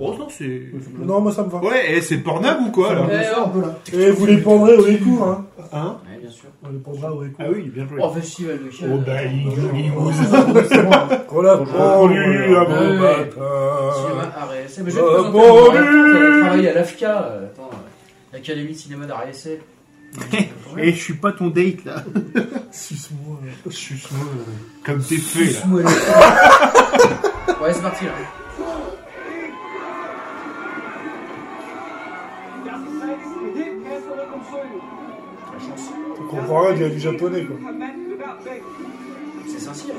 Oh non, c'est. Non, moi ça me va. Ouais, et c'est Pornhub ou quoi Ça là me va Eh, un peu, là. Et vous les pendrez au décours, hein Hein Ouais, bien sûr. On les pendra au décours. Ah oui, bien joué. Oh, festival de Cannes. Oh, bah, il- il- Oh, il- Voilà, Bonjour. pendu, ah bon, Ouais, ouais. bâtard. Cinéma RSL. Mais je vais Euh, te présenter bon, mon lui- Elle a travaillé à l'AFCA. euh, Attends, euh, l'Académie de cinéma d'RSL. Eh, Et je suis pas ton date là. Suce-moi. Suce-moi, euh, Comme t'es fait là. Ouais, c'est parti là. La chance. On comprendra qu'il y a du japonais, quoi. C'est sincère.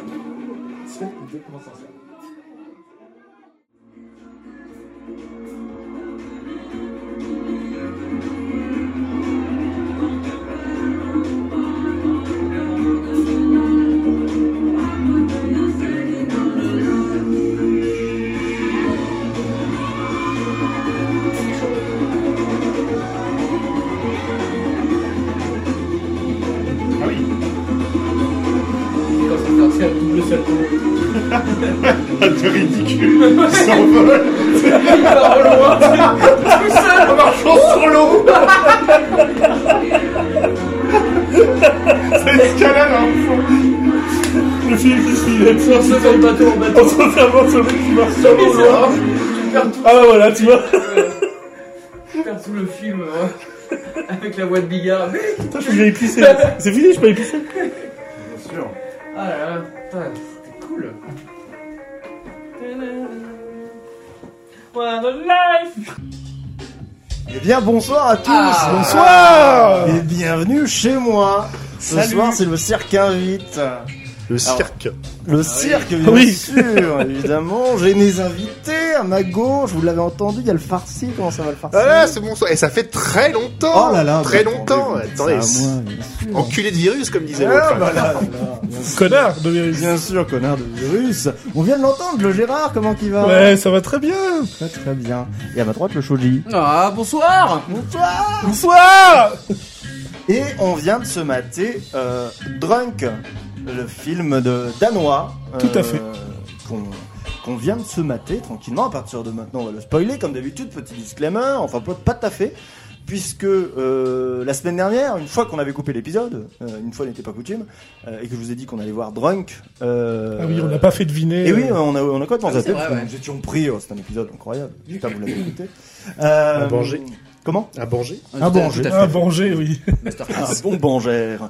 C'est Ah oui. Quand c'est parti à double salto. C'est ridicule. Il s'envole. Il part au loin, tout seul. En marchant sur l'eau. Ça escalade hein. Le film qui se lit là-dessus. On se fait le bateau en bateau. On se fait avoir sur le mec qui marche sur Et l'eau, ça là. marche. Tu perds tout. Ah bah voilà, tu vois. Tu perds tout le film. hein. Avec la voix de Bigard. Putain, je vais pisser. C'est fini, je peux aller pisser. Bien sûr. Ah là là, putain, c'était cool. Eh bien, bonsoir à tous. Ah. bonsoir. Et bienvenue chez moi. Ce Salut. soir, c'est le cirque invite. Le cirque. Le cirque, bien Oui. sûr, évidemment. J'ai mes invités à ma gauche. Vous l'avez entendu, il y a le farci. Comment ça va le farci Ah Euh, là, c'est bon. Et ça fait très longtemps. Oh là là. Très bah, longtemps. Attendez. c'est à moi, bien sûr. Enculé de virus, comme disait hein. Ah, l'autre. bah là, là, bien sûr. Connard de virus. Bien sûr, connard de virus. On vient de l'entendre, le Gérard. Comment qu'il va Ouais, ça va très bien. Très très bien. Et à ma droite, le Shoji. Ah, bonsoir Bonsoir. Bonsoir Et on vient de se mater euh, Drunk, le film de danois. euh, Tout à fait. Qu'on qu'on vient de se mater tranquillement à partir de maintenant. On va le spoiler comme d'habitude, petit disclaimer, enfin pas, pas tout à fait. Puisque euh, la semaine dernière, une fois qu'on avait coupé l'épisode, euh, une fois n'était pas coutume, euh, et que je vous ai dit qu'on allait voir Drunk. euh, Ah oui, on n'a pas fait deviner. euh, et oui, on a, on a complètement Ah oui, zappé, c'est parce vrai, que ouais. nous étions pris, oh, c'est un épisode incroyable, j'espère que vous l'avez écouté. Euh, Un banger. Comment À Bourget. Ah bon, j'ai- Ah, Banger, oui. un bon bangère.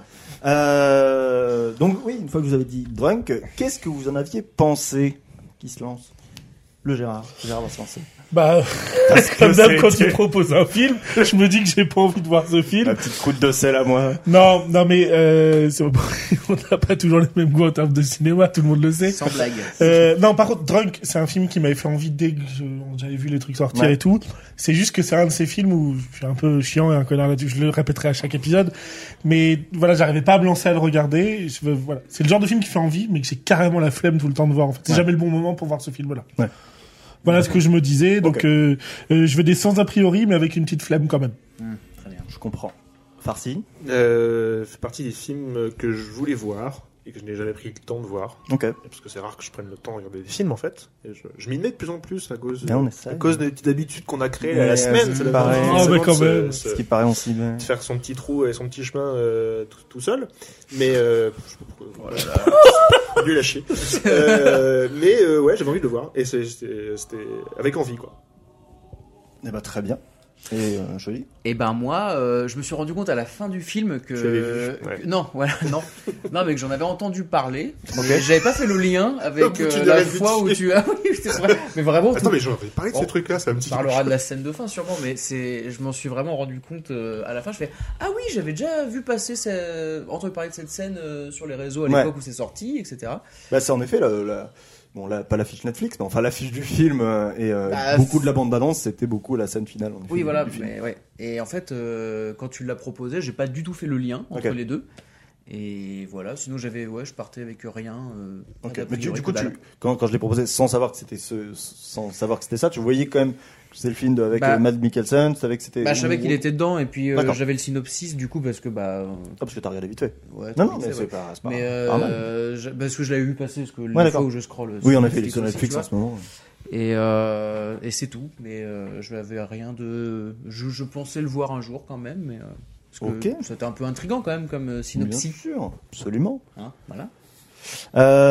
Euh, donc oui, une fois que vous avez dit drunk, qu'est-ce que vous en aviez pensé Qui se lance Le Gérard. Le Gérard va se lancer. Bah, comme d'hab, quand tu proposes un film, je me dis que j'ai pas envie de voir ce film. petite croûte de sel à moi. Non, non, mais euh, c'est- on n'a pas toujours les mêmes goûts en termes de cinéma, tout le monde le sait. Sans blague. Euh, non, par contre, Drunk, c'est un film qui m'avait fait envie dès que je- j'avais vu les trucs sortir Ouais. et tout. C'est juste que c'est un de ces films où je suis un peu chiant et un connard là-dessus. Je le répéterai à chaque épisode. Mais voilà, j'arrivais pas à me lancer à le regarder. Je veux- voilà. C'est le genre de film qui fait envie, mais que j'ai carrément la flemme tout le temps de voir. En fait, c'est jamais le bon moment pour voir ce film-là. Ouais. Voilà ce que je me disais. Donc, Ok. euh, euh, je veux des sans a priori, mais avec une petite flemme quand même. Je comprends. Farci. Euh, fait partie des films que je voulais voir et que je n'ai jamais pris le temps de voir. Ok. Parce que c'est rare que je prenne le temps de regarder des films, en fait. Et je je m'y mets de plus en plus à cause, Là, Ben, on à essaie. cause des petites habitudes qu'on a créées à Ouais, la semaine. c'est ça devient pareil. forcément Ah, mais quand de se- même. se- Ce qui paraît, on s'y met. de faire son petit trou et son petit chemin euh, tout, tout seul. Mais euh, je sais pas pourquoi. Nul à chier. Euh, mais euh, ouais, j'avais envie de le voir et c'est- c'était c'était avec envie quoi. Eh bah, très bien. Et euh, joli. Et ben moi, euh, je me suis rendu compte à la fin du film que, Tu l'avais vu, ouais. que- non, voilà, non, non, mais que j'en avais entendu parler. Ok. Mais J'avais pas fait le lien Au avec bout d'une euh, la heure et demie. fois où tu ah oui, c'est vrai. Mais vraiment, Attends, tout- mais j'aurais parlé de Oh. Bon. ces trucs là, ça me petit. on parlera de la scène de fin sûrement, mais c'est, je m'en suis vraiment rendu compte euh, à la fin. Je fais ah oui, j'avais déjà vu passer, ce... entendu parler de cette scène euh, sur les réseaux à Ouais. l'époque où c'est sorti, etc. Bah, c'est en effet la, la- Bon, là, pas l'affiche Netflix, mais enfin l'affiche du film euh, et euh, Bah, beaucoup c'est- de la bande d'annonce, c'était beaucoup la scène finale. en effet, Oui, du- voilà. du film. Mais, ouais. Et en fait, euh, quand tu l'as proposé, j'ai pas du tout fait le lien entre Ok. les deux. Et voilà, sinon j'avais, ouais, je partais avec rien. euh, Ok, pas d'a mais du, priori, du coup, que tu- dalle. quand, quand je l'ai proposé, sans savoir que c'était ce, sans savoir que c'était ça, tu voyais quand même que c'est le film de, avec Bah. euh, Matt Mikkelsen, tu savais que c'était. Bah, je savais qu'il était dedans, et puis euh, D'accord. j'avais le synopsis du coup, parce que bah. euh, Ah, parce que t'as regardé vite fait. ouais, Non, non, c'est mais vrai. c'est pas, c'est pas Mais pas mal. euh, je- parce que je l'avais vu passer, parce que Ouais, la fois d'accord. où je scroll. Oui, en on a a fait sur Netflix hein. en ce moment. Et, euh, et c'est tout. Mais euh, je n'avais rien de. Je, je pensais le voir un jour quand même, mais. euh, parce que Ok. C'était un peu intrigant quand même comme euh, Bien synopsis. sûr, absolument. hein, voilà.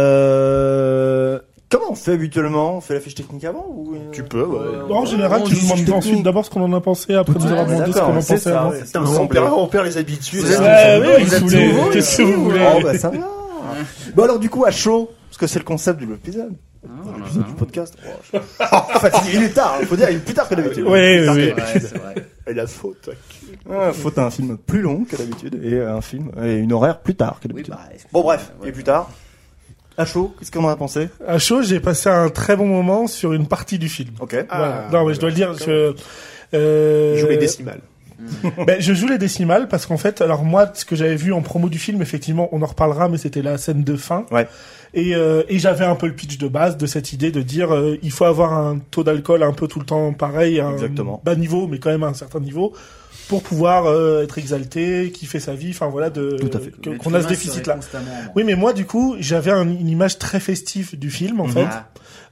Euh, comment on fait habituellement On fait la fiche technique avant ou euh, Tu peux, ouais. Bon, en général, on tu dit nous demandes technique. ensuite d'abord ce qu'on en a pensé, après nous Ouais, avoir demandé ce qu'on D'accord, en c'est pensait ça. avant. ouais. Putain, on, perd, on perd les habitudes. Vous êtes- Ouais, Vous ouais, êtes vous voulez- nouveau, Qu'est-ce que vous Oh, voulez bah ça va. Bon, alors, du coup, à chaud, parce que c'est le concept de l'épisode, Ah. l'épisode du podcast. Oh, je- Oh, fatigué, il est tard, faut dire, il est plus tard que d'habitude. Ouais, Plus tard ouais, que- Ouais, c'est vrai. Et la faute. Ah, faut un film plus long que d'habitude et un film et une horaire plus tard que Oui, d'habitude. bah, excusez-moi, bon, bref, voilà. et plus tard. À chaud, qu'est-ce qu'on en a pensé À chaud, j'ai passé un très bon moment sur une partie du film. Ok. Voilà. Non, mais je dois le dire, je... euh, Je joue les décimales. Ben, je joue les décimales parce qu'en fait, alors moi, ce que j'avais vu en promo du film, effectivement, on en reparlera, mais c'était la scène de fin. Ouais. Et, euh, et j'avais un peu le pitch de base de cette idée de dire euh, il faut avoir un taux d'alcool un peu tout le temps pareil, un Exactement. bas niveau, mais quand même à un certain niveau, pour pouvoir euh, être exalté, kiffer sa vie, enfin voilà, de Tout à fait. que- L'être qu'on a ce humain déficit serait là. constamment en manque. Oui, mais moi, du coup, j'avais un- une image très festive du film, Mhm. en fait. Ah.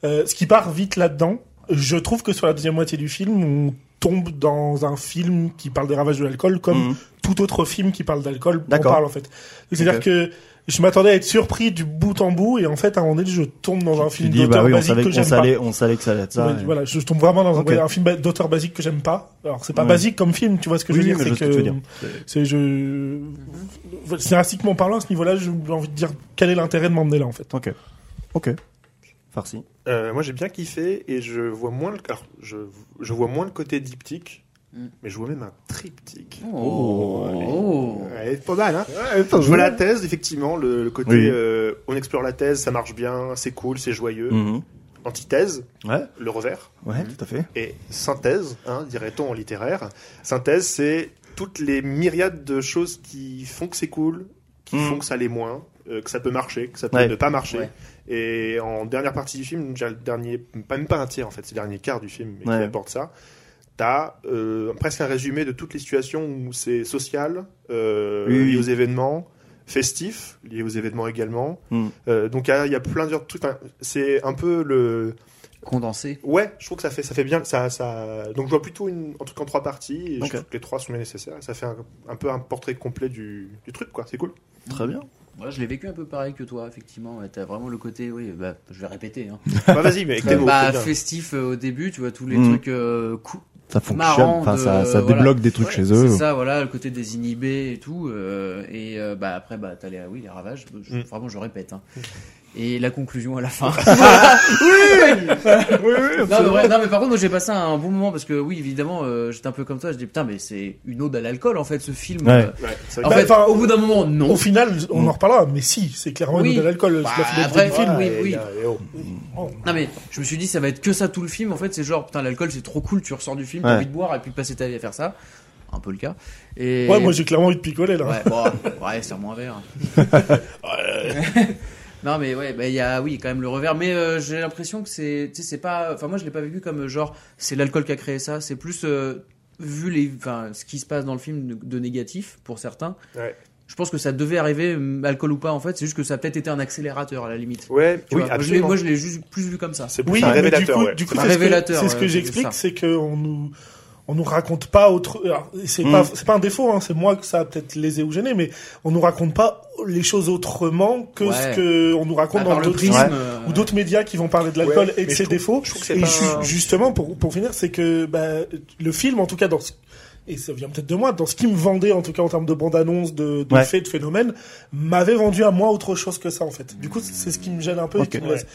Euh, ce qui part vite là-dedans. Je trouve que sur la deuxième moitié du film, on tombe dans un film qui parle des ravages de l'alcool, comme Mmh. Mhm. tout autre film qui parle d'alcool. On D'accord. parle, en fait. C'est-à-dire Ok. que je m'attendais à être surpris du bout en bout, et en fait, à un moment donné, je tombe dans un Tu film dis, bah d'auteur oui, on basique savait, que on, j'aime pas. savait, on savait que ça allait être ça. Ouais, et- Voilà, je tombe vraiment dans un- Ok. ouais, un film ba- d'auteur basique que j'aime pas. Alors c'est pas Ouais. basique comme film, tu vois ce que Oui, je veux oui, dire mais C'est je vois ce que tu veux c'est je voilà, scénaristiquement parlant à ce niveau-là, j'ai envie de dire quel est l'intérêt de m'emmener là en fait. Ok. Ok. Farci. Euh, moi j'ai bien kiffé et je vois moins le, alors, je, je vois moins le côté diptyque, Mm. mais je vois même un triptyque. Oh. Oh. Ouais, pas mal, hein Je vois la thèse, effectivement, le, le côté Oui. euh, on explore la thèse, ça marche bien, c'est cool, c'est joyeux. Mhm. Antithèse, Ouais, le revers, ouais, tout à fait. et synthèse, hein, dirait-on en littéraire. Synthèse, c'est toutes les myriades de choses qui font que c'est cool, qui Mhm. font que ça l'est moins, euh, que ça peut marcher, que ça peut Ouais. ne pas marcher. Ouais. Et en dernière partie du film, déjà le dernier, pas même pas un tiers en fait, c'est le dernier quart du film mais Ouais. qui aborde ça. T'as euh, presque un résumé de toutes les situations où c'est social, euh, Oui, oui. lié aux événements, festif, lié aux événements également. Mm. Euh, donc il y a- il y, a plein de trucs. enfin, C'est un peu le. Condensé. Ouais, je trouve que ça fait, ça fait bien. Ça, ça... Donc je vois plutôt une, un truc en trois parties. Et Ok. je trouve que les trois sont bien nécessaires. Et ça fait un, un peu un portrait complet du, du truc, quoi. C'est cool. Très bien. Moi, je l'ai vécu un peu pareil que toi, effectivement. Ouais, T'as vraiment le côté, oui, bah, je vais répéter. Hein. bah, Vas-y, mais avec tes mots. Bah, c'est bien. festif euh, au début, tu vois, tous les Mm. trucs euh, cou- Ça fonctionne. Marrant Enfin, de- ça, ça voilà. débloque des trucs Ouais, chez C'est eux. ça, voilà, le côté désinhibé et tout. euh, et euh, bah après, bah t'as les, oui, les ravages. je- Mm. Vraiment, je répète. hein. Et la conclusion à la fin. oui, non, mais ouais, non, mais par contre, moi j'ai passé un bon moment parce que oui, évidemment, euh, j'étais un peu comme toi. Je dis putain, mais c'est une ode à l'alcool en fait, ce film. Ouais. Euh, Ouais, ça- En Bah, fait, enfin, au bout d'un moment, non. Au final, Mm. on en reparlera, mais si, c'est clairement Oui. une de l'alcool, c'est Bah, la finalité après, du film. oui, et oui. il y a- et oh. Non mais je me suis dit ça va être que ça tout le film en fait c'est genre putain l'alcool c'est trop cool tu ressors du film Ouais. t'as envie de boire et puis de passer ta vie à faire ça un peu le cas et Ouais, moi j'ai clairement envie de picoler là. ouais bon, ouais c'est moins verre non mais ouais bah il y a oui quand même le revers mais euh, j'ai l'impression que c'est tu sais c'est pas enfin moi je l'ai pas vécu comme euh, genre c'est l'alcool qui a créé ça c'est plus euh, vu les enfin ce qui se passe dans le film de, de négatif pour certains Ouais. je pense que ça devait arriver hum, alcool ou pas en fait c'est juste que ça a peut-être été un accélérateur à la limite Ouais, Tu vois, oui, je l'ai- absolument. moi je l'ai juste plus vu comme ça C'est plus Oui, un mais du révélateur. coup, ouais. du coup, C'est c'est un ce que- révélateur, c'est ce que ouais, j'explique, c'est ça. c'est qu'on nous, on nous raconte pas autre, alors, c'est Mm. pas, c'est pas un défaut, hein, c'est moi que ça a peut-être lésé ou gêné, mais on nous raconte pas les choses autrement que Ouais. ce que on nous raconte À dans part le d'autres prisme films euh, ou d'autres médias qui vont parler de l'alcool Ouais, et de mais ses je trouve- défauts. je trouve que c'est Et pas ju- un- justement, pour, pour finir, c'est que bah, le film, en tout cas, dans ce- et ça vient peut-être de moi, dans ce qui me vendait, en tout cas en termes de bande-annonce, de, de Ouais. faits, de phénomènes, m'avait vendu à moi autre chose que ça, en fait. Du coup, c'est ce qui me gêne un peu. et Ok. qui me Ouais. laisse-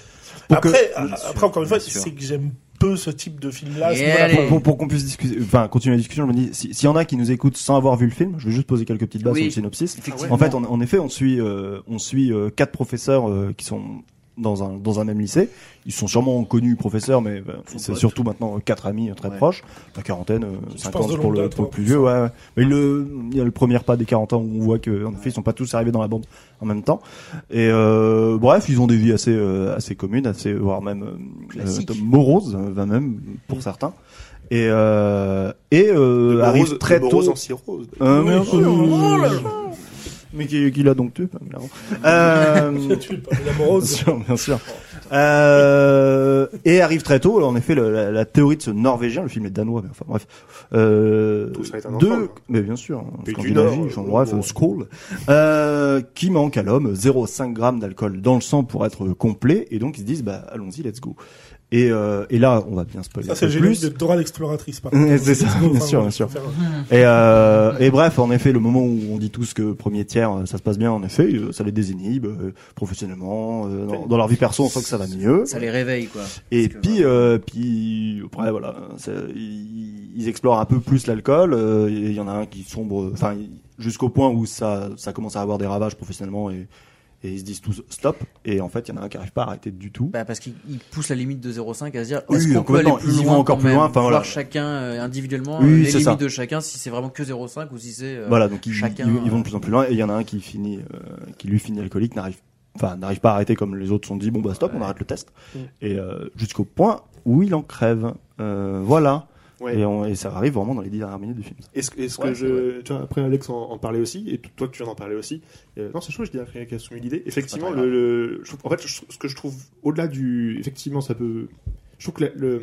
Pour que- Après, Bien a- après, encore une fois, bien sûr. c'est que j'aime peu ce type de film-là. à ce Et niveau-là. allez. Pour, pour- pour qu'on puisse discuter, enfin, continuer la discussion, je me dis, si- s'il y en a qui nous écoutent sans avoir vu le film, je vais juste poser quelques petites bases Oui. sur le synopsis. Effectivement. En fait, en, en effet, on suit, euh, on suit euh, quatre professeurs euh, qui sont dans un dans un même lycée. Ils sont sûrement connus professeurs, mais euh, Ils sont c'est potes. surtout maintenant euh, quatre amis euh, très Ouais. proches, la quarantaine, euh, Je 50 pense de pour longue le, date, hein. pour le ouais. plus vieux. Ouais, ouais. Mais le il y a le premier pas des 40 ans où on voit que en effet, ils sont pas tous arrivés dans la bande en même temps. Et euh, bref, ils ont des vies assez euh, assez communes, assez voire même euh, Classique. euh, moroses, euh, va même Mm. pour certains. Et euh, et euh, de arrive rose- très de tôt. rose en cirrhose. Euh, Oui, mais oui, oh là là. mais qui, qui l'a donc tué, Pamela Anderson. Euh, Tu es pas- la morose. bien sûr, bien sûr. Euh, et arrive très tôt, en effet, le- la, la théorie de ce Norvégien, le film est danois, mais enfin bref. Euh, Tout ça est un enfant, deux, quoi. mais bien sûr, en Pays du Scandinavie, Nord, enfin, euh, bref, bon. un scroll, euh, qui manque à l'homme 0,5 grammes d'alcool dans le sang pour être complet, et donc ils se disent, bah allons-y, let's go. Et, euh, et là, on va bien spoiler Ça, un c'est peu le plus. plus de Dora l'exploratrice, par Ouais, contre. c'est ça, bien Enfin, sûr, ouais, bien sûr. faire- Et, euh, et bref, en effet, le moment où on dit tous que premier tiers, euh, ça se passe bien, en effet, euh, ça les désinhibe euh, professionnellement, euh, dans, dans leur vie perso, on sent que ça va mieux. Ça les réveille, quoi. Et Parce que, puis, voilà. euh, puis après, voilà, c'est- ils, ils explorent un peu plus l'alcool. euh, et Il y en a un qui sombre, enfin, il- jusqu'au point où ça, ça commence à avoir des ravages professionnellement et, et ils se disent tous stop. Et en fait, il y en a un qui n'arrive pas à arrêter du tout. Bah, parce qu'il il pousse la limite de 0,5 à se dire Oui, est-ce qu'on peut complètement. aller plus Ils y loin vont encore quand plus même, loin, enfin, voir voilà. chacun euh, individuellement Oui, euh, oui, les c'est limites ça. de chacun si c'est vraiment que 0,5 ou si c'est euh, voilà, donc ils, chacun, ils- ils vont euh, de plus en plus loin. Et il y en a un qui finit, euh, qui lui finit alcoolique, n'arrive, enfin, n'arrive pas à arrêter comme les autres se sont dit. Bon bah stop, on arrête le test. Mm. Et euh, jusqu'au point où il en crève. Euh, voilà. Ouais. Et, on- et ça arrive vraiment dans les dix dernières minutes du film. Est-ce que- est-ce Ouais, que je. Tu vois, après Alex en, en parlait aussi, et t- toi tu viens d'en parler aussi. Euh, non, c'est chaud, je dis après qu'elle a soumis l'idée. Effectivement, C'est pas le, le- je trouve- en fait, je- ce que je trouve au-delà du. Effectivement, ça peut. Je trouve que la- le.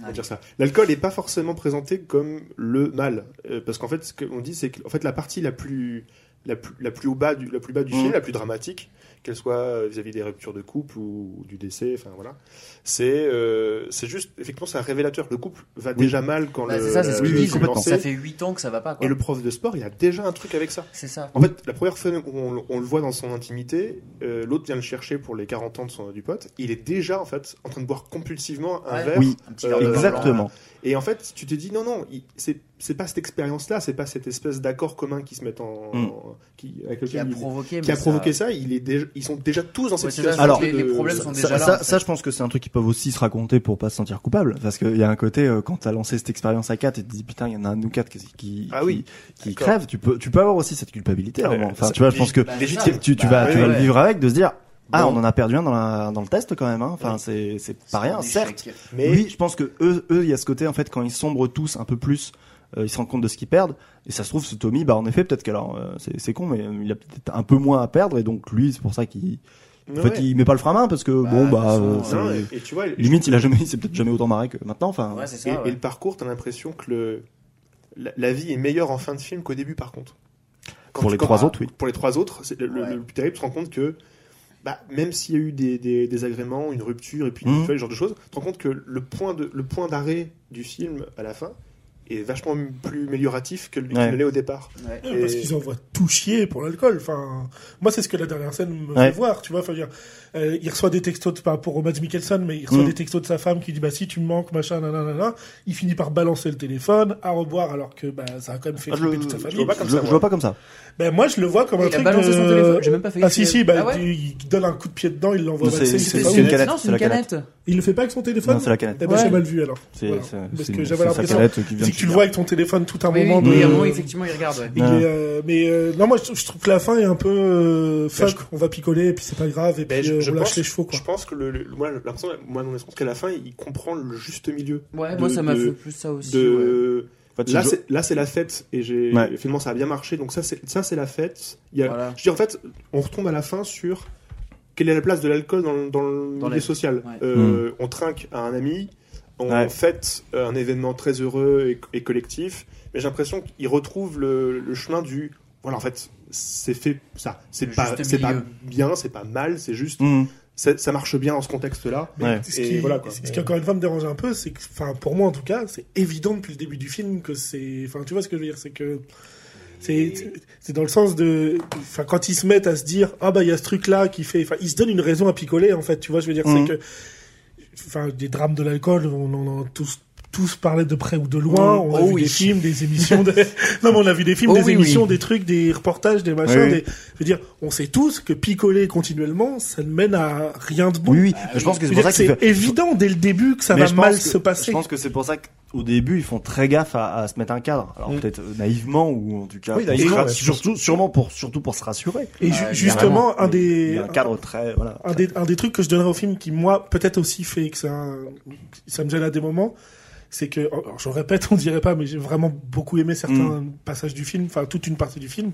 comment dire ça L'alcool n'est pas forcément présenté comme le mal. Euh, parce qu'en fait, ce qu'on dit, c'est que en fait, la partie la plus. La plus, la plus au bas du, la plus bas du Mhm. film, la plus dramatique, qu'elle soit euh, vis-à-vis des ruptures de couple ou, du décès, enfin voilà, c'est euh, c'est juste, effectivement, c'est un révélateur. Le couple va déjà mal quand bah, le. c'est ça, c'est ce la- qu'ils oui, le disent. complètement. lancé. Ça fait 8 ans que ça va pas, quoi. Et le prof de sport, il a déjà un truc avec ça. C'est ça. En fait, la première fois où on, on le voit dans son intimité, euh, l'autre vient le chercher pour les 40 ans de son, du pote. Il est déjà en fait en train de boire compulsivement un Ouais. verre. Oui, Un petit Euh, verre de blanc. exactement. Et en fait, tu te dis non, non, il- c'est c'est pas cette expérience-là, c'est pas cette espèce d'accord commun qui se met en, Mm. qui, avec Qui lequel a il- provoqué. qui a mais provoqué ça. il est déjà- ils sont déjà tous dans cette Ouais, c'est ça, situation. Alors, de- les- les problèmes sont Ça, déjà ça, là, ça, en fait. ça, je pense que c'est un truc qu'ils peuvent aussi se raconter pour pas se sentir coupable. Parce qu'il y a un côté, euh, quand t'as lancé cette expérience à 4 et tu te dis putain, il y en a un de nous 4 qui, qui, Ah oui. qui, qui D'accord. crève, tu peux, tu peux avoir aussi cette culpabilité. Ah, vraiment. ouais, Enfin, ça- tu vois, je pense que Bah, légitime. c'est ça. tu, tu Bah, vas, tu ouais, vas le ouais. vivre avec de se dire ah, Bon. on en a perdu un dans, la, dans le test quand même. Hein. Enfin, c'est, c'est pas rien, C'est un certes. échec. Mais Oui, je pense que eux, eux, il y a ce côté en fait quand ils sombrent tous un peu plus, euh, ils se rendent compte de ce qu'ils perdent. Et ça se trouve, ce Tommy, bah en effet, peut-être qu'alors euh, c'est, c'est con, mais euh, il a peut-être un peu moins à perdre et donc lui, c'est pour ça qu'il, en fait, ouais. il met pas le frein à main parce que Bah, bon de bah, toute euh, façon, Non, c'est- et- et tu vois, limite il a jamais, il s'est peut-être jamais autant marré que maintenant. Enfin, Ouais, c'est Et, ça. et Ah ouais. le parcours, t'as l'impression que le, la, la vie est meilleure en fin de film qu'au début, par contre. Quand Pour tu- les quand- trois autres, oui. Pour les trois autres, c'est le, le- Ouais. le plus terrible, tu te rends compte que bah, même s'il y a eu des, des, des agréments, une rupture, et puis Mhm. tu vois, ce genre de choses, tu te rends compte que le point de- le point d'arrêt du film à la fin est vachement m- plus amélioratif que le- qu'il Ouais. ne l'est au départ. Ouais. Ouais, Euh, Parce Et- qu'ils envoient tout chier pour l'alcool. Enfin, moi, c'est ce que la dernière scène me Ouais. fait voir. Tu vois, enfin, je veux dire, euh, il reçoit des textos de, pas pour Mads Mikkelsen, mais il reçoit Mm. des textos de sa femme qui dit bah si tu me manques, machin, nanana. Il finit par balancer le téléphone, à reboire, alors que bah ça a quand même fait Ah, flipper toute sa je, famille. vois pas comme ça, je vois pas comme ça. Ben moi, je le vois comme un Il a truc. balancé son de- téléphone. J'ai même pas fait Ah si si, bah, Ah ouais il il donne un coup de pied dedans, il l'envoie. Non, valser, il c'est- sait pas c'est où. une canette, Non, c'est c'est la une canette. canette. Il le fait pas avec son téléphone. Non, c'est la canette. Eh ben, Ouais. j'ai mal vu alors. C'est, Voilà. c'est- Parce c'est que une- j'avais c'est sa l'impression canette qui vient si de tu le finir. vois avec ton téléphone tout un Oui, moment oui, oui, à un moment, de. effectivement, il regarde. ouais. Il Ouais. est, euh, mais euh, non, moi je, je trouve que la fin est un peu euh, fuck. Bah, je- On va picoler et puis c'est pas grave et Ben, puis je- euh, je on lâche pense- les chevaux quoi. Je pense que le, le- moi, j'ai l'impression, moi, mon esprit, qu'à la fin, il comprend le juste milieu. Ouais, de- moi, ça m'a de- fait plus ça aussi. ouais. de, En fait, Là, c'est- c'est, là, c'est la fête, et j'ai, Ouais. finalement, ça a bien marché, donc ça, c'est, ça, c'est la fête. Il y a- Voilà. Je dis, en fait, on retombe à la fin sur quelle est la place de l'alcool dans, le- dans le Dans milieu la- social. ouais. Euh, On trinque à un ami, on Ouais. fête un événement très heureux et, et collectif, mais j'ai l'impression qu'il retrouve le, le chemin du. Voilà, en fait, c'est fait ça. C'est, Le pas, juste c'est pas milieu. bien, c'est pas mal, c'est juste. Mmh. Ça, ça marche bien dans ce contexte-là. Mais Ouais. ce, Et qui, voilà, quoi. ce qui, encore une fois me dérange un peu, c'est que, enfin, pour moi en tout cas, c'est évident depuis le début du film que c'est, enfin, tu vois ce que je veux dire, c'est que c'est, c'est dans le sens de, enfin, quand ils se mettent à se dire, ah bah il y a ce truc là qui fait, enfin, ils se donnent une raison à picoler en fait, tu vois, je veux dire, Mhm. c'est que, enfin, des drames de l'alcool, on en a tous tous parlé de près ou de loin, on a Oh vu oui. des films, des émissions, des- non mais on a vu des films, Oh des oui, émissions, oui. des trucs, des reportages, des machins, Oui, oui. des- je veux dire, on sait tous que picoler continuellement, ça ne mène à rien de bon. Oui, oui. Je pense que c'est pour ça C'est qu'il fait. évident dès le début que ça Mais va je pense mal que- se passer. Je pense que c'est pour ça qu'au début, ils font très gaffe à, à se mettre un cadre. Alors peut-être euh, naïvement ou en tout cas. Mm. Oui, pour se naïvement, ra- ouais, je surtout, sûrement pour surtout pour se rassurer. Et ju- justement, un Il y des, a un cadre très voilà. un des, un des trucs que je donnerais au film qui, moi, peut-être aussi fait que ça, ça me gêne à des moments, c'est que, oh, Mm. alors, je répète, on dirait pas, mais j'ai vraiment beaucoup aimé certains passages du film, enfin, toute une partie du film.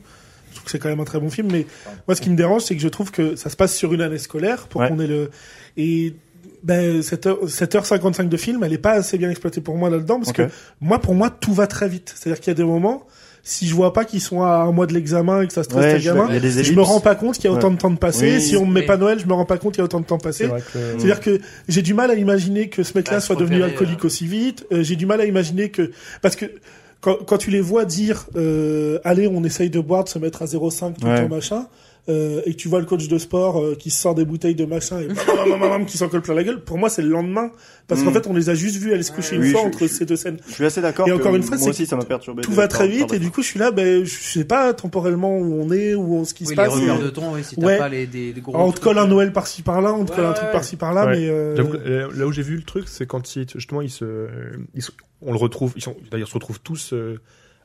Je trouve que c'est quand même un très bon film, mais moi, ce qui me dérange, c'est que je trouve que ça se passe sur une année scolaire pour Ouais. qu'on ait le. Et ben, 7h, 7h55 de film, elle est pas assez bien exploitée pour moi là-dedans, parce Ok. que moi, pour moi, tout va très vite. C'est-à-dire qu'il y a des moments, si je vois pas qu'ils sont à un mois de l'examen et que ça stresse Ouais, les je- gamins, il y a des je ellipses. me rends pas compte qu'il y a autant de temps de passé. Oui. si on me met Oui. pas Noël, je me rends pas compte qu'il y a autant de temps passé. C'est-à-dire que j'ai du mal à imaginer que ce mec-là Ah, se soit devenu repérer, alcoolique aussi vite. Euh, j'ai du mal à imaginer que parce que quand, quand tu les vois dire euh, allez on essaye de boire de se mettre à 0,5 tout Ouais. le temps machin euh, et que tu vois le coach de sport euh, qui sort des bouteilles de machin et bam, bam, bam, bam, qui s'en colle plein la gueule pour moi c'est le lendemain parce qu'en Mm. fait on les a juste vus aller se coucher une Oui, fois je- entre je- ces deux scènes Je suis assez d'accord. Et que encore une fois, moi c'est aussi, ça m'a perturbé. tout de- va très par- par- vite et du coup je suis là ben je sais pas temporellement où on est où on ce qui Oui, se les passe repères de ton, oui, si t'as Ouais. pas les, des, des gros. on te colle un trucs. Noël par-ci par-là on te colle un Ouais, truc ouais. par-ci par-là Ouais. mais euh, J'avoue que, euh, là où j'ai vu le truc, c'est quand ils, justement ils se, euh, ils se- on le retrouve, ils sont, d'ailleurs ils se retrouvent tous euh,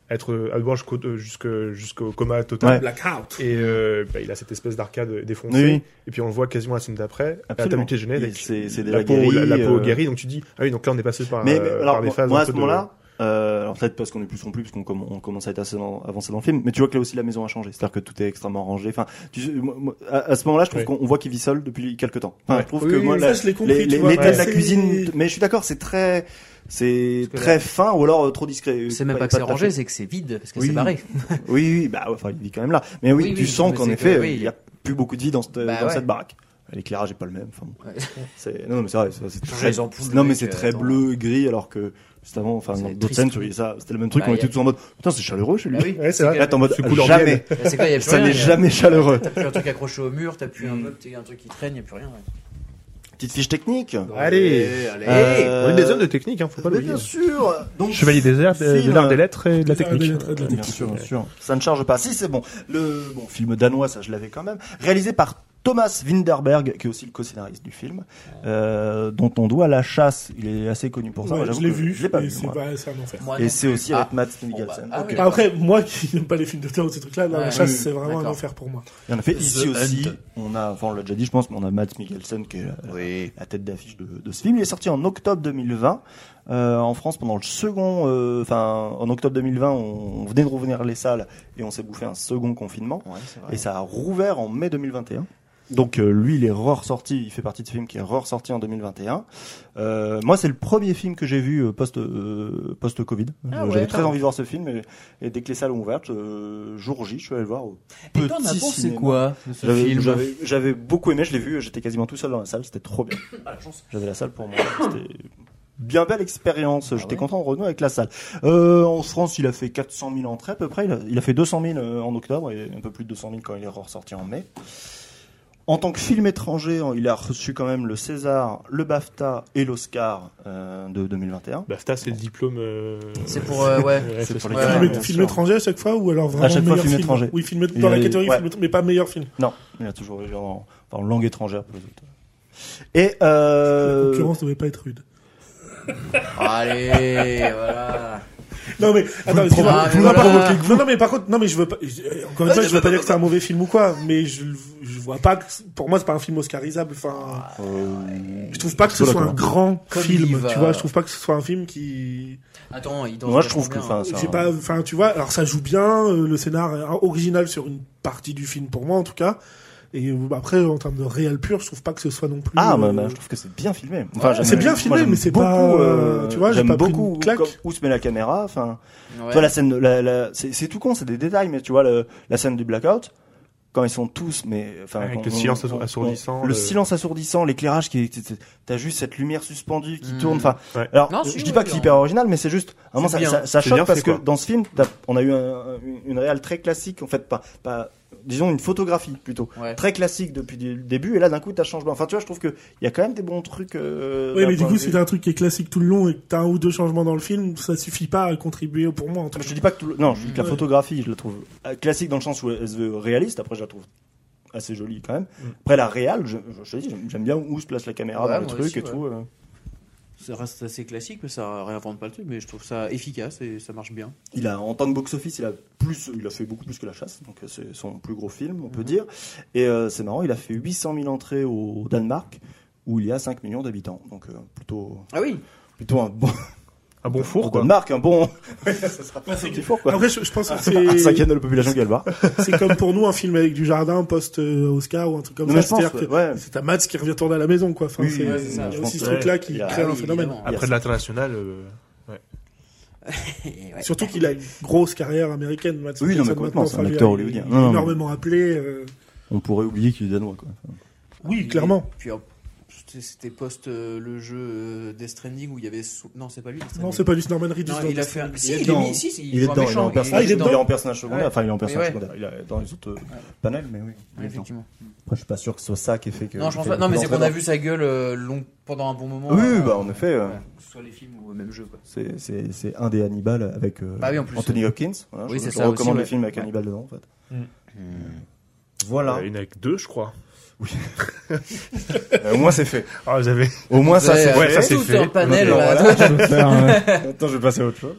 à être euh, à boire jusqu'au euh, jusqu'au jusqu'au coma total. blackout Et euh, bah, il a cette espèce d'arcade défoncée. Oui, oui. Et puis on le voit quasiment la scène d'après. à Absolument. ta nuit déjeuner, Il- avec c'est- c'est la déjà peau, la, la guéri, peau euh, guérie. Donc tu dis ah oui donc là on est passé par, Mais, mais, euh, alors, par des moi, phases. moi, un à ce peu de- moment-là, euh, alors peut-être parce qu'on est plus en plus, parce qu'on comm- on commence à être assez dans- avancé dans le film, mais tu vois que là aussi la maison a changé, c'est-à-dire que tout est extrêmement rangé. Enfin, tu sais, moi- moi, à, à ce moment-là, je trouve Oui. qu'on on voit qu'il vit seul depuis quelques temps. Enfin, Ouais. Je trouve Oui, que oui, moi, ça, la- je l'ai compris, les, tu les vois. méthodes de la Ouais. cuisine, mais je suis d'accord, c'est très, c'est Parce que très fin ou alors euh, trop discret. C'est même pas que tout c'est à fait. rangé, c'est que c'est vide parce que Oui. c'est barré. Oui, oui, bah, enfin, il vit quand même là. Mais oui, Oui, tu oui, sens mais qu'en c'est effet, que, oui, il y a plus beaucoup de vie dans cette, Bah dans ouais. cette baraque. L'éclairage est pas le même. Enfin, bon. Ouais. C'est- non, non, mais c'est vrai, c'est- c'est Changer très, les ampoules, non, mec, mais c'est euh, très attends. bleu, gris, alors que juste avant, enfin, C'est dans d'autres triste, scènes, tu quoi. voyais ça. C'était le même truc, Bah, on y a- était tous en mode, putain, c'est chaleureux chez lui. Bah oui. Ouais, c'est vrai. Là, t'es en mode, C'est cool, jamais. Bah, C'est quoi, y a plus Ça rien, n'est y a- jamais Mm. chaleureux. T'as plus un truc accroché au mur, t'as plus un meuble, t'as un truc qui traîne, y a plus rien. ouais. Petite fiche technique. Allez. allez. Euh, On est des hommes de technique, hein, faut pas mais l'oublier. bien sûr. Donc, Chevalier des arts, euh, de l'art des lettres Ah, et de la technique. Bien sûr, bien sûr. euh, Ça ne charge pas. Si, c'est bon. Le bon film danois, ça je l'avais quand même. Réalisé par Thomas Winderberg, qui est aussi le co-scénariste du film, euh, dont on doit la chasse. Il est assez connu pour ça. Ouais, Moi, j'avoue je l'ai que vu, Je l'ai pas mais vu. c'est moi. pas- c'est un enfer. Moi, Et non. c'est aussi Ah. avec Matt Bon, bah, Mikkelsen. ah, Ok. oui. Après, moi qui n'aime pas les films de terror, ces trucs-là, non, Ouais. la chasse, Oui, c'est vraiment un d'accord. enfer pour moi. Il y en a fait The ici aussi. Hunt. On a, enfin, on l'a déjà dit, je pense, mais on a Matt Mikkelsen qui est la, la tête d'affiche de, de ce film. Il est sorti en octobre 2020. Euh, en France, pendant le second, euh, enfin, en octobre 2020, on, on venait de revenir les salles et on s'est bouffé un second confinement. Ouais, c'est vrai. Et ça a rouvert en mai 2021. Donc euh, lui, il est ressorti. Il fait partie de ce film qui est ressorti en 2021. Euh, moi, c'est le premier film que j'ai vu euh, post euh, post Covid. Ah ouais, J'avais très attends. envie de voir ce film et, et dès que les salles ont ouvert, euh, jour J, je suis allé le voir. au Et t'en as petit pensé cinéma. quoi de ce J'avais- film J'avais j'avais beaucoup aimé, je l'ai vu, j'étais quasiment tout seul dans la salle, c'était trop bien. Bah, J'avais la salle pour moi, c'était bien belle expérience, j'étais Ah ouais. content en Renault avec la salle. Euh, en France, il a fait 400 000 entrées à peu près, il a, il a fait 200 000 euh, en octobre et un peu plus de 200 000 quand il est ressorti en mai. En tant que film étranger, il a reçu quand même le César, le BAFTA et l'Oscar euh, de 2021. BAFTA, c'est le diplôme. euh, C'est pour. euh, ouais. ouais, C'est pour les Ouais, gamins, film bien film sûr. étranger à chaque fois ou alors vraiment À chaque fois, meilleur film étranger. Oui, film Il dans la est- catégorie ouais. film étranger, mais pas meilleur film. Non, il a toujours eu en, en langue étrangère pour les autres. Et euh, La concurrence devait pas être rude. Allez, voilà. Non mais attends, excuse-moi. provoquez- Non, vous par provoquez contre- non, non, mais par contre, non mais je veux pas. je- euh, Encore une fois, je veux pas dire que c'est un mauvais film ou quoi, mais je je vois pas. Que, pour moi, c'est pas un film oscarisable. Enfin, euh, je trouve pas que ce Voilà, soit un quoi. grand Comme il film. va. Tu vois, je trouve pas que ce soit un film qui. Attends, il danse moi je trouve que vachement enfin, bien. c'est J'ai un- pas, enfin, tu vois, alors ça joue bien, euh, le scénar est un- original sur une partie du film pour moi en tout cas. Et euh, après, en termes de réel pur, je trouve pas que ce soit non plus. Ah, euh, bah, bah, je trouve que c'est bien filmé. Enfin, j'aime- c'est bien moi, filmé, j'aime mais c'est beaucoup, pas, euh, tu vois, j'ai j'aime pas pris beaucoup une claque. comme- où se met la caméra. Enfin, Ouais. tu vois la scène, de- la, la- c'est c'est tout con, c'est des détails, mais tu vois le- la scène du blackout quand ils sont tous, mais enfin, Avec quand le on- silence on- assourdissant, on- le le- silence assourdissant, l'éclairage qui, est- c'est- t'as juste cette lumière suspendue qui Mm. tourne. Enfin, Mmh. Ouais. alors Non, je si, dis ouais, pas que c'est bien. hyper original, mais c'est juste, à un moment, C'est ça, bien. ça, ça C'est choque bien parce fait, que quoi. dans ce film, t'as- on a eu un- une, une réal très classique, en fait, pas, pas, disons une photographie plutôt Ouais. très classique depuis le début et là d'un coup t'as changement enfin tu vois je trouve que il y a quand même des bons trucs euh, Oui, d'un mais du point coup, de si vue- t'as un truc qui est classique tout le long et que t'as un ou deux changements dans le film, ça suffit pas à contribuer pour moi en tout Ah, je cas. te dis pas que tout le... non je dis que la Ouais. photographie je la trouve euh, classique dans le sens où elle se veut réaliste après je la trouve assez jolie quand même Mm. après la réal je, je te dis j'aime- j'aime bien où se place la caméra Ouais, dans le moi truc aussi, et ouais. tout euh. Ça reste assez classique, mais ça réinvente pas le truc. Mais je trouve ça efficace et ça marche bien. il a en tant que box office il a plus il a fait beaucoup plus que la chasse donc euh, c'est son plus gros film on peut Mm-hmm. dire et euh, c'est marrant il a fait 800 000 entrées au Danemark où il y a 5 millions d'habitants donc euh, plutôt Ah oui. plutôt un bon un bon four, quoi. On marque un bon. petit four, quoi. Après, je, je pense que Un cinquième c'est de la population qui a le bar. c'est comme pour nous un film avec du jardin post euh, Oscar ou un truc comme Non, ça. mais je pense, C'est-à-dire que ouais. c'est ta Mats qui revient tourner à la maison, quoi. Enfin, Oui, c'est ouais, c'est ça, il y a je aussi pense, ce truc-là ouais. qui Il y a- crée un phénomène. Après de l'international, euh, Ouais. Surtout qu'il a une grosse carrière américaine. Mads Oui, non, mais Mikkelsen, complètement, maintenant. c'est un Enfin, lui, acteur il- hollywoodien. Il Non, est non, énormément appelé. euh, On pourrait oublier qu'il est danois, quoi. Oui, clairement. Puis hop, c'était- c'était post euh, le jeu euh, Death Stranding où il y avait. sou- Non, c'est pas lui. Death Non, Stranding. c'est pas du Norman Reedus. Non, dans il a Death fait. un- Stranding. Si, Il est il est dedans. mis- si, si, Il est joue un dedans, il est méchant, en Ah, personnage. il est dedans. Il est en personnage secondaire. Ouais. Enfin, il est en personnage ouais. secondaire. Il est dans les autres euh, panels, mais oui. il Ouais, est dedans. effectivement. Après, je suis pas sûr que ce soit ça qui fait que. Non, je pense qui pas. fait Non, mais que c'est qu'on a l'entraîneur- vu sa gueule euh, long- pendant un bon moment. Oui, euh, bah, en effet. euh, ouais, que ce soit les films ou même jeu, quoi. C'est- C'est c'est un des Hannibal avec euh, Bah oui, en plus, Anthony Hopkins. Voilà, oui, je c'est je ça aussi, recommande le ouais. film avec Ouais. Hannibal dedans, en fait. Voilà. euh, une avec deux, je crois. Euh, Au moins, c'est fait. Ah, vous avez. Au moins, ça, Vous c'est avez, ouais, euh, ça, c'est tout fait. un panel. Bon, euh, voilà, je vais faire un- Attends, je vais passer à autre chose.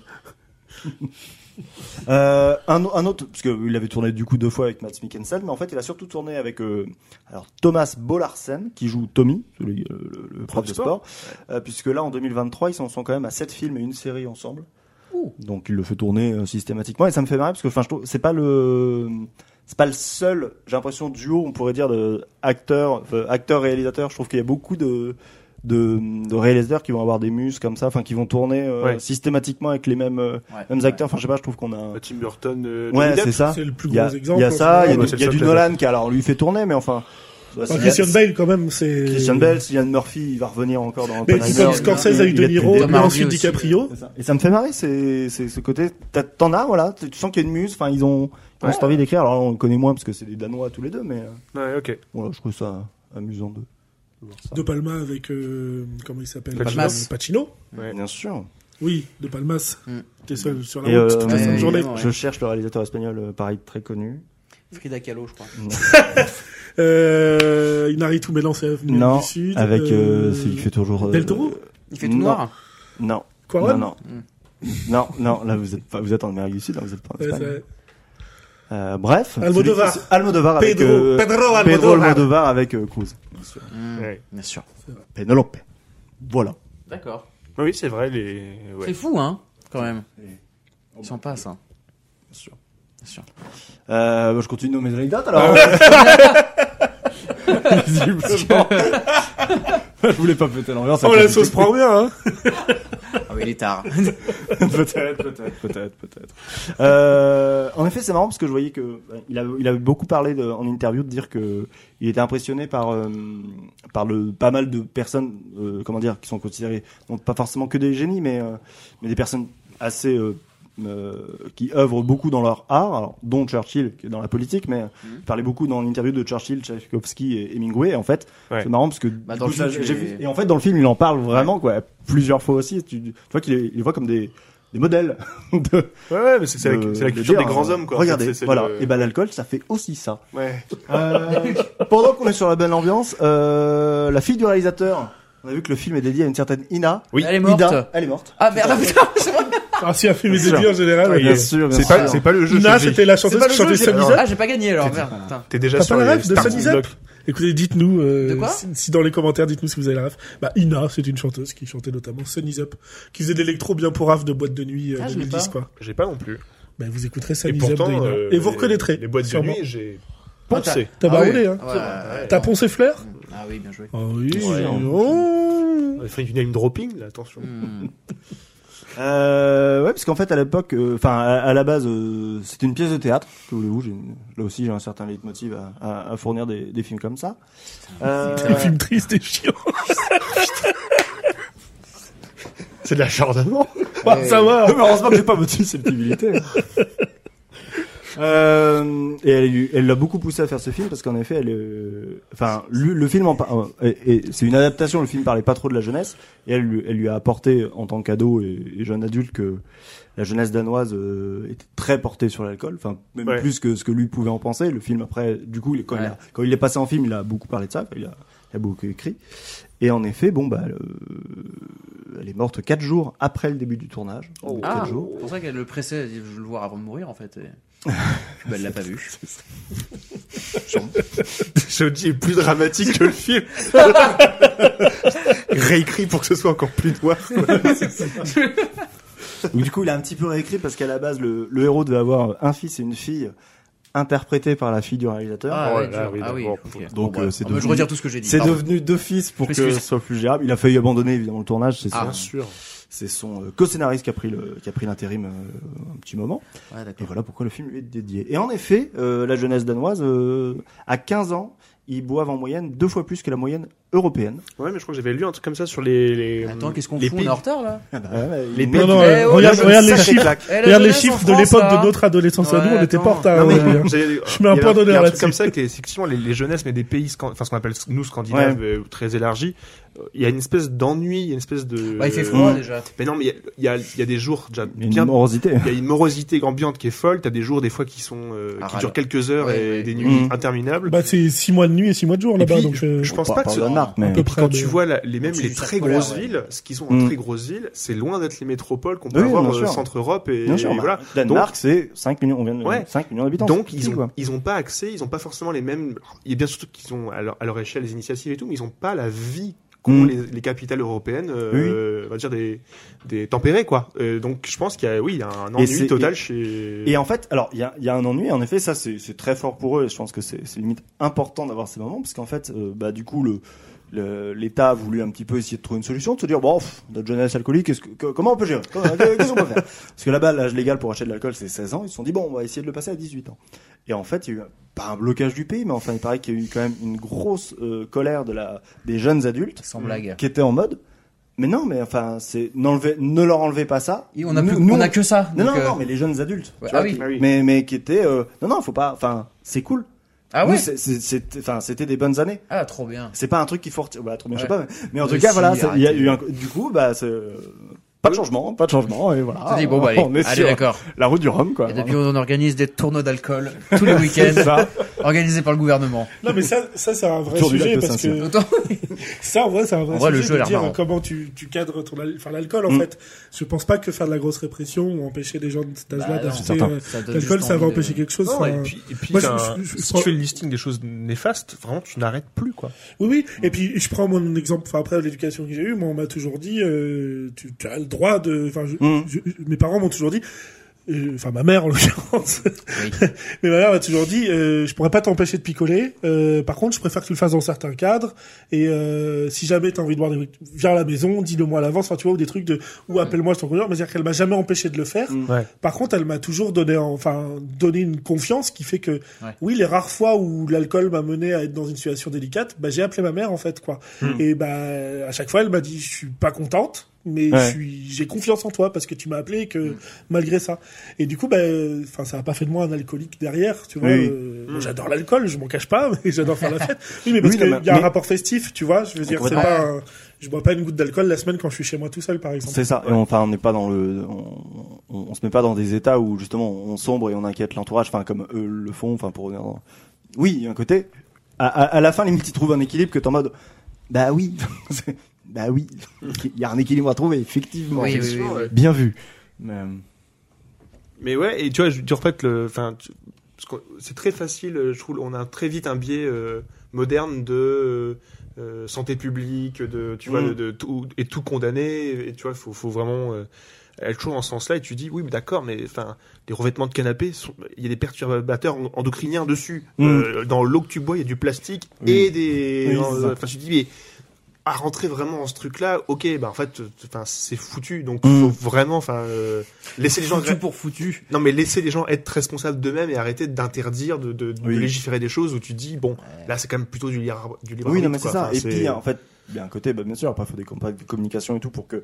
Euh, un, o- un autre, parce qu'il avait tourné du coup deux fois avec Mads Mikkelsen, mais en fait il a surtout tourné avec euh, alors, Thomas Bollarsen qui joue Tommy, celui, euh, le, le prof de sport, euh, puisque là en 2023 ils s'en sont quand même à sept films et une série ensemble. Donc il le fait tourner euh, systématiquement et ça me fait marrer parce que enfin je trouve c'est pas le c'est pas le seul j'ai l'impression duo on pourrait dire de acteur acteur réalisateur je trouve qu'il y a beaucoup de de, de réalisateurs qui vont avoir des muses comme ça enfin qui vont tourner euh, Ouais. systématiquement avec les mêmes euh, ouais. mêmes acteurs enfin je sais pas je trouve qu'on a un- Tim Burton. euh, ouais Johnny Depp. c'est ça C'est le plus il y gros a, exemple. il y a en ce ça il y a moment. Ouais, du, c'est il y a le du seul, Nolan qui alors lui fait tourner mais enfin Enfin, il y a- Christian Bale, quand même, c'est. Christian Bale Cillian Murphy il va revenir encore dans Mais Oppenheimer, c'est comme il- Scorsese il- avec il a De depuis le Niro, début. et Mardi ensuite aussi, DiCaprio. C'est ça. Et ça me fait marrer, c'est c'est ce côté. t'as- T'en as, voilà, tu tu sens qu'il y a une muse. Enfin, ils ont, ils ont cette envie d'écrire. Alors, on le connaît moins parce que c'est des Danois tous les deux, mais euh, Ouais, ok. voilà, je trouve ça amusant de, de voir ça. De Palma avec. euh, Comment il s'appelle Palmas. Pacino. Bien sûr. Oui, De Palmas. Mm. T'es seul sur la Et route euh, toute la fin de ouais, journée. évidemment, ouais. je cherche le réalisateur espagnol, euh, pareil, très connu. Frida Kahlo, je crois. Euh, Inaritu Mélancé Avenue non, du Sud. avec euh, euh, celui qui fait toujours. euh, Del Toro Il fait tout Non. noir. Non, Quoi non, non. Non, non, là vous êtes pas, vous êtes en Amérique du Sud, là vous êtes pas en Ouais, Espagne. c'est- Euh, bref, Almodovar. celui qui- Almodovar avec Pedro, euh, Pedro Almodovar. Pedro Almodovar avec euh, Cruz. Mm, Ouais. Bien sûr. Penelope. Voilà. D'accord. Oui, c'est vrai, les. ouais. C'est fou, hein, quand même. Ils s'en passent, hein. Euh, bah, je continue de nommer les dates Ah alors. Visiblement. je voulais pas péter l'ambiance. Oh, la sauce prend bien, hein Ah oui, il est tard. peut-être, peut-être, peut-être, peut-être. Euh, en effet, c'est marrant parce que je voyais que euh, il a, il a beaucoup parlé de- en interview de dire que il était impressionné par euh, par le pas mal de personnes, euh, comment dire, qui sont considérées non pas forcément que des génies, mais euh, mais des personnes assez euh, euh, qui œuvrent beaucoup dans leur art, alors, dont Churchill qui est dans la politique, mais euh, il parlait beaucoup dans l'interview de Churchill, Tchaikovsky et Hemingway. Et en fait, Ouais. c'est marrant parce que Bah, du dans coup, le ça, film, j'ai il vu- est- et en fait dans le film il en parle vraiment quoi plusieurs fois aussi. Tu, tu vois qu'il les- il les voit comme des des modèles de Ouais, ouais, mais c'est c'est de- la, c'est la de culture dire, des grands euh, hommes, quoi. Regardez, En fait, c'est- c'est voilà. le- Et ben l'alcool, ça fait aussi ça. Ouais. Euh, pendant qu'on est sur la bonne ambiance, euh, la fille du réalisateur, on a vu que le film est dédié à une certaine Ina. Oui. Elle est morte. Ida, elle est morte. Ah merde, putain, c'est vrai. Ah, si, un film Bien des sûr. débuts en général. Ouais, ouais. il est- sûr, bien Ah euh, C'est pas, c'est pas le jeu. Nina, Sophie. c'était la chanteuse C'est pas qui Ah, le chantait jeu, Sunny j'ai- Zap. Ah, j'ai pas gagné alors, merde. Putain. T'es déjà T'as sur pas la les ref de starting Sunny Zap blocks. Écoutez, dites-nous euh, De quoi si, si dans les commentaires, dites-nous si vous avez la ref. Bah, Ina, c'est une chanteuse qui chantait notamment Sunny's Up, qui faisait de l'électro bien pour raf de boîte de nuit euh, Ah, je l'ai 2010, pas. quoi. J'ai pas non plus. Bah, vous écouterez Et Sunny's Up de pourtant, Ina. euh, Et vous les- reconnaîtrez. Les boîtes de sûrement. nuit, j'ai Ah, t'as- pensé. T'as Ah baroudé, oui. hein. Ouais, ouais, T'as ouais. poncé Flair Ah oui, bien joué. Ah oui. Ouais. oh. On a fait du name dropping, là, attention. Mm. Euh, ouais, parce qu'en fait, à l'époque, euh, enfin, à, à la base, euh, c'était une pièce de théâtre. Que voulez-vous j'ai une- Là aussi, j'ai un certain leitmotiv à, à, à fournir des, des films comme ça. Euh, Un film triste et chiant. C'est de la chardonnay. Ah, ça va. Ah, mais heureusement que j'ai pas motivé sensibilité. Euh, et elle lui- elle l'a beaucoup poussé à faire ce film parce qu'en effet, elle, euh, enfin, lui- le film, en par- euh, et- et c'est une adaptation. Le film parlait pas trop de la jeunesse et elle, lui- elle lui a apporté en tant qu'ado et, et jeune adulte que la jeunesse danoise euh, était très portée sur l'alcool, enfin même Ouais. plus que ce que lui pouvait en penser. Le film après, du coup, il- quand, il, Ouais. a- quand il est passé en film, il a beaucoup parlé de ça, il a, il a beaucoup écrit. Et en effet, bon bah, le- elle est morte quatre jours après le début du tournage, donc Ah, quatre jours. c'est pour ça qu'elle le pressait, elle dit, je veux le voir avant de mourir en fait. et- bah, elle l'a pas vu. Shoji est plus dramatique que le film. Réécrit pour que ce soit encore plus noir. Donc, du coup, il a un petit peu réécrit parce qu'à la base, le, le héros devait avoir un fils et une fille interprétés par la fille du réalisateur. Ah, ouais, ouais, là, dur. oui, Ah oui, d'accord. ok. Donc, Bon, euh, bah, c'est ah, bah, Je devenu- retire tout ce que j'ai dit. C'est pardon. devenu deux fils pour Je que m'excuse. ce soit plus gérable. Il a failli abandonner évidemment le tournage, c'est Ah. son, Bien sûr. c'est son euh, co-scénariste qui a pris le qui a pris l'intérim euh, un petit moment. Ouais, Et d'accord. voilà pourquoi le film lui est dédié. Et en effet, euh, la jeunesse danoise euh, à 15 ans, ils boivent en moyenne deux fois plus que la moyenne européenne. Ouais, mais je crois que j'avais lu un truc comme ça sur les. les Attends, qu'est-ce qu'on Euh, les fout On est pays- en retard là Ah bah. les Non, non, Eh, euh, oh, regarde, je regarde les ça, c'est chiffres. claque. Eh, la Regarde les jeunesse en chiffres de France, l'époque là. hein. de notre adolescence à euh, Ouais, nous, on était attends. porteurs. Non, mais- Ah ouais, ouais. Je mets un point d'honneur là-dessus. comme ça, que, effectivement, les, les jeunesses, mais des pays, scan- enfin, ce qu'on appelle nous scandinaves, euh, très élargis, euh, il y a une espèce d'ennui, il y a une espèce de. Bah, il fait froid euh, déjà. Mais non, mais il y a- il y a, il y a des jours déjà Il y a une bien. morosité. Il y a une morosité ambiante qui est folle. T'as des jours des fois qui sont euh, Ah, qui râle. durent quelques heures Ouais, et ouais. des nuits Mhm. interminables. Bah, c'est 6 mois de nuit et 6 mois de jour et là-bas, puis, donc euh, je pense pas que ce- à mais... peu Puis près. Mmh. quand mais- tu vois la- les même Au-dessus les du très cercle polaire, grosses ouais. villes, ce qui sont en Mm. très grosses villes, c'est loin d'être les métropoles qu'on peut Oui, bien avoir euh, sûr. centre-Europe et, Bien sûr, et bah, voilà. Danemark, c'est 5 millions, on vient de- Ouais. 5 millions d'habitants. Donc c'est ils petit, ont quoi. ils ont pas accès, ils ont pas forcément les mêmes. Il y a bien surtout qu'ils ont à leur, à leur échelle les initiatives et tout, mais ils ont pas la vie qu'ont Mm. les, les capitales européennes, euh, on va dire des des tempérées quoi. Euh, donc je pense qu'il y a oui il y a un c'est- ennui total et- chez. Et en fait, alors il y a, il y a un ennui. En effet, ça c'est c'est très fort pour eux. Et je pense que c'est c'est limite important d'avoir ces moments parce qu'en fait, euh, bah du coup le le- l'État a voulu un petit peu essayer de trouver une solution, de se dire bon, pff, notre jeunesse alcoolique, qu'est-ce que- que- comment on peut gérer Qu'est-ce qu'on peut faire Parce que là-bas, l'âge légal pour acheter de l'alcool, c'est 16 ans. Ils se sont dit bon, on va essayer de le passer à 18 ans. Et en fait, il y a eu un- pas un blocage du pays, mais enfin, il paraît qu'il y a eu quand même une grosse euh, colère de la des jeunes adultes Sans blague. qui étaient en mode mais non, mais enfin, c'est n'enlevez, ne leur enlevez pas ça. Et on a Nous- plus, nous, on a que ça. non, donc, non, euh, non, mais les jeunes adultes. Ouais, tu vois, ah oui. qui- Ah oui. Mais, mais qui étaient. euh, non, non, faut pas. Enfin, c'est cool. Ah Nous, ouais. c'est- c'est- c'est- Enfin, c'était des bonnes années. Ah trop bien. C'est pas un truc qui faut. reti- Voilà, trop bien, je sais Ouais. pas. Mais, mais en Mais tout cas, si, voilà, ça- il y a arrêtez. eu un. Du coup, bah, c'est. euh, Pas de changement, pas de changement, et voilà. On se dit bon bah allez, Ah, on est allez sur d'accord. la route du Rhum, quoi. Et depuis on organise des tournois d'alcool tous les week-ends, C'est ça. organisés par le gouvernement. Non, mais ça, ça c'est un vrai Autour du sujet lac de parce Saint-Cyr. que Autant- ça, en vrai, c'est un vrai En vrai, le sujet jeu a de l'air dire marrant. comment tu, tu cadres ton, al- enfin, l'alcool, en Mm. fait. Je pense pas que faire de la grosse répression ou empêcher les gens de cet âge-là Bah, non. d'acheter Certain. euh, Ça donne l'alcool, juste ça va envie de- empêcher quelque chose. Non, enfin, euh, et puis, et puis Moi, je- t'as- je- je- je si crois- tu fais le listing des choses néfastes, vraiment tu n'arrêtes plus quoi. Oui, oui. Et puis, je prends mon exemple, enfin, après l'éducation que j'ai eue, moi, on m'a toujours dit, euh, tu, tu as le droit de, enfin, je- Mm. je- je- mes parents m'ont toujours dit, euh, enfin, ma mère, en l'occurrence, Oui. mais ma mère m'a toujours dit, euh, je pourrais pas t'empêcher de picoler, euh, par contre, je préfère que tu le fasses dans certains cadres, et euh, si jamais t'as envie de boire des trucs, viens à la maison, dis-le moi à l'avance, enfin, tu vois, ou des trucs de, ou appelle-moi sur ton compteur, mais c'est-à-dire qu'elle m'a jamais empêché de le faire, Mm. Ouais. par contre, elle m'a toujours donné, enfin, donné une confiance qui fait que, Ouais. oui, les rares fois où l'alcool m'a mené à être dans une situation délicate, bah, j'ai appelé ma mère, en fait, quoi. Et bah, à chaque fois, elle m'a dit, je suis pas contente, mais Ouais. je suis, j'ai confiance en toi parce que tu m'as appelé et que, malgré ça. Et du coup, bah, enfin, ça a pas fait de moi un alcoolique derrière, tu vois. Oui. Euh, moi, J'adore l'alcool, je m'en cache pas, mais j'adore faire la fête. Oui, mais parce Oui, qu'il y non, a mais- un mais- rapport festif, tu vois. Je veux dire, c'est Complètement. pas, un- je bois pas une goutte d'alcool la semaine quand je suis chez moi tout seul, par exemple. C'est ça. Et on- enfin, on n'est pas dans le, on, on, on se met pas dans des états où justement on sombre et on inquiète l'entourage. Enfin, comme eux le font. Enfin, pour revenir. Dans... Oui, il y a un côté. À, à, à la fin, limite, ils trouvent un équilibre que t'es en mode. Bah oui. C'est- bah oui. Il y a un équilibre à trouver, effectivement. Oui, oui, oui, oui. Bien vu. Mais, euh, Mais ouais, et tu vois, je veux dire, en fait, le, enfin, tu- parce que c'est très facile, euh, je trouve, on a très vite un biais euh, moderne de euh, santé publique, de, tu vois, Mm. de, de tout, et tout condamner, et tu vois, faut, faut vraiment euh, aller toujours en ce sens-là, et tu dis, oui, mais d'accord, mais enfin, les revêtements de canapé, sont- il y a des perturbateurs en- endocriniens dessus, Mm. Euh, dans l'eau que tu bois, il y a du plastique, Oui. et des... Oui, dans- c'est ça. Enfin, tu te dis, mais à rentrer vraiment dans ce truc-là, ok, bah en fait, enfin, c'est foutu, donc Mm. faut vraiment, enfin, euh, laisser les gens... Foutu pour foutu. Non, mais laisser les gens être responsables d'eux-mêmes et arrêter d'interdire, de, de, de Oui. légiférer des choses où tu dis, bon, là, c'est quand même plutôt du libre du libre Oui, non, arbitre, mais c'est quoi. ça. Enfin, Et puis, hein, en fait, il y a un côté, bah, bien sûr, après, il faut des campagnes de communication et tout pour que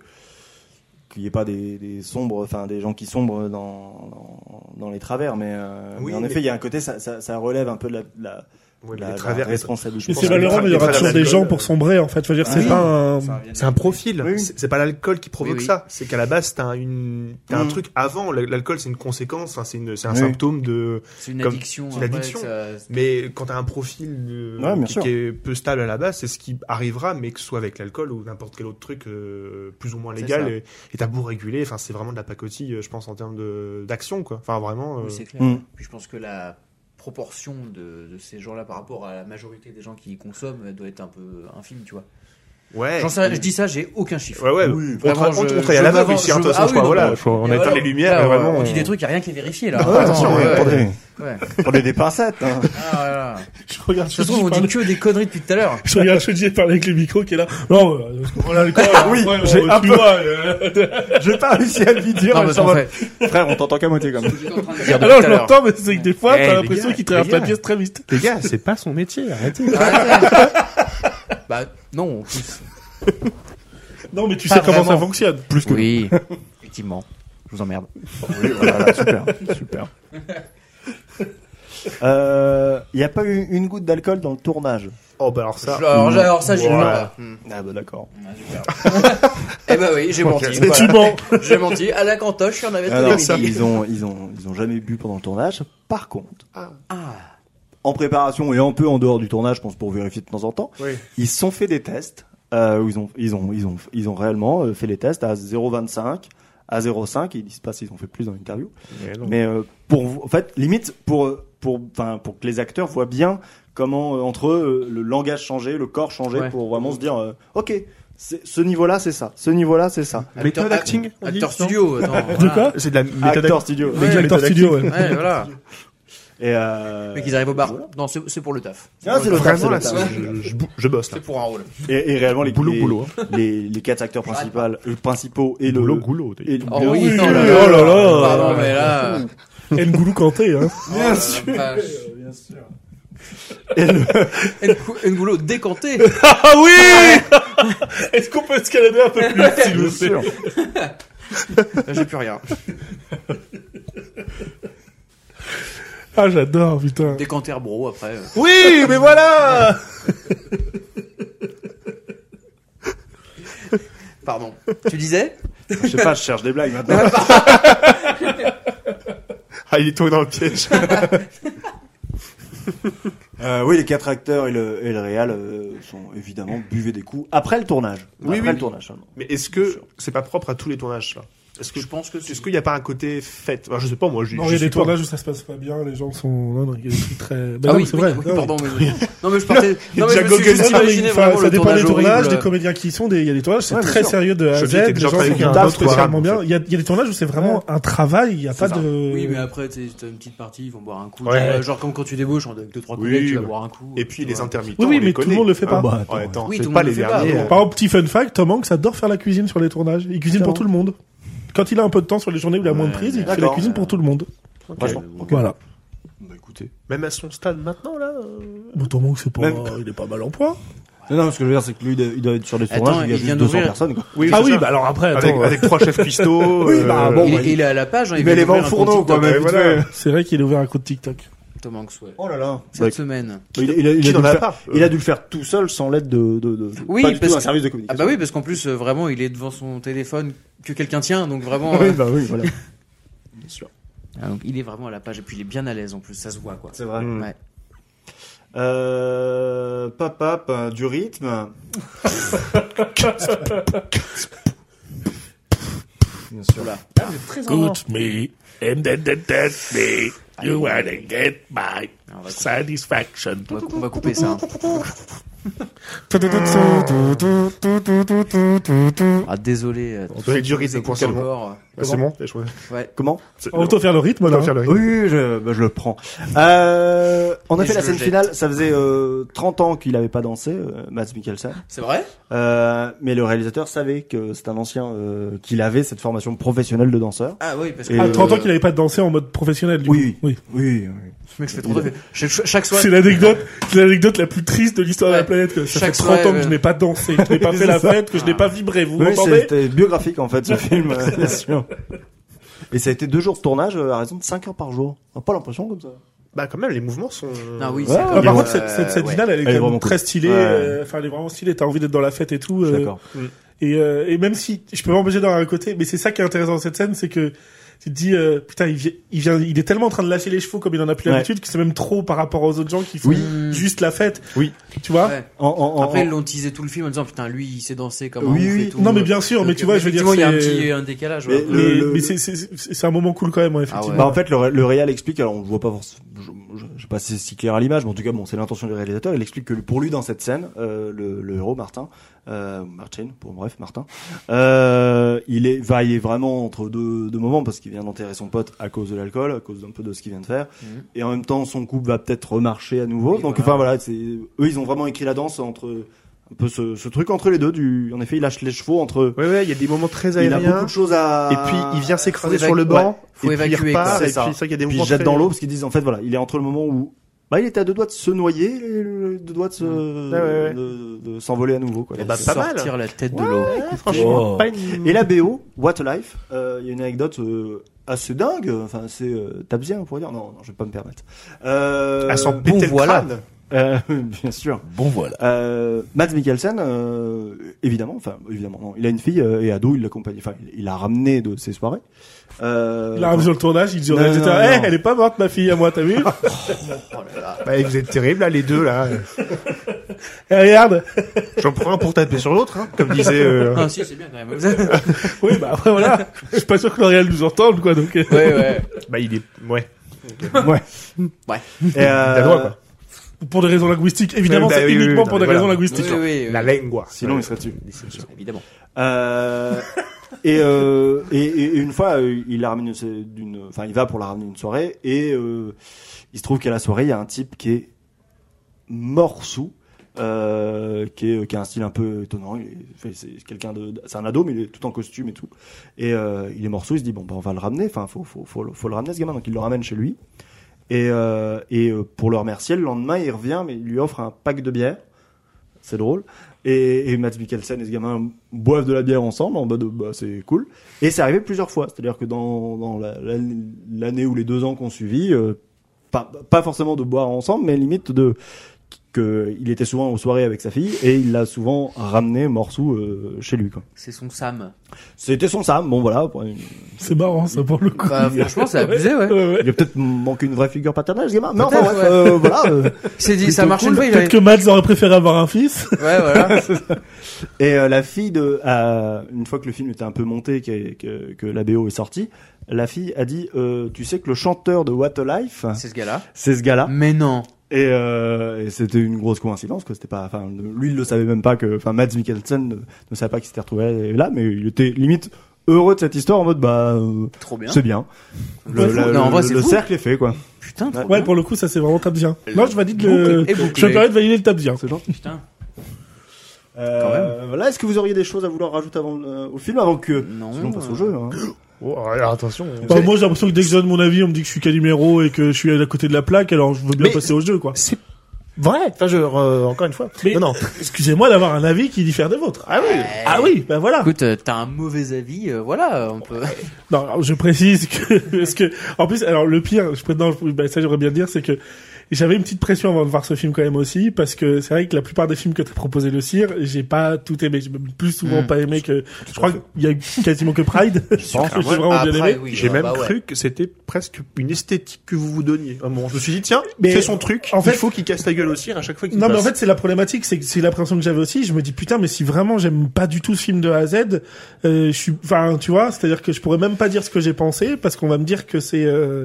qu'il n'y ait pas des, des sombres, enfin des gens qui sombrent dans, dans, dans les travers. Mais, euh, Oui, mais en mais- effet, il y a un côté, ça, ça, ça relève un peu de la, de la, Ouais, de mais la- de les la travers, Mais responsabilité. pense c'est que les malheureux, tra- mais il y les aura travers toujours des d'alcool, gens pour euh, sombrer, en fait. Je veux dire, c'est oui. pas un... c'est un profil. Oui, oui. C'est c'est pas l'alcool qui provoque Oui, oui. ça. C'est qu'à la base, t'as une, t'as un Mm. truc avant. L- L'alcool, c'est une conséquence. Enfin, c'est une- c'est un Oui. symptôme de. C'est une Comme- addiction. c'est après, l'addiction. ça- Mais quand t'as un profil euh, Ouais, bien qui, sûr. qui est peu stable à la base, c'est ce qui arrivera, mais que ce soit avec l'alcool ou n'importe quel autre truc euh, plus ou moins C'est légal ça. et et t'as beau réguler. Enfin, c'est vraiment de la pacotille, euh, je pense, en termes de- d'action, quoi. Enfin, vraiment. euh, Oui, c'est clair. Mm. Puis je pense que la proportion de, de ces gens-là par rapport à la majorité des gens qui y consomment elle doit être un peu infime, tu vois. Ouais. Mm. J'en sais rien, je dis ça, j'ai aucun chiffre. Ouais, ouais. Oui. on, Vraiment, tra- on- je- on travaille à je l'aveugle m'avance, ici, hein, de je- toute façon, ah je oui, crois, non, voilà. mais- faut- on mais éteint voilà. les lumières, Là, vraiment. On dit on- des trucs, il n'y a rien qui est vérifié là. Ah, Attends, attention, ouais, ouais. prenez, Ouais. prenez des pincettes. hein. Ah, là, là. Je regarde Ça se trouve, on dit que des conneries depuis tout à l'heure. Je regarde Shoji parler avec le micro qui est là. Non, euh, on a le quoi Oui, ouais, j'ai on- un tu peu- vois, euh, J'ai pas réussi à le lui dire. Non, mais parce ça qu'en va. fait, Frère, on t'entend qu'à moitié quand même. J'étais en train de dire. regarde Alors je depuis tout à l'heure. l'entends, mais c'est que des fois, Eh, t'as les l'impression gars, qu'il traverse les la gars. pièce très vite. Les gars, c'est pas son métier, arrêtez. Arrêtez. Bah, non, en plus. Non, mais tu Pas sais comment ça vraiment. fonctionne. Plus Oui, effectivement. Je vous emmerde. Oui, voilà, super, super. Euh, Il n'y a pas eu une goutte d'alcool dans le tournage. Oh, bah alors ça. Alors, j'ai- alors ça, j'ai Ouais. Hmm. Ah bah d'accord. Eh bah oui, j'ai menti. Et tu Voilà. mens. J'ai menti. À la cantoche, il y en avait tous Alors, les midis. ils ont, ils ont, ils ont jamais bu pendant le tournage. Par contre, Ah, en préparation et un peu en dehors du tournage, je pense pour vérifier de temps en temps, Oui. ils se sont fait des tests. Euh, où ils ont, ils ont, ils ont, ils ont réellement euh, fait les tests à 0,25, à 0,5. Ils disent pas s'ils ont fait plus dans l'interview. Mais non. Mais euh, pour vous- en fait, limite pour pour enfin pour que les acteurs voient bien comment euh, entre eux euh, le langage changer, le corps changer Ouais. pour vraiment se dire euh, OK, c'est- ce niveau-là c'est ça, ce niveau-là c'est ça. Méthode Acteur- acting on dit, non acteur studio. euh, Attends, De quoi C'est de la méthode Actor studio. Ouais. Actor studio, ouais. Ouais, voilà. Et euh, Mais qu'ils arrivent au bar. Voilà. Non, c'est c'est pour le taf. Ah, c'est le taf, c'est Vraiment, le là, taf. je, je bou- je bosse là. C'est pour un rôle. Et, et réellement les Boulot, les, boulot. hein. les les quatre acteurs principaux, euh, principaux et le Boulot, goulot. et Oh le- oui, oui, oh là oh là là. là. Pardon, mais là. euh, N'Goulou Kanté, hein. Bien sûr. et le- N'Goulot décanté. Ah Ah oui Est-ce qu'on peut escalader un peu plus, s'il vous plaît J'ai plus rien. Ah, j'adore, putain. Décanter bro après. euh. Oui, mais voilà Pardon. Tu disais je sais pas, je cherche des blagues maintenant. Ah, il est tombé dans le piège. Euh, oui, les quatre acteurs et le et le réal euh, sont évidemment buvés des coups après le tournage. Oui, après oui. le tournage seulement. Mais est-ce Bien que sûr. c'est pas propre à tous les tournages ça Est-ce que Je pense que c'est. est-ce qu'il n'y a pas un côté fête Enfin, Je sais pas, moi, je Non, il y a des pas. tournages où ça se passe pas bien, les gens sont. Non, non, il y a des trucs très. Bah Ah non, oui, c'est oui, vrai. oui, Non, pardon. Mais... Non, mais je partais. Non, mais je me Django suis juste Gainsbourg, imaginé enfin, vraiment ça le dépend des tournage tournages, horrible. des comédiens qui y sont, des... il y a des tournages, c'est Ouais, bien très sûr. sérieux de A à Je Z, dis, t'es les déjà gens travaillé sont avec un pas autre spécialement programme, en bien. Il y, a, il y a des tournages où c'est vraiment un travail, il n'y a pas ça. de... Oui, mais après, t'es- t'as une petite partie, ils vont boire un coup. Ouais. Euh, Genre, comme quand tu débauches, on donne deux, trois Oui, collègues, tu vas bah. boire un coup. euh, Et puis tu les vois. intermittents. Oui, oui, on mais les tout le connaît. monde le fait pas. Ah, bah, attends, attends, attends, Oui, faites tout le pas monde les le fait pas, derniers. bon. euh, Par exemple, petit fun fact, Tom Hanks adore faire la cuisine sur les tournages. Il cuisine pour Clairement. tout le monde. Quand il a un peu de temps sur les journées où il a moins de Ouais, prise, il fait la d'accord. cuisine pour tout le monde. Franchement. Voilà. Bah, écoutez. Même à son stade maintenant, là. euh, Bon, Tom Hanks, c'est pas... Même- il est pas mal en poids. Non, non, ce que je veux dire, c'est que lui, il doit- il doit être sur les Attends, tournages, il y a il juste vient 200 d'ouvrir- personnes. quoi. Oui, ah c'est oui, ça. bah alors après, Avec, attends. avec trois chefs cuistots. euh, Oui, bah, bon, il, bah, est- Ah il est à la page. Hein, Euh, Il met vient les vents au d'ouvrir un compte fourneau, quoi, TikTok. mais vite voilà. fait. euh, C'est vrai qu'il a ouvert un compte TikTok. Tom Hanks, ouais. Oh là là. Cette semaine. Il, a- il a- il a Qui dû n'en le a faire, pas il a dû le faire tout seul sans l'aide de, de, de Oui, pas du tout parce d'un que- service de Ah communication. bah oui, parce qu'en plus, euh, vraiment, il est devant son téléphone que quelqu'un tient, donc vraiment... oui, euh, bah oui, voilà. ah, donc il est vraiment à la page, et puis il est bien à l'aise en plus, ça se voit, quoi. C'est vrai. Hmm. Ouais. Euh, pap, pap, euh, du rythme. Bien sûr. Good me, and then then that me, you wanna get my Alors, Ah, on, va couper, satisfaction. on va cou- on va couper ça. hein. Ah, désolé. euh, On fait du rythme c'est pour coupé ça, bon. encore. Ah, C'est bon je- Ouais. Comment c'est- On va te faire le rythme, on là. va faire le rythme. hein. Oui, je, bah, je le prends. Euh, on a Et fait je la le scène jette. finale. Ça faisait euh, 30 ans qu'il n'avait pas dansé, euh, Mads Mikkelsen. C'est vrai Euh, mais le réalisateur savait que c'est un ancien euh, qu'il avait cette formation professionnelle de danseur. Ah oui, parce que... Et- À Ah, 30 ans qu'il n'avait pas dansé en mode professionnel, du Oui. coup. Oui. Oui. Mec, je fais trop de... Chaque, chaque soir... C'est l'anecdote, c'est l'anecdote la plus triste de l'histoire de la Ouais. planète. quoi. Ça Chaque euh, fait 30 ans soirée, que je ouais. n'ai pas dansé, que je n'ai pas fait la C'est ça. fête, que je n'ai pas vibré. Vous Oui, m'entendez c'était biographique en fait ce film. euh, bien sûr. Et ça a été deux jours de tournage euh, à raison de 5 heures par jour. On n'a pas l'impression comme ça. Bah, quand même, les mouvements sont. Ah oui, Ouais, c'est... Ah, par euh, Ouais. contre, cette, cette, cette finale, elle est, Elle est quand même vraiment très cool. stylée. Ouais. euh, Enfin, elle est vraiment stylée. T'as envie d'être dans la fête et tout. euh, Et, euh, et même si je peux m'empêcher d'en avoir un côté, mais c'est ça qui est intéressant dans cette scène, c'est que tu te dis, euh, putain, il, vi- il vient, il est tellement en train de lâcher les chevaux comme il en a plus Ouais. l'habitude que c'est même trop par rapport aux autres gens qui font Oui. juste la fête. Oui. Tu vois Ouais. En- en- en- Après, en- ils l'ont teasé tout le film en disant putain, lui, il sait danser comme un Oui, ouf oui. et tout. Non, mais bien sûr, Donc, mais tu vois, je veux dire, effectivement, il y a un c'est- petit un décalage. Mais ouais. Mais, Le- le- mais c'est- c'est c'est- c'est un moment cool quand même, ouais, effectivement. ouais. Bah, en fait, le, ré- le réal explique, alors on le voit pas forcément, je, je- je sais pas si c'est si clair à l'image, mais en tout cas, bon, c'est l'intention du réalisateur. Il explique que pour lui, dans cette scène, euh, le, le héros Martin, euh, Martin, pour bref, Martin, euh, il est, va, il est vraiment entre deux, deux moments parce qu'il vient d'enterrer son pote à cause de l'alcool, à cause d'un peu de ce qu'il vient de faire, Mhm. et en même temps, son couple va peut-être remarcher à nouveau. Oui, Donc, voilà. enfin voilà, c'est, eux, ils ont vraiment écrit la danse entre un peu ce, ce truc entre les deux. Du, en effet, il lâche les chevaux entre. Ouais, ouais, il y a des moments très Il a beaucoup aériens. de choses à. Et puis il vient s'écraser Faut sur le évacuer, banc. Faut et puis, il évacuer, repart, quoi. et C'est ça. puis c'est vrai qu'il y a des puis moments il jette très- dans l'eau parce qu'ils disent en fait voilà il est entre le moment où bah il était à deux doigts de se noyer et le- deux doigts de se- Ah ouais, ouais. de- de s'envoler à nouveau quoi. Eh Donc, bah, c'est pas ça. mal. Sortir la tête de l'eau. Ouais, franchement, Oh. pas une- et la BO What a Life euh, il y a une anecdote euh, assez dingue enfin c'est euh, tabzien on pourrait dire non non je vais pas me permettre euh, à s'en bon, péter le voilà. crâne. euh, bien sûr Bon voilà. Euh, Mads Mikkelsen, euh, évidemment, enfin évidemment, non, il a une fille euh, et ado, il l'accompagne, enfin il- il l'a ramené de ses soirées. Euh, Là, sur le tournage, il dit, Non, ouais, non, t'étais, non, Eh, non. elle est pas morte, ma fille, à moi, t'as vu Bah, vous êtes terribles là, les deux là. Eh, Regarde. J'en prends un pour taper sur l'autre, hein, comme disait. euh, Ah, si, c'est bien quand même. ouais, Oui, bah après, voilà. Je suis pas sûr que L'Oréal nous entende, quoi, donc. euh, ouais. Bah, il est. Ouais. et, euh, Danois, quoi. Pour des raisons linguistiques, évidemment, Bah, c'est oui, oui, uniquement oui, pour non, des mais raisons voilà. Oui, linguistiques. oui, oui. La lingua. euh, sinon il serait dessus. Évidemment. Euh, et, euh, et, et une fois, euh, il la ramène une- c'est d'une, enfin, il va pour la ramener une soirée et euh, il se trouve qu'à la soirée, il y a un type qui est mort sous, euh, qui, est, qui a un style un peu étonnant. Il est- enfin, c'est quelqu'un de, c'est un ado, mais il est tout en costume et tout. Et euh, il est mort sous. Il se dit bon, bah, on va le ramener. Enfin, faut, faut, faut, le- faut le ramener ce gamin. Donc il le ramène chez lui. Et, euh, et euh, pour le remercier, le lendemain, il revient, mais il lui offre un pack de bière. C'est drôle. Et, et Matt Mikkelsen et ce gamin boivent de la bière ensemble, en mode bah, c'est cool. Et c'est arrivé plusieurs fois. C'est-à-dire que dans, dans la- la- l'année ou les deux ans qu'on suivit, euh, pas, pas forcément de boire ensemble, mais limite de qu'il était souvent aux soirées avec sa fille et il l'a souvent ramené morceau euh, chez lui. quoi. C'est son Sam. C'était son Sam. Bon voilà, pour une- C'est marrant, ça, pour le coup. Bah, franchement, c'est abusé, ouais. Ouais, ouais. il a peut-être manqué une vraie figure paternelle, ce gamin. Mais enfin Peut-être, bref, euh, voilà. euh, C'est dit, ça Plutôt marche cool. une fois, il Peut-être avait... que Mads aurait préféré avoir un fils. Ouais, voilà. Et euh, la fille de, euh, une fois que le film était un peu monté, que, que, que la BO est sortie, la fille a dit, euh, tu sais que le chanteur de What a Life, Ah. C'est ce gars-là. c'est ce gars-là. Mais non. Et, euh, et c'était une grosse coïncidence, que c'était pas, enfin, lui il le savait même pas que, enfin, Mads Mikkelsen ne, ne savait pas qu'il s'était retrouvé là, mais il était limite heureux de cette histoire en mode, bah, euh, Trop bien. c'est bien. Le, Ouais, la- non, en vrai, le- c'est le fou. cercle est fait, quoi. Putain, trop Ouais, bien. pour le coup, ça, c'est vraiment tabzien. Non, je valide le, Bouclé et bouclé. je me permets de valider le hein. tabzien. C'est gentil. Putain. Euh, voilà, est-ce que vous auriez des choses à vouloir rajouter avant, euh, au film, avant que, Non. euh, sinon on passe au jeu, hein. Oh, alors attention. Bah, moi, j'ai l'impression que dès que je donne mon avis, on me dit que je suis Calimero et que je suis à côté de la plaque, alors je veux bien Mais- passer au jeu, quoi. C'est vrai. Enfin, je re- encore une fois. Mais- Non, non. Excusez-moi d'avoir un avis qui diffère des vôtres. Ah oui. Ah oui, bah voilà. Écoute, euh, t'as un mauvais avis, euh, voilà, on peut. Non, alors, je précise que parce que en plus alors le pire, je prétends bah, ça j'aimerais bien le dire c'est que j'avais une petite pression avant de voir ce film quand même aussi parce que c'est vrai que la plupart des films que t'as proposé le cire, j'ai pas tout aimé, j'ai même plus souvent Mm. pas aimé que je crois qu'il y a quasiment que Pride. Je pense que j'ai vraiment bien aimé. J'ai même cru que c'était presque une esthétique que vous vous donniez. Ah bon, je me suis dit tiens, Mais- c'est son truc. en fait- il faut qu'il casse la gueule aussi à chaque fois qu'il Non mais en passe. fait c'est la problématique, c'est que c'est l'impression que j'avais aussi. Je me dis putain mais si vraiment j'aime pas du tout ce film de A à Z, euh, je suis, enfin tu vois, c'est-à-dire que je pourrais même pas dire ce que j'ai pensé parce qu'on va me dire que c'est. euh,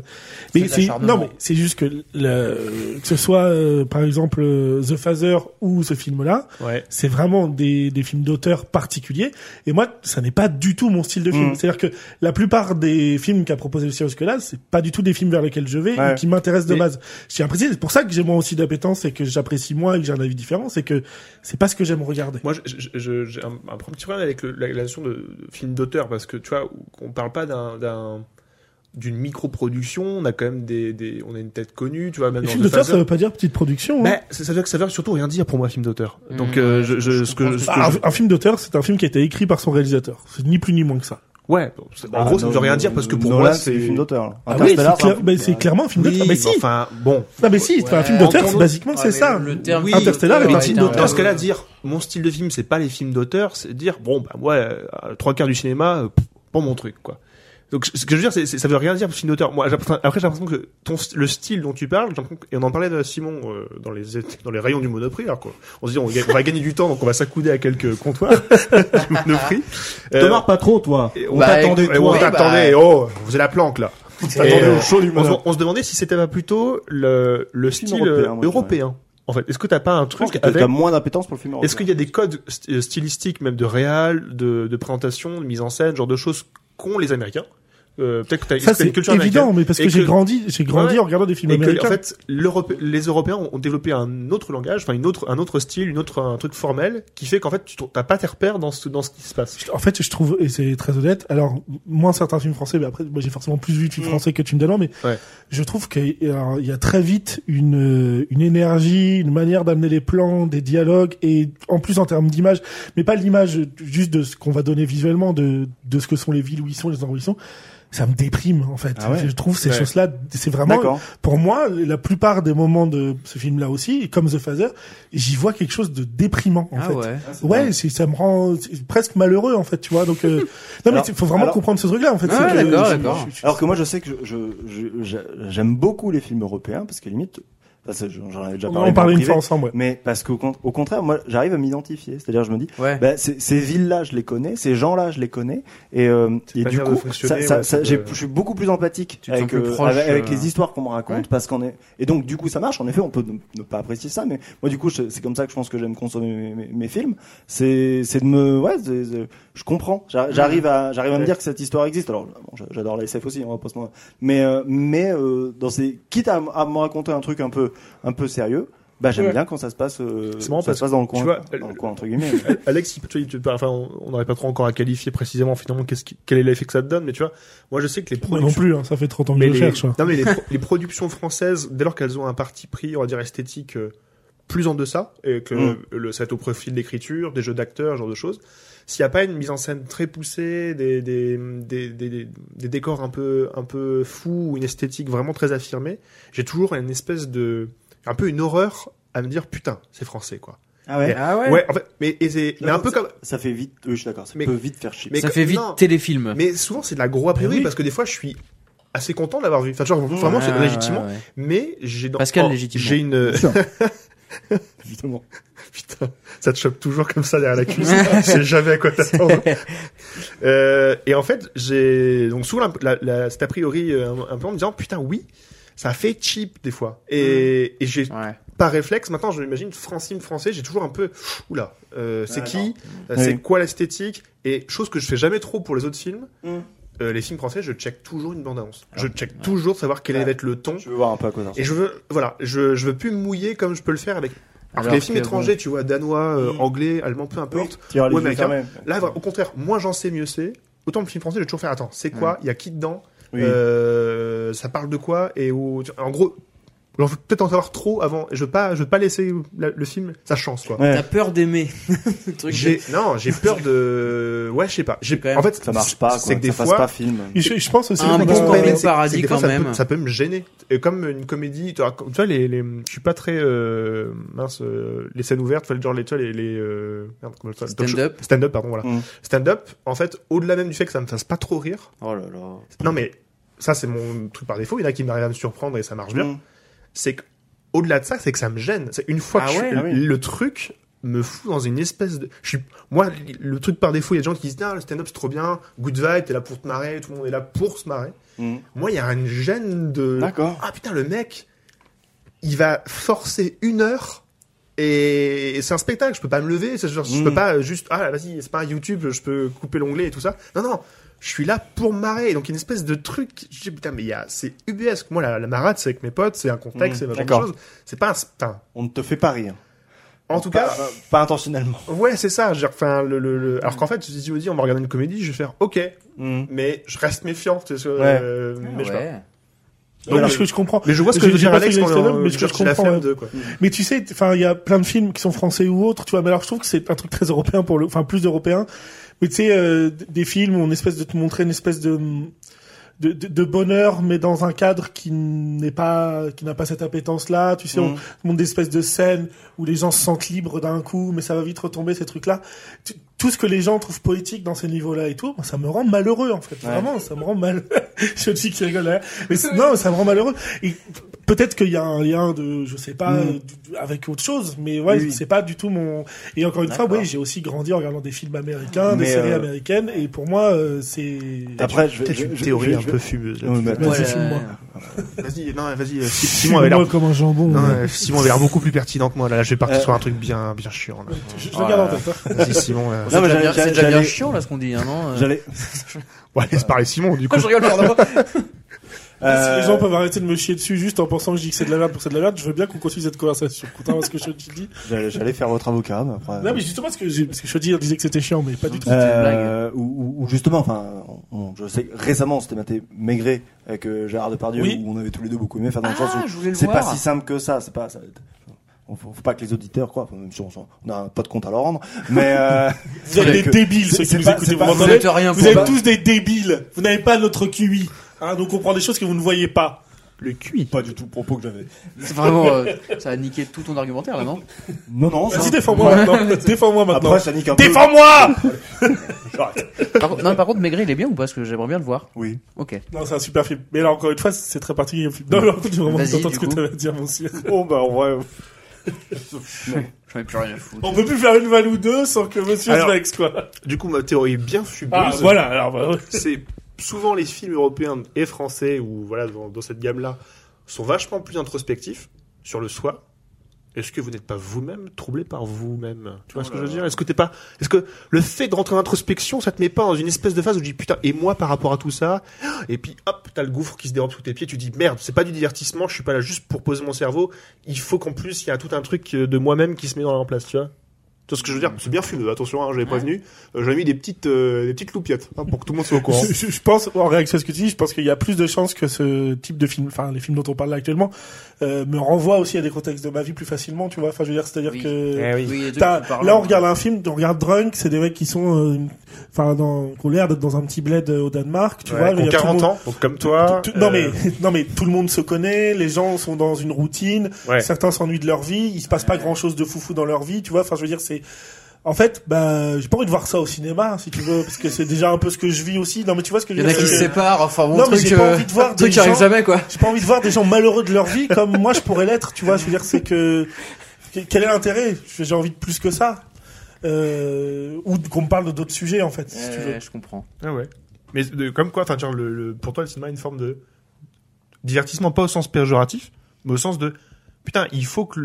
C'est Mais de c'est l'acharnement. non mais c'est juste que le... que ce soit euh, par exemple euh, The Father ou ce film-là, Ouais. c'est vraiment des, des films d'auteur particuliers. Et moi ça n'est pas du tout mon style de film. Mm. C'est-à-dire que la plupart des films qu'a proposé Lucia jusque-là, c'est pas du tout des films vers lesquels je vais Ouais. et qui m'intéressent de Mais- base j'ai apprécié, c'est pour ça que j'ai moi aussi d'appétence et que j'apprécie moi et que j'ai un avis différent, c'est que c'est pas ce que j'aime regarder. Moi, je- je- je- j'ai un, un petit problème avec le- la, la notion de, de film d'auteur parce que tu vois, on parle pas d'un- d'un d'une micro-production. On a quand même des, des- on a une tête connue, tu vois. Même Les dans films The d'auteur, ça Father. veut pas dire petite production. hein. Bah, ça, ça veut, ça veut surtout rien dire pour moi, film d'auteur. Mmh, Donc, euh, je, je- je ce que, ce que Bah, un, je- un film d'auteur, c'est un film qui a été écrit par son réalisateur. C'est ni plus ni moins que ça. ouais, bon, c'est- Bah, en gros, ça ne veut rien dire parce que pour Nolan, moi, Ah c'est des films d'auteur. là. oui, Interstellar, hein. c'est clair- un- bah, c'est clairement un film Oui, d'auteur. mais si, Enfin, bon. non, mais si, enfin, un film Ouais, d'auteur, entendons- c'est basiquement Ouais, c'est ça. Ah, ah, mais Le terme Ah, Oui, Interstellar est euh, Mais un ouais, si- film ouais, d'auteur. dans ouais. ce cas-là, dire mon style de film, c'est pas les films d'auteur, c'est dire bon, bah moi, euh, trois quarts du cinéma, euh, pff, pas mon truc, quoi. Donc ce que je veux dire, c'est, c'est- ça veut rien dire pour film d'auteur. Moi, j'ai- enfin, après, j'ai l'impression que ton, st- le style dont tu parles, j'ai l'impression que- et on en parlait de Simon euh, dans les dans les rayons du Monoprix, alors quoi. On se dit on, ga- on va gagner du temps, donc on va s'accouder à quelques comptoirs du Monoprix. Te Euh, marre pas trop, toi. et On bah, t'attendait, et- et toi. Bah. On t'attendait. Oh, vous avez la planque là. Et, euh, on, se, on se demandait si c'était pas plutôt le, le Film style européen, euh, moi, je européen. En fait, est-ce que t'as pas Je un pense truc que avec t'as moins d'impétence pour le film est-ce européen. qu'il y a des codes st- euh, stylistiques, même de réal, de, de présentation, de mise en scène, genre de choses qu'ont les Américains Euh, Peut-être que t'as Ça, est-ce que t'as c'est une culture évident, américaine mais parce que, Et j'ai que- grandi, j'ai grandi Ouais. en regardant des films et que, américains. en fait, l'Europe- les Européens ont développé un autre langage, enfin une autre, un autre style, une autre, un truc formel, qui fait qu'en fait, tu t'as pas tes repères dans ce, dans ce qui se passe. Je- En fait, je trouve, et c'est très honnête, alors, moins certains films français, mais après, moi, j'ai forcément plus vu de films français que de films danois, mais Mm. Ouais. je trouve qu'il y a il y a très vite une, euh, une énergie, une manière d'amener les plans, des dialogues, et en plus en termes d'image, mais pas l'image juste de ce qu'on va donner visuellement, de, de ce que sont les villes où ils sont, les endroits où ils sont. Ça me déprime, en fait. Ah ouais Je trouve ces Ouais. choses-là, c'est vraiment D'accord. pour moi, la plupart des moments de ce film-là aussi, et comme The Father, j'y vois quelque chose de déprimant, en ah fait. ouais. Ouais, c'est- ça me rend c'est presque malheureux, en fait, tu vois. Donc, euh, non, mais Alors- il faut vraiment alors- comprendre ce truc-là, en fait. Ah, c'est que- d'accord, je- d'accord. je- je- Alors que moi, je sais que je- je- je- j'a- j'aime beaucoup les films européens parce que limite, enfin, ça, j'en j'en avais déjà on parlé. en parlait mais en une fois privé. ensemble, ouais. Mais parce qu'au con- au contraire, moi, j'arrive à m'identifier. C'est-à-dire, je me dis, Ouais. bah, ces, ces villes-là, je les connais, ces gens-là, je les connais, et, euh, et du manière de coup, ça, fonctionner, ça, ouais, ça- ça j'ai- peut- je suis beaucoup plus empathique Tu te avec, sens plus euh, proche, avec, avec euh, les histoires qu'on me raconte, ouais. parce qu'on est. Et donc, du coup, ça marche. En effet, on peut ne, ne pas apprécier ça, mais moi, du coup, je- c'est comme ça que je pense que j'aime consommer mes, mes- mes films. C'est, c'est de me, ouais, c'est- c'est- je comprends. J'a- J'arrive à, j'arrive à me Ouais. dire que cette histoire existe. Alors, bon, j'a- j'adore la SF aussi, on va pas se mentir. Mais, euh, mais euh, dans ces, quitte à, m- à me raconter un truc un peu, un peu sérieux. Bah j'aime Ouais. bien quand ça se passe, euh, C'est marrant ça se parce passe dans le coin, tu vois, dans le coin entre guillemets. Alex, il- tu vois, il te parle- enfin, on on n'aurait pas trop encore à qualifier précisément finalement qu'est-ce qui- quel est l'effet que ça te donne, mais tu vois, moi je sais que les Moi non productions, plus, hein, ça fait 30 ans que mais je les, cherche. hein. non, mais les, pro- les productions françaises, dès lors qu'elles ont un parti pris, on va dire esthétique, euh, plus en deçà, et que Mm. le, le- ça va être au profil de l'écriture, des jeux d'acteurs, ce genre de choses, s'il n'y a pas une mise en scène très poussée, des, des, des, des, des- des décors un peu, un peu fous, ou une esthétique vraiment très affirmée, j'ai toujours une espèce de, un peu une horreur à me dire, putain, c'est français, quoi. Ah ouais Ah ouais. Ouais, en fait, mais, et c'est- mais un D'accord, peu comme, Ça fait vite, oui, je suis d'accord, ça Mais- peut vite faire chier. mais ça que- fait vite non. téléfilm. Mais souvent, c'est de la gros a priori, oui. parce que des fois, je suis assez content de l'avoir vu. Enfin, genre, vraiment, Ouais, c'est ouais, légitimement. ouais, ouais. Mais j'ai dans... Oh, Pascal, légitimement. J'ai une. Bien sûr. Évidemment. Putain, ça te chope toujours comme ça derrière la cuisse. tu sais jamais à quoi t'attendre. euh, et en fait, j'ai donc souvent la, la, la- cet a priori euh, un, un peu en me disant putain oui, ça fait cheap des fois. Et, Mm. et j'ai Ouais. pas réflexe. Maintenant, je m'imagine francine français. J'ai toujours un peu oula, euh, c'est Ah, qui, Euh, c'est Oui. quoi l'esthétique et chose que je fais jamais trop pour les autres films. Mm. Ah, euh, les films français, je check toujours une bande annonce. Je check toujours savoir quel Ouais. va être le ton. Je veux voir un peu à quoi ça ressemble. Et je veux, voilà, je, je veux plus me mouiller comme je peux le faire avec Alors les films que, étrangers, tu vois, danois, euh, anglais, allemand, peu importe. Tu vas les Ouais, yeux mais fermés. Là, vra- au contraire, moins j'en sais, mieux c'est. Autant le film français, j'ai toujours fait, attends, c'est quoi Il y a qui dedans Oui. Euh, Ça parle de quoi Et où, tu- en gros, j'en veux peut-être en savoir trop avant. Je veux pas, je veux pas laisser la- le film sa chance, quoi. bon, Ouais. T'as peur d'aimer. Le truc J'ai, non, j'ai peur de, ouais, je sais pas. J'ai, Quand même, en fait, Ça marche pas, quoi. c'est que des ça passe fois, pas film. Et Je, je pense aussi Un qu'on a- bon Ouais, mais Au c'est- paradis, c'est que des fois, quand ça même. peut, ça peut me gêner. Et comme une comédie, tu vois, tu vois, les, les, je suis pas très euh, mince, euh, les scènes ouvertes, enfin, genre les, tu vois, les, les euh, merde, comment ça s'appelle Talk show- Stand-up. stand-up, pardon, voilà. Mm. Stand-up, en fait, au-delà même du fait que ça me fasse pas trop rire, Oh là là. non mais ça c'est mon truc par défaut. Il y en a qui m'arrivent à me surprendre et ça marche bien. Mm. C'est que au-delà de ça, c'est que ça me gêne. C'est une fois Ah que je- ouais, ah oui. le truc me fout dans une espèce de. Je suis moi le truc par défaut. Il y a des gens qui disent ah le stand-up c'est trop bien, good vibe, t'es là pour te marrer, tout le monde est là pour se marrer. Mm. Moi, il y a une gêne de. D'accord. Ah putain, le mec, il va forcer une heure et c'est un spectacle. Je peux pas me lever. c'est genre, Je Mm. peux pas juste. Ah vas-y, c'est pas YouTube. Je peux couper l'onglet et tout ça. Non non. Je suis là pour me marrer. Donc, il y a une espèce de truc. Je dis, putain, mais il y a, c'est ubuesque. Moi, la, la marade, c'est avec mes potes, c'est un contexte, Mm, c'est ma d'accord. chose. C'est pas un, enfin, On ne te fait pas rire. en tout Pas- cas, pas- pas intentionnellement. ouais, c'est ça. Je veux dire, enfin, le, le- le- alors qu'en fait, si je me dis, on va regarder une comédie, je vais faire, ok, Mmh. mais je reste méfiant. tu sais, euh, Ah mais je sais pas. ouais. Non, mais ce que je comprends. Mais je vois ce que Je veut dis dire pas Alex que quand c'est euh, étonnant, mais ce que genre, je j'ai la comprends, flemme ouais. de, quoi. Mais tu sais, enfin, il y a plein de films qui sont français ou autres, tu vois. Mais alors, je trouve que c'est un truc très européen pour le, enfin, plus européen. Mais tu sais, euh, d- des films où on espèce de te montrer une espèce de de, de- de bonheur, mais dans un cadre qui n'est pas, qui n'a pas cette appétence-là. Tu Mm. sais, on Mmh. te montre des espèces de scènes où les gens se sentent libres d'un coup, mais ça va vite retomber ces trucs-là. Tu- tout ce que les gens trouvent poétique dans ces niveaux-là et tout, moi, ça me rend malheureux en fait. Vraiment, ça me rend mal. je dis qui rigole derrière. mais c'est- non, ça me rend malheureux. Et peut-être qu'il y a un lien de, je sais pas, Mm. euh, du- avec autre chose, mais ouais, Oui, oui. c'est pas du tout mon. Et encore une fois, D'accord. oui, j'ai aussi grandi en regardant des films américains, des Mais, séries euh, américaines, et pour moi, euh, c'est. Après, je vais. Peut-être je- une je- théorie je- un je- peu fumeuse. là. Ouais, mais attends, Ouais. filme-moi. Vas-y, non, vas-y. euh, Simon avait l'air. Fume-moi comme un jambon. Non, euh, Simon avait l'air beaucoup plus pertinent que moi. Là, là je vais partir Euh. sur un truc bien, bien chiant. là. Je, je Oh là regarde en là. tête. hein. Vas-y, Simon. euh. Non, mais C'est déjà j'allais- bien- c'est déjà j'allais- bien chiant là ce qu'on dit, hein, non euh. J'allais. Ouais, laisse parler Simon, du coup. Ah, je rigole, pardon. Si euh, Ah, les gens peuvent arrêter de me chier dessus juste en pensant que je dis que c'est de la merde pour que c'est de la merde, je veux bien qu'on continue cette conversation. Contrairement à ce que je dis. J'allais j'allais faire votre avocat, mais après. Non, mais justement, parce que, j'ai- parce que Chaudière disait que c'était chiant, mais pas du tout. Euh, ou, ou- ou justement, enfin, on- on- je sais que récemment, c'était maté Maigret avec euh, Gérard Depardieu, Oui. où on avait tous les deux beaucoup aimé. Enfin, dans le Ah, sens où je voulais le c'est pas voir. si simple que ça. C'est pas. ça- on- faut, faut pas que les auditeurs croient. Enfin, même si on, s'en- on a pas de compte à leur rendre, mais euh, Vous êtes c'est des que- débiles, c'est- ceux qui c'est nous pas- écoutez. c'est Vous pas- Vous m'entendez êtes rien Vous pour êtes moi. tous des débiles. Vous n'avez pas notre QI. Hein, donc on prend des choses que vous ne voyez pas. Le QI. pas du tout le propos que j'avais. C'est vraiment. euh, ça a niqué tout ton argumentaire là, non Non, non. Vas-y, ça- défends-moi maintenant. Défends-moi maintenant. Après, ça nique un peu. Défends-moi par, contre- Non, par contre, Maigret, il est bien ou pas Parce que j'aimerais bien le voir. Oui. Ok. Non, c'est un super film. Mais là, encore une fois, c'est très particulier le film. Non, mais en fait, j'ai vraiment Vas-y, entendu du ce que coup. tu à dire, mon sire. Bon, bah, en euh, vrai, J'en ai plus rien à foutre. On peut plus faire une vanne ou deux sans que monsieur Alors- se vexe, quoi. Du coup, ma théorie bien fumeuse. Ah, voilà, alors, bah, ouais. c'est souvent les films européens et français ou voilà dans, dans cette gamme là sont vachement plus introspectifs sur le soi. Est-ce que vous n'êtes pas vous-même troublé par vous-même Tu vois ce que je veux dire Est-ce que t'es pas Est-ce que le fait de rentrer en introspection, ça te met pas dans une espèce de phase où tu dis putain et moi par rapport à tout ça Et puis hop, t'as le gouffre qui se dérobe sous tes pieds. Tu dis merde, c'est pas du divertissement. Je suis pas là juste pour poser mon cerveau. Il faut qu'en plus il y a tout un truc euh, de moi-même qui se met dans la place. Tu vois Tu vois ce que je veux dire C'est bien fumeux. Attention, hein, j'avais prévenu. Euh, j'avais mis des petites euh, des petites loupiottes hein, pour que tout le monde soit au courant. Je, je- je pense, en réaction à ce que tu dis, je pense qu'il y a plus de chances que ce type de film, enfin les films dont on parle là actuellement, euh, me renvoie aussi à des contextes de ma vie plus facilement, tu vois. Enfin, je veux dire, c'est-à-dire Oui. Eh Eh que Oui, il y a deux t'as- qui parlent. là on regarde un film, on regarde Drunk, c'est des mecs qui sont, euh, enfin, dans, qui ont l'air d'être dans un petit bled euh, au Danemark, tu Ouais, vois. qui mais il ont y a tout le 40 monde- ans, donc comme toi. tout- tout- non mais euh, non mais tout le monde se connaît, les gens sont dans une routine, Ouais. certains s'ennuient de leur vie, il se passe pas grand chose de foufou dans leur vie, tu vois. Enfin je veux dire c'est en fait bah j'ai pas envie de voir ça au cinéma si tu veux parce que c'est déjà un peu ce que je vis aussi. Non mais tu vois ce que Il je y en veux a dire qui c'est se que- séparent, enfin bon, Non, mais truc. j'ai pas envie de voir truc des qui arrive gens- jamais quoi. j'ai pas envie de voir des gens malheureux de leur vie comme moi je pourrais l'être, tu vois. Je veux dire, c'est que quel est l'intérêt J'ai envie de plus que ça. Euh, ou qu'on me parle de d'autres sujets en fait, si tu veux. Ouais, je comprends. Ah ouais. Mais de- comme quoi, enfin, genre, le, le- pour toi, le cinéma a une forme de divertissement, pas au sens péjoratif, mais au sens de putain, il faut que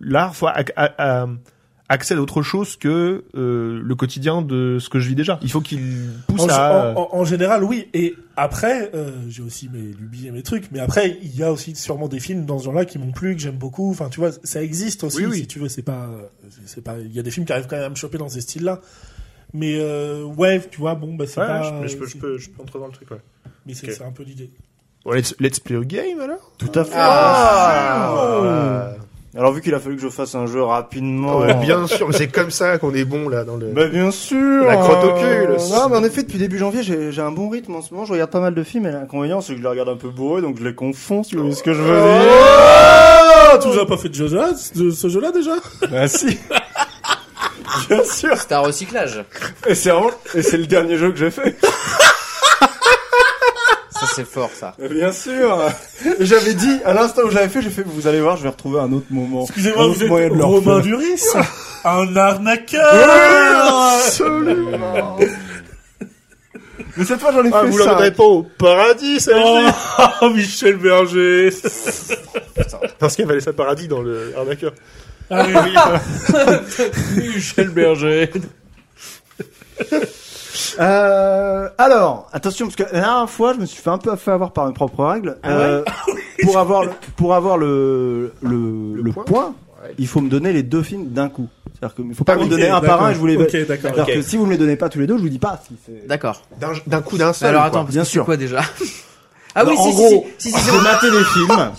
l'art soit ac- a- a- accède à autre chose que euh, le quotidien de ce que je vis déjà. Il faut qu'il pousse En, à. en- en- en général, oui. Et après, euh, j'ai aussi mes lubies et mes trucs. Mais après, il y a aussi sûrement des films dans ce genre-là qui m'ont plu, que j'aime beaucoup. Enfin, tu vois, ça existe aussi. Oui, oui. Si tu veux, c'est pas, euh, c'est pas. Il y a des films qui arrivent quand même à me choper dans ces styles-là. Mais euh, ouais, tu vois, bon, bah c'est Ouais, pas. je, je peux, je peux, je peux entrer dans le truc. Ouais. Mais c'est Ok. c'est un peu l'idée. Bon, let's, let's play a game alors. tout à fait. Ah. Voilà. Alors, vu qu'il a fallu que je fasse un jeu rapidement. euh, Ouais, Ah, bien sûr, mais c'est comme ça qu'on est bon là dans le. Bah bien sûr. La crotte au cul, euh, le- Non, mais en effet, depuis début janvier, j'ai j'ai un bon rythme en ce moment. Je regarde pas mal de films. Et l'inconvénient, c'est que je les regarde un peu bourré, donc je les confonds. Si vous voyez ce que je veux dire. Ah, tu nous as pas fait de jeu là, de ce jeu-là déjà Bah si. bien sûr. C'est un recyclage. Et c'est vraiment- et c'est le dernier jeu que j'ai fait. Ça c'est fort ça. Bien sûr. Et J'avais dit à l'instant où je l'avais fait, j'ai fait. Vous allez voir, je vais retrouver un autre moment. Excusez-moi, Un vous autre êtes moyen de leur Romain faire. Duris Un arnaqueur Absolument. Mais cette fois, j'en ai Ah, fait vous ça. l'entendrez pas au paradis, ça Oh, Michel Berger Parce qu'il y avait ça paradis dans le arnaqueur. Ah oui, oui. Michel Berger. Euh, alors, attention, parce que la dernière fois, je me suis fait un peu fait avoir par mes propres règles. Euh, pour avoir, le, pour avoir le, le, le point, point il faut me donner les deux films d'un coup. C'est-à-dire qu'il ne faut pas me Ok, donner un par d'accord. un et je vous les Ok, d'accord. Alors que si vous ne me les donnez pas tous les deux, je vous dis pas. Si c'est- D'accord. D'un d'un coup d'un seul. Alors quoi. attends, parce Bien que c'est sûr. quoi déjà Ah Non, oui, en si, gros, si, si, si, si, si, J'ai maté les films.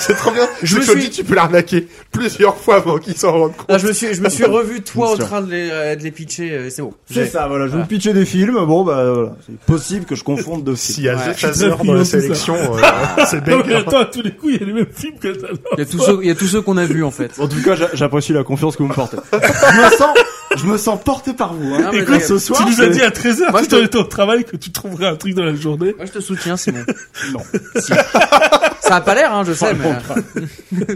C'est trop bien. Je me me suis suis- dit, tu peux l'arnaquer plusieurs fois avant qu'il s'en rende compte. Non, je me suis, je me suis revu toi Bien en sûr. train de les, euh, de les pitcher, euh, c'est bon. C'est J'ai- ça, voilà. Je vous Voilà. pitchais des films. Bon, bah voilà. C'est possible que je confonde deux films. S'il y a Ouais. deux Je suis chasseurs dans la tout ça. sélection, euh, c'est Non, mais banger. attends, à tous les coups, il y a les mêmes films que ça. Il y a tous ceux, il y a tous ceux qu'on a vus en fait. En tout cas, j'a- j'apprécie la confiance que vous me portez. je me sens, Je me sens porté par vous. Hein. Non, mais Écoute, t'as- ce soir, tu nous as c'est- dit à 13h, Moi, tu je t'en étais au travail, que tu trouverais un truc dans la journée. Moi, je te soutiens, Simon. Non. Si. Ça a pas l'air, hein, je sais, mais.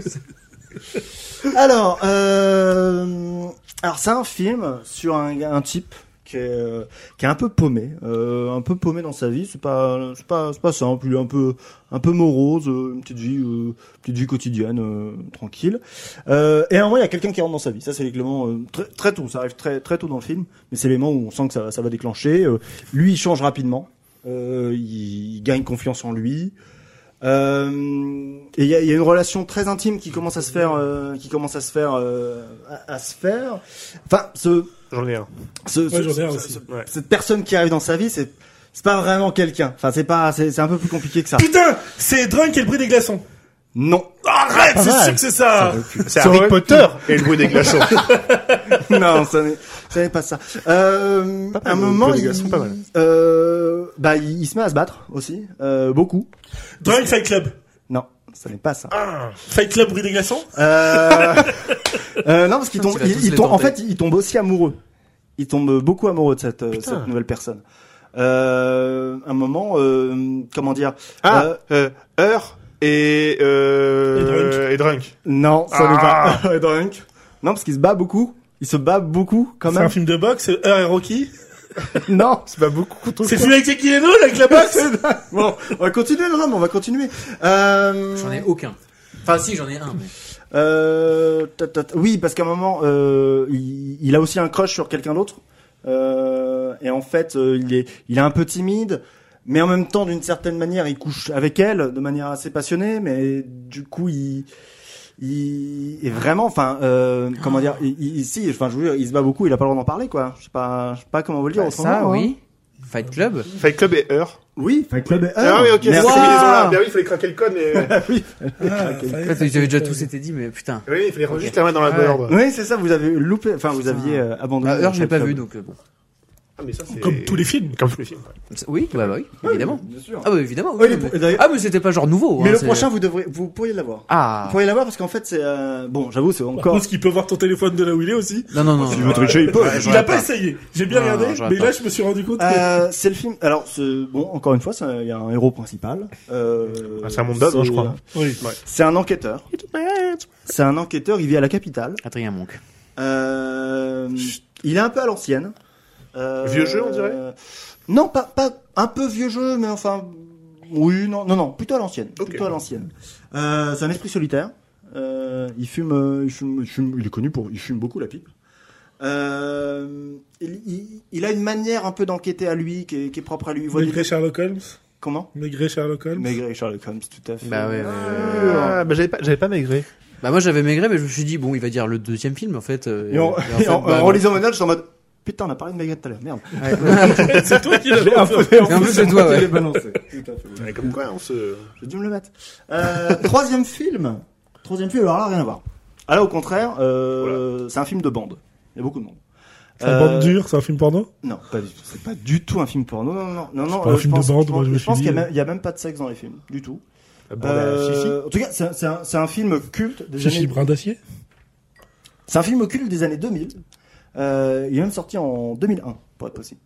Alors, euh, alors c'est un film sur un, un type qui est, euh, qui est un peu paumé, euh, un peu paumé dans sa vie. C'est pas, c'est pas, c'est pas simple. Il est un peu, un peu morose, euh, une petite vie, euh, petite vie quotidienne, euh, tranquille. Euh, et à un moment, il y a quelqu'un qui rentre dans sa vie. Ça, c'est l'élément euh, très, très tôt. Ça arrive très, très tôt dans le film, mais c'est l'élément où on sent que ça, va- ça va déclencher. Euh, lui, il change rapidement. Euh, il, il gagne confiance en lui. Euh, et il y a, il y a une relation très intime qui commence à se faire, euh, qui commence à se faire, euh, à, à se faire. Enfin, ce, J'en ai un. ce, ce- Ouais, j'en ai un ce- aussi. ce- Ouais. cette personne qui arrive dans sa vie, c'est, c'est pas vraiment quelqu'un. Enfin, c'est pas, c'est, c'est un peu plus compliqué que ça. Putain, c'est Drunk et le bruit des glaçons. Non. Arrête, Pas c'est mal. sûr que c'est ça. C'est Harry aurait- Potter et le bruit des glaçons. non, ça n'est, ça n'est pas ça. Euh, Pas mal, à un le moment, Claude il, Gaston, pas mal. euh, bah, il, il se met à se battre aussi, euh, beaucoup. Drunk Fight Club. Non, ça n'est pas ça. Fight Club bruit des glaçons. Euh, euh, non, parce Ah, qu'il tombe, Il va il- tous il les tombe- en tenter. fait, il tombe aussi amoureux. Il tombe beaucoup amoureux de cette, euh, Putain. cette nouvelle personne. Euh, un moment, euh, comment dire Ah, Euh, euh, Heure et, euh, et Drunk. Non, ça n'est Ah. pas. Drunk. Non, parce qu'il se bat beaucoup. Il se bat beaucoup quand C'est un même. film de boxe, Heure et Rocky. Non. C'est pas beaucoup trop. C'est celui avec Jackie Leno, là, avec la boxe. bon, on va continuer. Non, non, mais on va continuer. Euh, J'en ai aucun. Enfin, si, j'en ai un, mais. Euh, ta- ta- ta- oui, parce qu'à un moment, euh, il, il a aussi un crush sur quelqu'un d'autre. Euh, et en fait, euh, il, est, il est un peu timide, mais en même temps, d'une certaine manière, il couche avec elle de manière assez passionnée. Mais du coup, il, il est vraiment, enfin, euh, comment dire, il, il, il- si, enfin, je veux dire, il se bat beaucoup. Il a pas le droit d'en parler, quoi. Je sais pas, je sais pas comment vous le dire autrement. Bah, ça, hein. oui. Fight Club. Fight Club et Heure. Oui, Fight Club est Ah, oui, ok, c'est Merci. cette combinaison-là. Ben oui, il fallait craquer le code, mais. Oui. Ah, En fait, ils avaient déjà tous été dit, mais putain. Oui, il fallait rendre juste la main dans la Ouais. bonne ordre. Oui, c'est ça. Vous avez loupé, enfin, vous aviez euh, abandonné. Bah, Heure, je l'ai Fight pas Club. vu, donc euh, bon. Ah, mais ça, c'est- Comme tous les films. Comme tous les films. ouais. C'est- Oui, bah, bah oui, évidemment. Bien sûr. Ah, bah évidemment. Oui, oui, les- mais- d'ailleurs- Ah, mais c'était pas genre nouveau. Mais hein, le c'est- prochain, vous devrez, vous pourriez l'avoir. Vous Ah. pourriez l'avoir parce qu'en fait, c'est euh, bon. J'avoue, c'est Par encore. contre, ce qu'il peut voir ton téléphone de là où il est aussi. Non, non, non. non. tricher, il peut. Ouais, Il j'aurais a pas essayé. J'ai bien Non, regardé, j'aurais mais pas. là, je me suis rendu compte que. Euh, c'est le film. Alors, ce- bon, encore une fois, c'est- il y a un héros principal. Euh, Ah, c'est un monde d'hommes, hein, je crois. Oui. C'est un enquêteur. C'est un enquêteur. Il vit à la capitale. Adrien Monk. Euh, il est un peu à l'ancienne. Euh, Vieux jeu, on dirait Non, pas, pas un peu vieux jeu, mais enfin, oui, non, non, non, plutôt à l'ancienne. Ok. Plutôt à l'ancienne. Euh, c'est un esprit solitaire. Euh, il, fume, euh, il fume, il fume- il est connu pour, il fume beaucoup la pipe. Euh, il, il- il a une manière un peu d'enquêter à lui, qui est, qui est propre à lui. Vous voyez Maigret Sherlock Holmes. comment Maigret Sherlock Holmes. Maigret et Sherlock Holmes, tout à fait. Bah ouais, ouais, ouais, ouais. Ah, bah j'avais pas, j'avais pas maigré. Bah moi j'avais maigré, mais je me suis dit, bon, il va dire le deuxième film en fait. euh, Et en, et en et fait, en- bah, en non. relisant mon note, j'étais en mode putain, on a parlé de Maigret tout à l'heure, merde. C'est toi qui l'as Et en fait. plus, Et en plus, c'est toi, moi qui ouais. l'ai balancé. Tout à fait. Mais comme quoi, hein. on se. J'ai dû me le mettre. Euh, troisième film. Troisième film, alors là, rien à voir. Ah là, au contraire, euh, c'est un film de bande. Il y a beaucoup de monde. C'est un Euh, bande dure, c'est un film porno. Non, pas du tout. C'est pas du tout un film porno. Non, non, non. non, non pas un film de pense, bande, je moi, pense- je me pense suis qu'il y a dit. bah, même- il y a, même pas de sexe dans les films, du tout. La bande à Fifi. Euh, en tout cas, c'est un- c'est un, c'est un film culte des Fifi années. Brin d'acier. C'est un film culte des années 2000. Euh, il est même sorti en 2001, pour être possible.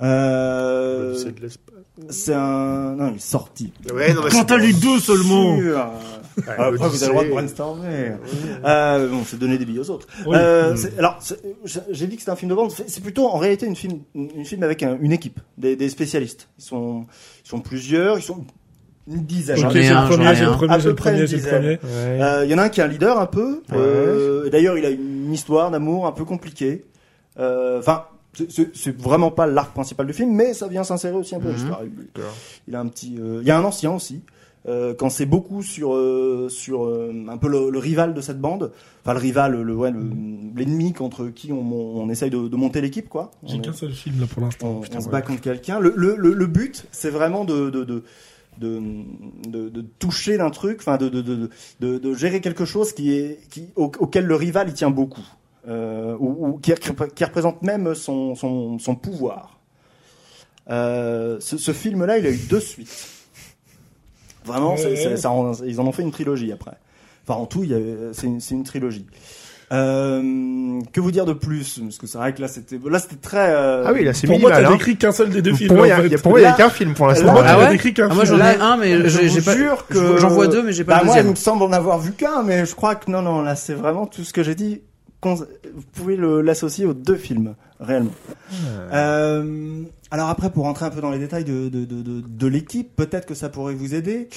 Euh, C'est de l'espace. c'est un. Non, il est sorti. Ouais, non, mais Quand c'est- t'as les deux seulement. Sûr. Ouais, Ah, bah, Alors, après, vous avez le droit de l'Odyssée. brainstormer. Euh, on s'est donné des billes aux autres. Oui. Mm. Euh, c'est- alors, c'est- j'ai- j'ai dit que c'était un film de bande. C'est c'est plutôt en réalité une film, une film avec un- une équipe, des, des spécialistes. Ils sont, ils sont plusieurs, ils sont une dizaine. J'en Ok, ai j'ai un, le j'en ai premier, j'ai un. le À premier, j'ai peu le près une premier, j'ai le dizaine. premier. Ouais. Euh, Il y en a un qui est un leader un peu. Ouais. Euh, et D'ailleurs, il a une histoire d'amour un peu compliquée. Euh, Enfin, c'est- c'est c'est vraiment pas l'arc principal du film, mais ça vient s'insérer aussi un peu à Mhm. l'histoire. Il- D'accord. Il a un petit. euh, il y a un ancien aussi. euh, quand c'est beaucoup sur euh, sur euh, un peu le, le rival de cette bande, enfin le rival, le ouais, le- Mhm. l'ennemi contre qui on, on essaye de, de monter l'équipe quoi. On J'ai est- qu'un seul film là pour l'instant. on, on se bat contre quelqu'un. Le, le, le, le but, c'est vraiment de, de, de, de, de- de toucher d'un truc, enfin de, de, de, de, de gérer quelque chose qui est, qui, au- auquel le rival il tient beaucoup, euh, ou, ou qui, repré- qui représente même son, son, son pouvoir. Euh, ce ce film-là, il a eu deux suites. Vraiment, Ouais, c'est- ouais. c'est- ça en- ils en ont fait une trilogie après. Enfin, en tout, il y a- c'est une, c'est une trilogie. Euh, que vous dire de plus Parce que c'est vrai que là, c'était là, c'était très. euh, Ah oui, là, c'est Pour moi, minimal, t'as hein. décrit qu'un seul des deux films. Pour moi, il en y a- fait. il y a- pour moi, il y a Là- qu'un film pour là- l'instant. Pour moi, Ah t'as ouais décrit qu'un Ah, moi film. j'en ai Là, un, mais je j'ai vous j'ai pas. jure que- J'en vois deux, mais j'ai pas Bah, le moi, il deuxième. me semble en avoir vu qu'un, mais je crois que non, non, là, c'est vraiment tout ce que j'ai dit. qu'on- Vous pouvez le- l'associer aux deux films, réellement. Euh, alors après, pour rentrer un peu dans les détails de, de, de, de, de l'équipe, peut-être que ça pourrait vous aider.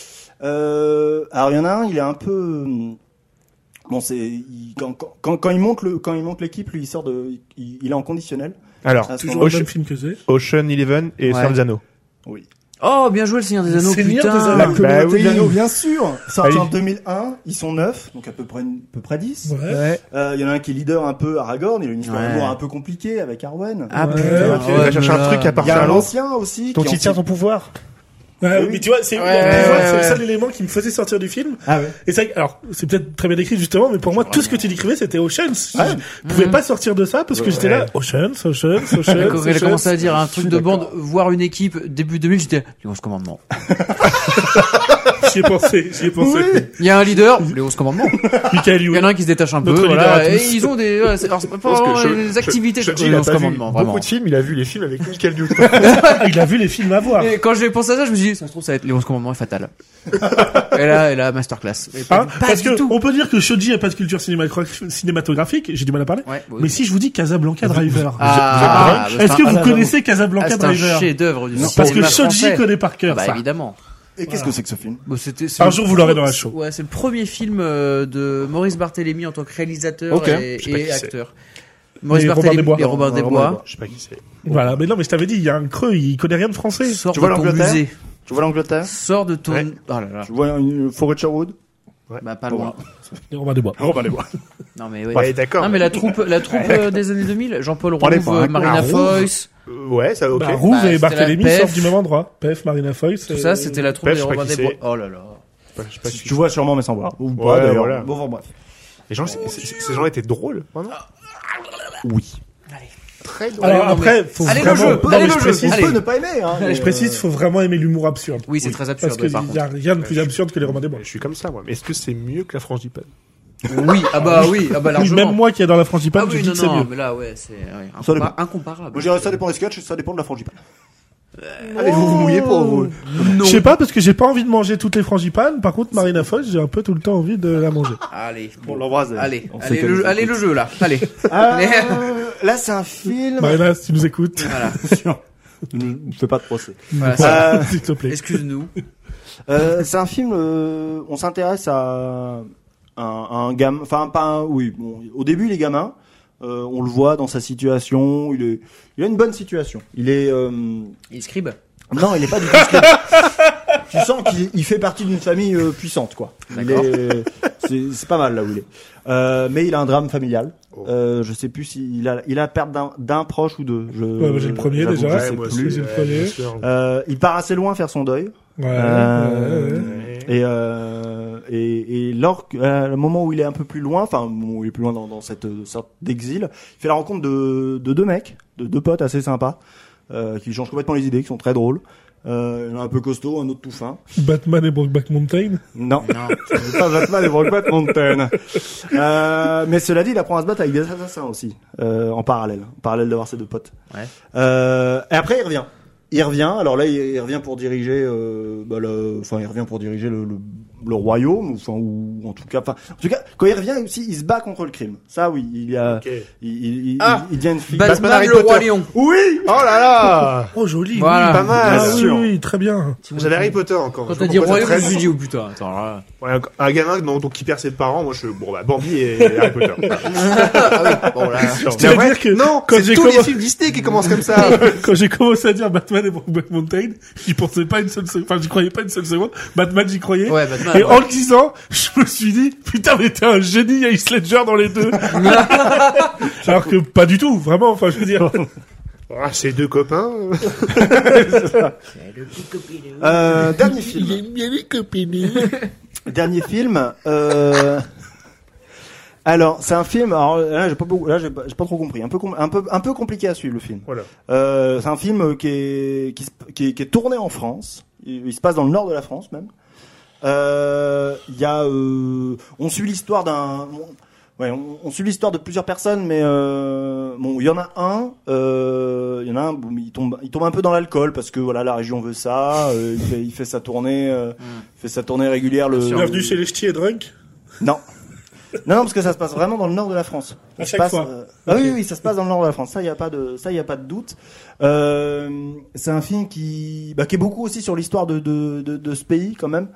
Euh, alors il y en a un, il est un peu... hum, Bon, c'est il- quand, quand, quand- quand il monte le quand il monte l'équipe, lui il sort de il, il est en conditionnel. Alors, À ce Toujours moment-là. le Ocean- même film que c'est. Ocean Eleven et Ouais. Seigneur des Anneaux. Oh, bien joué le Seigneur des Anneaux, Seigneur des putain. Anneaux. La bah communauté oui. de l'anneau, Oh, bien sûr. Sorti Ah oui. en 2001, ils sont neuf, donc à peu près une- à peu près 10. Ouais. Euh, il y en a un qui est leader un peu Aragorn, il a une histoire Ouais. d'amour un peu compliquée avec Arwen. Ah Ouais, putain. ok. Il va chercher mais un là- truc à part- il y a Parfait, un alors. ancien aussi Donc qui il en tient fait- son pouvoir. Ouais, Oui. Bah mais tu vois, c'est Ouais, encore une ouais, fois, ouais, c'est le ouais. seul élément qui me faisait sortir du film. Ah ouais. Et c'est vrai que- alors, c'est peut-être très bien écrit justement, mais pour moi, tout ce que tu décrivais, c'était Oceans. Je- Ouais. Je pouvais pas sortir de ça parce que j'étais là, Oceans, Oceans, Oceans. Quand il a commencé Oceans. à dire un truc de bande, voir une équipe début 2000, j'étais les 11 commandements. J'y ai pensé, j'y ai pensé. Il y a un leader, les 11 commandements. Michael Il y en a un qui se détache un peu. Notre leader à Voilà. Et tous. ils ont des, voilà, c'est- alors, c'est pas pense que vraiment je- des activités. Shoji, les il a 11 pas vu commandements, vraiment. beaucoup de films, il a vu les films avec Michael Newton. il a vu les films à voir. Et quand j'ai pensé à ça, je me suis dit, ça se trouve, ça va être les 11 commandements est fatal. et là, et là, masterclass. Mais pas, Hein pas Parce du que tout. on peut dire que Shoji a pas de culture cinématographique, cinématographique, j'ai du mal à parler. Ouais, oui. Mais si je vous dis Casablanca Driver, Ah, bah, est-ce c'est que un- vous ah, connaissez ah, Casablanca C'est un Driver chef-d'œuvre du cinéma. Parce que Shoji français. connaît par cœur Bah ça. évidemment. Et qu'est-ce que c'est que ce film Bon, c'était- c'est Un le jour, vous l'aurez dans la show. Ouais, c'est le premier film euh, de Maurice Barthélémy en tant que réalisateur Ok. et- Je sais pas et, qui c'est. acteur. Maurice Et Robin Barthélémy Desbois. et Robin Desbois. Je sais pas qui c'est. Voilà, mais non, mais je t'avais dit, il y a un creux, il connaît rien de français. Sors Tu vois de ton l'Angleterre musée. Tu vois l'Angleterre Sors de ton. Ouais. Oh là là. Tu vois une une forêt de Sherwood Bah pas loin. Et Robin des Bois. On va les voir. Non mais ouais. Ouais, d'accord. Non mais la troupe, la troupe euh, des années 2000, Jean-Paul Allez, Rouve, pas un euh, Marina con. Foïs, Euh, Ouais, ça, ok. Bah, Rouve Bah, et c'était Barthélemy la PF. sortent du même endroit. PF, Marina Foïs. euh, tout ça, c'était la troupe Pef, des je sais pas Robin qui des Bois. c'est. Oh là là. Bah, Je sais pas qui- Tu vois sûrement mais sans voir. Ou Ouais, pas d'ailleurs. voilà. Bon, enfin, bref. Les gens, c'est- c'est- ces gens étaient drôles, vraiment. Alors Allez, non, après, faut Allez, le vraiment- jeu, non, mais allez, je le jeu. précise- On Allez. peut ne pas aimer hein. mais, Je précise, faut vraiment aimer l'humour absurde. Oui, c'est très absurde Parce qu'il par y a rien de plus absurde que les romans des bois. Je suis comme ça, moi. Mais est-ce que c'est mieux que la France du Pan Oui, ah bah oui, ah bah Oui, largement. même moi qui est dans la frangipane, ah je oui, dis non que c'est non, mieux. mais là ouais, c'est ouais, Ça incompa- dépend. incomparable. euh, Moi, je dirais, ça dépend des sketchs, ça dépend de la frangipane. Allez, vous vous mouillez pour vous. Je sais pas parce que j'ai pas envie de manger toutes les frangipanes. Par contre, Marina Foïs, j'ai un peu tout le temps envie de la manger. Allez, On l'embrasse. d'ailleurs. allez, On sait allez, qu'elle le nous jeu, allez le écoute. jeu là, allez. Euh, Là, c'est un film. Marina, si tu nous écoutes, Ne fais pas de procès. Voilà, Bah, ça- Euh, s'il te plaît. Excuse-nous. Euh, c'est un film. euh, on s'intéresse à un, un gamin. Enfin, pas un. Oui. bon, au début, il est gamin. Euh, on le voit dans sa situation. Il est. Il a une bonne situation. Il est. euh, Il scribe. non, il est pas du tout. scolaire. tu sens qu'il il fait partie d'une famille euh, puissante, quoi. Il D'accord. est- C'est c'est pas mal là où il est. Euh, mais il a un drame familial. Euh, je sais plus s'il a. Il a perte d'un- d'un proche ou deux. Je- Ouais, moi, j'ai le premier, j'avoue que déjà. je sais Ouais, moi, plus. c'est- le ouais, premier. bien sûr. Ah. Euh, il part assez loin faire son deuil. Ouais, Euh, ouais, ouais. Ouais. Et, euh, et, et lors, à le moment où il est un peu plus loin, enfin, au moment où il est plus loin dans, dans cette euh, sorte d'exil, il fait la rencontre de, de deux mecs, de deux potes assez sympas, euh, qui changent complètement les idées, qui sont très drôles. Euh, il y en a un peu costaud, un autre tout fin. Batman et Brokeback Mountain. Non, Non. c'est pas Batman et Brokeback Mountain. Euh, mais cela dit, il apprend à se battre avec des assassins aussi, euh, en parallèle, en parallèle d'avoir ses deux potes. Ouais. Euh, et après, il revient. Il revient. Alors là, il, il revient pour diriger, euh, bah, le, enfin, il revient pour diriger le, le, le royaume, ou, enfin, ou en tout cas, enfin, en tout cas, quand il revient aussi, il se bat contre le crime. Ça, oui, il y a, Ok. il, il, il, Ah. il devient une fille. Batman, Harry le roi Potter. lion. Oui Oh là là Oh, joli. Voilà. Pas mal Ah Bien oui, sûr. oui, très bien. J'avais Harry Potter encore. Quand Je t'as dit comprends pas, royaume, t'as je me 13 suis dit, oh putain, attends, là. Ouais, un- un gamin non, donc, qui perd ses parents, moi je bon bah Bambi et Harry Potter. Ah bon là, C'est-à-dire que non, quand c'est j'ai tous les commen- films Disney qui commencent comme ça. Quand j'ai commencé à dire Batman et Brokeback Mountain, j'y pensais pas une seule seconde. Enfin, j'y croyais pas une seule seconde. Batman, j'y croyais. Ouais, Batman, Et ouais. en le disant, je me suis dit, putain, mais t'es un génie, il y a Heath Ledger dans les deux. Alors que pas du tout, vraiment. Enfin, je veux dire. ah, ces deux copains. euh. Euh, dernier film. dernier film. Euh... Alors, c'est un film. Alors là, j'ai pas beaucoup. Là, j'ai pas, j'ai pas trop compris. Un peu, com- un peu, un peu compliqué à suivre le film. Voilà. Euh, c'est un film euh, qui est, qui, se- qui est, qui est tourné en France. Il, il se passe dans le nord de la France même. Euh, Il y a, euh, on suit l'histoire d'un. Ouais, on, on suit l'histoire de plusieurs personnes, mais euh, bon, il y en a un, euh, il y en a un, boum, il tombe, il tombe un peu dans l'alcool parce que voilà, la région veut ça. euh, il, fait, il fait sa tournée, euh, il fait sa tournée régulière. Le Bienvenue chez les ch'tis et drunk. Non. Non, non, parce que ça se passe vraiment dans le nord de la France. À Ça se chaque passe, fois. euh, ah oui, oui, oui, ça se passe dans le nord de la France. Ça, il n'y a pas de, ça, il a pas de doute. Euh, c'est un film qui, bah, qui est beaucoup aussi sur l'histoire de, de, de, de ce pays quand même.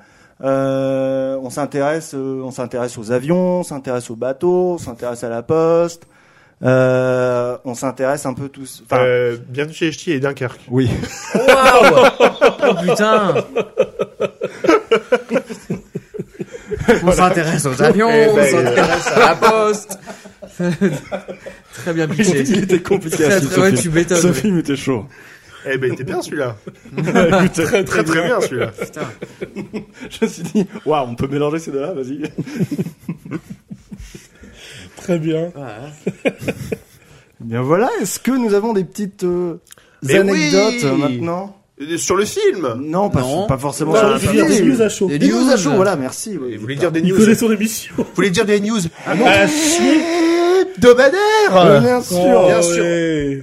Euh, on s'intéresse, euh, on s'intéresse aux avions, on s'intéresse aux bateaux, on s'intéresse à la poste. Euh, on s'intéresse un peu tous. Enfin, Euh, bienvenue chez les Ch'tis et Dunkerque. oui. Waouh Oh putain On s'intéresse aux avions, Eh ben, on s'intéresse à la poste. très bien pitché. Il était compliqué à Très, suivre. très- ouais, ce tu film. m'étonnes. Ce film était chaud. Eh ben, il était bien celui-là. Écoute, Ah, Très, très, très bien celui-là. Putain. je me suis dit, waouh, on peut mélanger ces deux-là, vas-y. Très bien. Eh Bien voilà. Est-ce que nous avons des petites euh, Mais anecdotes oui euh, maintenant Euh, Sur le film Non, pas, Non. pas forcément Bah, sur le on peut dire film. des news à chaud. Des Des news à news. chaud, voilà, merci. Vous voulez dire des Il news connaît son émission. Vous voulez dire des news Ah, chier. Euh. Hebdomadaire ah, Bien sûr Oh, bien sûr. ouais.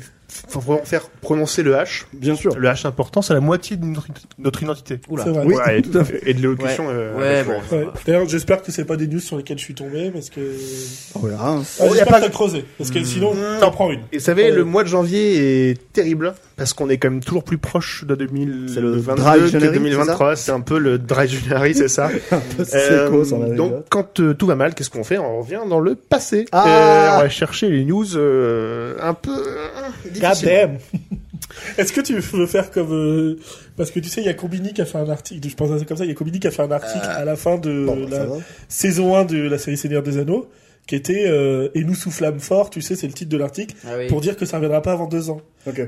Faut vraiment faire prononcer le H. Bien sûr. Le H important, c'est la moitié de notre, notre identité. Oula. C'est vrai. Oui, Ouais, et, tout à fait. et de l'élocution. Ouais. euh, Ouais, faut- bon. Ouais. D'ailleurs, j'espère que c'est pas des news sur lesquelles je suis tombé, parce que. Voilà, hein. Ah, Oh, y a j'espère pas- que t'as creusé, parce que sinon, t'en prends une. Et vous savez, Euh, le mois de janvier est terrible parce qu'on est quand même toujours plus proche de C'est le 2022 dry que January, 2023. C'est un peu le dry January, c'est ça. Euh, C'est quoi, ça, la donc, quand euh, tout va mal, qu'est-ce qu'on fait On revient dans le passé. Ah Euh, on va chercher les news euh, un peu. euh, God difficiles. damn. Est-ce que tu veux faire comme euh, parce que tu sais il y a Combini qui a fait un article je pense à ça comme ça il y a Combini qui a fait un article à la fin de Bon, ça la va. saison 1 de la série Seigneur des Anneaux qui était euh, et nous soufflâmes fort tu sais c'est le titre de l'article Ah oui. pour dire que ça reviendra pas avant deux ans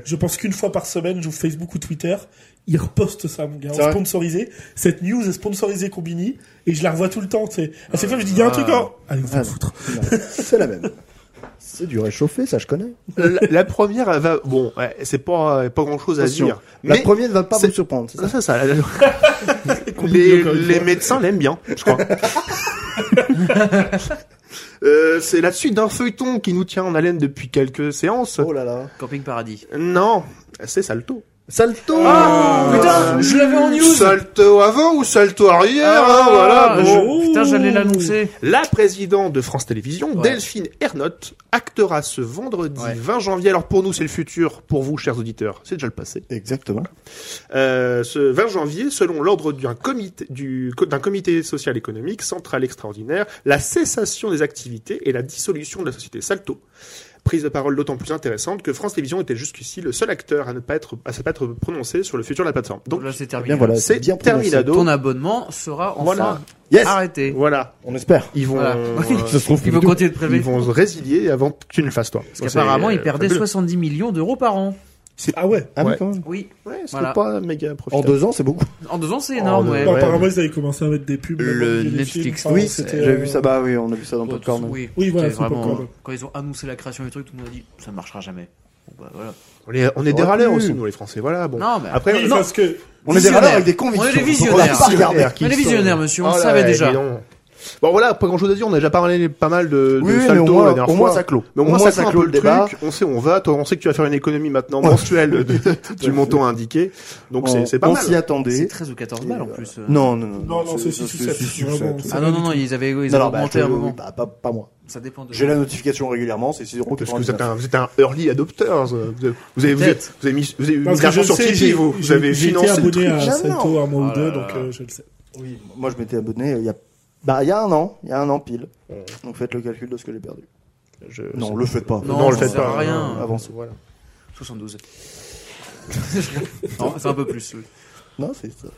je pense qu'une fois par semaine j'ouvre Facebook ou Twitter ils repostent ça mon gars C'est vrai sponsorisé cette news est sponsorisée Combini et je la revois tout le temps tu sais à chaque fois je dis il y a un truc en allez vous faire foutre C'est la même. C'est du réchauffé, ça je connais. la, la première, elle va. Bon, ouais, c'est pas pas grand chose à Attention. dire. La Mais première ne va pas c'est- vous surprendre, c'est ça, ça ça, ça. les les médecins l'aiment bien, je crois. Euh, c'est la suite d'un feuilleton qui nous tient en haleine depuis quelques séances. Oh là là. Camping Eh Paradis. Non, c'est Salto. Ah, Salto putain, je l'avais en news. Salto avant ou Salto arrière, hein, voilà. bon. Ah, je- Putain, j'allais l'annoncer. La présidente de France Télévisions, Ouais. Delphine Ernotte, actera ce vendredi Ouais. 20 janvier. Alors pour nous, c'est le futur. Pour vous, chers auditeurs, c'est déjà le passé. Exactement. Euh, ce 20 janvier, selon l'ordre d'un comité, du, d'un comité social économique central extraordinaire, la cessation des activités et la dissolution de la société Salto. Prise de parole d'autant plus intéressante que France Télévisions était jusqu'ici le seul acteur à ne pas être, à ne pas être prononcé sur le futur de la plateforme. Donc, Donc là, c'est Bien terminé. voilà, c'est c'est bien terminado. Ton abonnement sera enfin Voilà. Yes arrêté. Voilà. prononcé. On espère. Ils vont, Voilà. euh, Ça se trouve, Ils vont continuer de prélever. ils vont Oh, se résilier avant que tu ne le fasses toi. Parce qu'apparemment, ils perdaient 70 millions d'euros par an. ah ouais Ah oui, Ouais. quand même. Oui. Ouais, c'est Voilà. pas méga En profitable. deux ans, c'est beaucoup. En deux ans, c'est énorme, Oh, Eh ouais. Bon, ouais, apparemment ils avaient commencé à mettre des pubs Le dans milieu des Netflix, films. Enfin, oui, c'était, J'avais euh, vu ça, bah oui, on a vu ça dans Bon, Popcorn. tout- Oh, Oui, Oui, voilà, c'était c'est vraiment, Popcorn. quand ils ont annoncé la création du truc, tout le monde a dit ça ne marchera jamais. Bon, bah, voilà. On est, on est des J'aurais râleurs pu. aussi, nous, les Français. Voilà, bon. Non, mais Après, oui, on- parce que On est des Visionnaire. valeurs Ah, avec des on convictions. est des On va visionnaires. pas regarder. qui On est des sont- visionnaires, monsieur, on Oh le là savait là, déjà. dis donc. Bon voilà, pas grand chose à dire, on a déjà parlé pas mal de, de Oui, oui, mais salto au moins- la dernière au moins, fois. ça clôt. Mais au moins, ça clôt clôt le le débat, truc. on sait où on va, toi on sait que tu vas faire une économie maintenant mensuelle de- du montant indiqué, donc c'est- c'est pas on mal. s'y c'est attendait. 13 ou 14 balles en Et, plus. euh. Non, non, non. Non, non, c'est c'est- 6 c'est- c'est- c'est- vraiment, c'est- ça Ah va non, du non, non, ils avaient, ils Non, avaient non, bah, augmenté à un je- moment. bah, pas pas moi. Ça dépend de. J'ai la notification régulièrement, c'est 6 euros. Parce que vous êtes un, vous êtes un early adopteurs, euh, vous avez, vous avez, vous avez, Peut-être. vous avez mis, vous avez mis Parce que je l'argent le sur sais, Tipeee, j'ai- vous, vous j'ai- avez j'ai été financé le abonné truc. à Jamais. Salto un mois Ah ou deux, là donc là. euh, je le sais. Oui, moi je m'étais abonné euh, il y a bah il y a un an, il y a un an pile. Donc faites le calcul de ce que j'ai perdu. Je- Non, le faites pas. Non, non, le ça faites sert pas. à rien. non, Avancez. Voilà. 72. non, c'est un peu plus. oui. Non, c'est ça.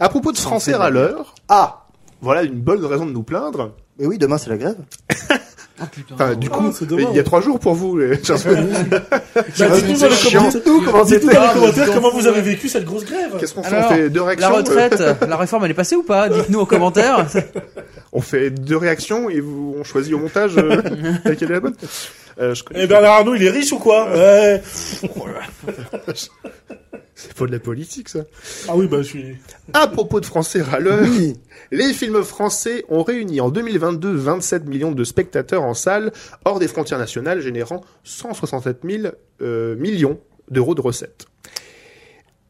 À propos de Français râleurs, Ah, voilà une bonne raison de nous plaindre. mais oui, demain c'est la grève. Ah putain. Enfin, du Ah, coup, c'est dommage. il y a trois jours pour vous. les- chers- Bah, Ah, dites-nous c'est dans les chiant. commentaires, Dites-nous dites-nous comment c'était. dans les commentaires Vous en comment vous foutez. avez vécu cette grosse grève. Qu'est-ce qu'on fait On Alors, fait deux réactions euh, La retraite, la réforme, elle est passée ou pas Dites-nous en commentaire. On fait deux réactions et vous, on choisit au montage euh, laquelle est la bonne. Eh ben- Euh, je connais- Et Bernard Arnault, il est riche ou quoi Ouais. C'est pas de la politique, ça. Ah oui, bah je suis. À propos de Français râleurs, les films français ont réuni en 2022 27 millions de spectateurs en salle, hors des frontières nationales, générant 167 000 euh, millions d'euros de recettes.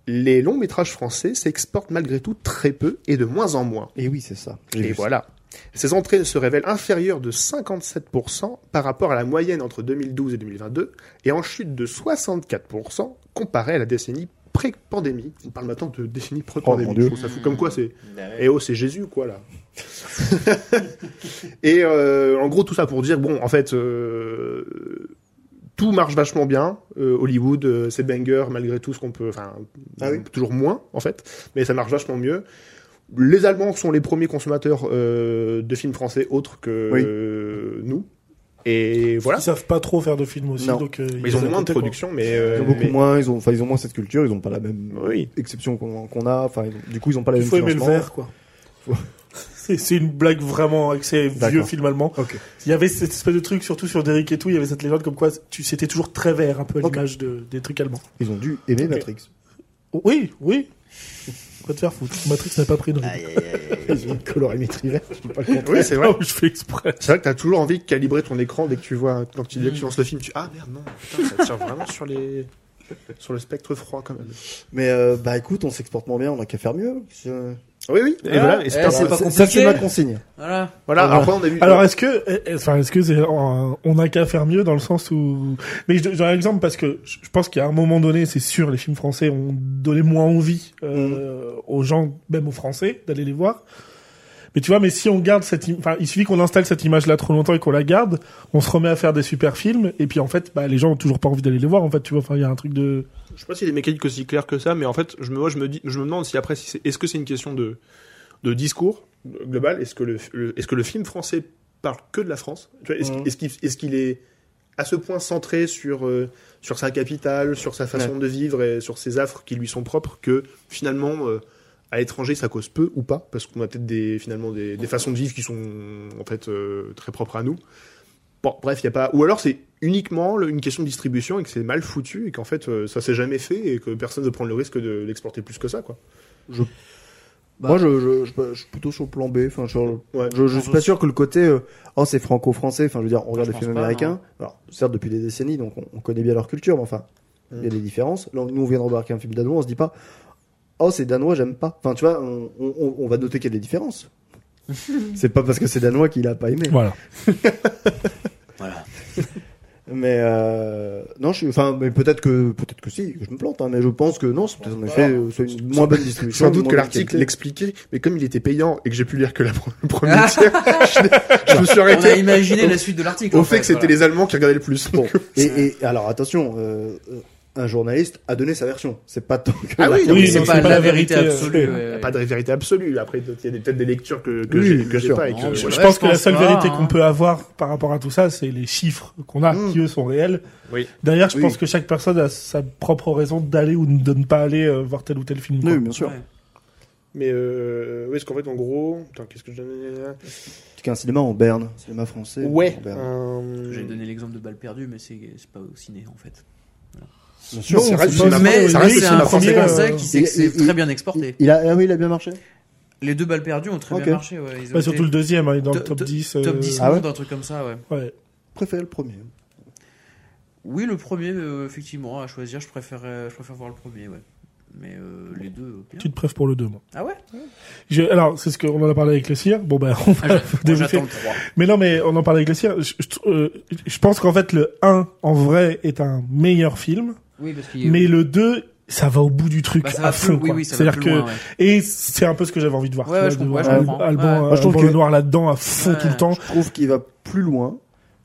Les longs métrages français s'exportent malgré tout très peu et de moins en moins. Et oui, c'est ça. Et voilà. Ces entrées se révèlent inférieures de 57% par rapport à la moyenne entre 2012 et 2022 et en chute de 64% comparé à la décennie pré-pandémie. On parle maintenant de décennie Oh, pré-pandémie. mon je Dieu. trouve ça fou comme quoi c'est. Eh oh, c'est Jésus quoi là. et euh, en gros tout ça pour dire bon en fait euh, tout marche vachement bien. Euh, Hollywood euh, c'est banger malgré tout ce qu'on peut. Enfin Ah oui. toujours moins en fait, mais ça marche vachement mieux. Les Allemands sont les premiers consommateurs euh, de films français autres que Oui. euh, nous. Et voilà. Ils savent pas trop faire de films aussi, Non. donc. euh, Mais ils ont les moins de comptés, quoi. production, mais, Ils euh, ont beaucoup mais- moins, ils ont, enfin, ils ont moins cette culture, ils ont pas la même Oui. exception qu'on qu'on a, enfin, ils ont- du coup, ils ont pas la Il même faut aimer le financement. verre, quoi. C'est c'est une blague vraiment axée vieux D'accord. film allemand. Ok. Il y avait cette espèce de truc, surtout sur Derrick et tout, il y avait cette légende comme quoi tu c'était toujours très vert, un peu à Ok. l'image de- des trucs allemands. Ils ont dû aimer Ok. Matrix. Oui, oui. Quoi te faire foutre Matrix n'a pas pris de risque. Ils ont une colorimétrie verte, je peux pas le comprendre. Oui, c'est vrai. Ah, je fais exprès. C'est vrai que t'as toujours envie de calibrer ton écran dès que tu vois, quand tu, Mm. dès que tu lances le film, tu ah merde non, putain, ça tire vraiment sur les, sur le spectre froid quand même. Mais euh, bah écoute, on s'exporte moins bien, on a qu'à faire mieux. Je- Oui oui. Et Ah, voilà. Et c'est eh, un- c'est pas Ça, compliqué. c'est ma consigne. Voilà. voilà. Ah, Alors, Alors, après on a vu. Alors est-ce que, eh, enfin est-ce que c'est, on n'a qu'à faire mieux dans le sens où, mais je donne un exemple parce que je je pense qu'à un moment donné, c'est sûr, les films français ont donné moins envie euh, aux gens, même aux Français, d'aller les voir. Mais tu vois, mais si on garde cette, im- enfin, il suffit qu'on installe cette image-là trop longtemps et qu'on la garde, on se remet à faire des super films et puis en fait, bah, les gens ont toujours pas envie d'aller les voir. En fait, tu vois, enfin, il y a un truc de, Je sais pas si les mécaniques aussi claires que ça, mais en fait, je me, moi, je me, dis, je me demande si après, si c'est- est-ce que c'est une question de, de discours euh, global Est-ce que le, le- est-ce que le film français parle que de la France Tu vois, Est-ce Mhm. est-ce qu'il est, qu'il est à ce point centré sur, euh, sur sa capitale, sur sa façon de vivre et sur ses affres qui lui sont propres que finalement, euh, à l'étranger, ça cause peu ou pas Parce qu'on a peut-être des, finalement des, des façons de vivre qui sont en fait euh, très propres à nous. Bon, bref, il y a pas. Ou alors c'est uniquement le- une question de distribution et que c'est mal foutu et qu'en fait euh, ça s'est jamais fait et que personne ne prend le risque de l'exporter plus que ça, quoi. Moi, je, je, je, je suis plutôt sur le plan B. Enfin, sur le- Ouais. je, je suis pas sûr que le côté euh, oh c'est franco-français. Enfin, je veux dire, on regarde Je les pense films pas, américains. Alors, certes, depuis des décennies, donc on, on connaît bien leur culture, mais enfin, il y a des différences. Là, nous, on vient de remarquer un film danois, on se dit pas oh c'est danois, j'aime pas. Enfin, tu vois, on, on, on va noter qu'il y a des différences. c'est pas parce que c'est danois qu'il a pas aimé. voilà. Mais euh, non, je suis. Enfin, mais peut-être que peut-être que si, que je me plante. hein, mais je pense que non, c'est peut-être en effet euh, c'est une moins bonne distribution. Sans doute moins que bonne l'article qualité. l'expliquait, mais comme il était payant et que j'ai pu lire que la pre- le premier tiers, je, je me On suis a arrêté imaginé la suite de l'article. au en fait que c'était voilà. les Allemands qui regardaient le plus. Bon, et, et alors attention, euh, euh, un journaliste a donné sa version. C'est pas tant que. Ah oui, non, Oui, mais non, c'est c'est pas, la vérité, euh, absolue. c'est- ouais, y a ouais. pas de vérité absolue. Après, il y a des- peut-être des lectures que, que Oui, j'ai- bien que j'ai sûr. pas et que- Non, voilà. Je Ouais, pense je que la pense seule pas, vérité hein. qu'on peut avoir par rapport à tout ça, c'est les chiffres qu'on a, qui eux sont réels. Oui. D'ailleurs, je Hmm. Oui. pense que chaque personne a sa propre raison d'aller ou de ne pas aller euh, voir tel ou tel film. quoi. Oui, bien sûr. Ouais. Mais euh, oui, parce qu'en fait, en gros, putain, qu'est-ce que je donnais En tout cas, un cinéma en Berne, cinéma français. Ouais. en Berne. euh, J'ai donné l'exemple de Balle perdue, mais c'est c'est pas au ciné en fait. Bien sûr, Non, c'est c'est vrai. pas- cinéma mais français, ça reste c'est le un cinéma français français, français euh, qui sait que il- c'est il- très bien exporté. Il a, ah oui, il a bien marché. Les deux balles perdues ont très Ok. bien marché. Ouais, ils ont Bah, surtout le été deuxième, hein, il est dans le Top- top top- 10. euh, top 10 Ah ouais monde, un truc comme ça, ouais. ouais. Je préfère le premier. Oui, le premier, euh, effectivement, à choisir, je préfère, euh, je préfère voir le premier, ouais. Mais euh, les deux, euh, bien. Petite preuve pour le 2, moi. Ah ouais Je- alors, c'est ce qu'on en a parlé avec le CIR. Bon, ben, on va Ah, Moi, débriefer. J'attends le 3. Mais non, mais on en parlait avec le CIR. Je, je- euh, je pense qu'en fait, le 1, en vrai, est un meilleur film. Oui, parce qu'il Mais le 2, ça va au bout du truc Bah, ça à va fond. plus, oui, quoi. oui, ça va C'est-à-dire plus que loin, ouais. Et c'est un peu ce que j'avais envie de voir. Ouais, ouais, tu je vois, de comprends, je voir comprends. Alban, Ouais. euh, Moi, je trouve Alban le que- Noir là-dedans à fond Ouais. tout le temps. Je trouve qu'il va plus loin,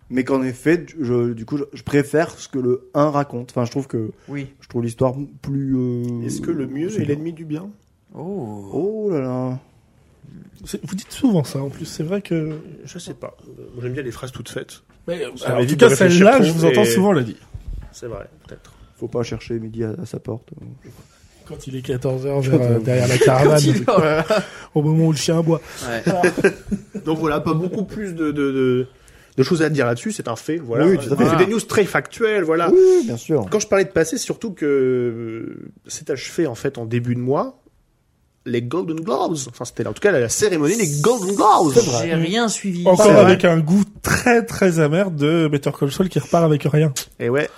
mais qu'en effet, je, du coup, je, je préfère ce que le 1 raconte. Enfin, je trouve que Oui. je trouve l'histoire plus. euh, Est-ce que le mieux est c'est- l'ennemi du bien Oh. Oh là là. C'est- Vous dites souvent ça en plus, c'est vrai que. Je sais pas. Euh, J'aime bien les phrases toutes faites. Ça Alors, en tout m'évite cas, de réfléchir celle-là, trop je vous entends et- souvent la dire. C'est vrai, peut-être. Faut pas chercher midi à, à sa porte. Quand il est 14h derrière la caravane, au moment où le chien boit. Ouais. Donc voilà, pas beaucoup plus de, de, de, de choses à dire là-dessus, c'est un fait. Voilà. Oui, tout à fait. On fait des news très factuelles, voilà. Oui, bien sûr. Quand je parlais de passé, surtout que euh, c'est achevé en fait en début de mois les Golden Globes. Enfin, c'était là, en tout cas la, la cérémonie des Golden Globes. J'ai rien suivi. Encore C'est vrai. avec un goût très très amer de Better Call Saul qui repart avec rien. Et ouais,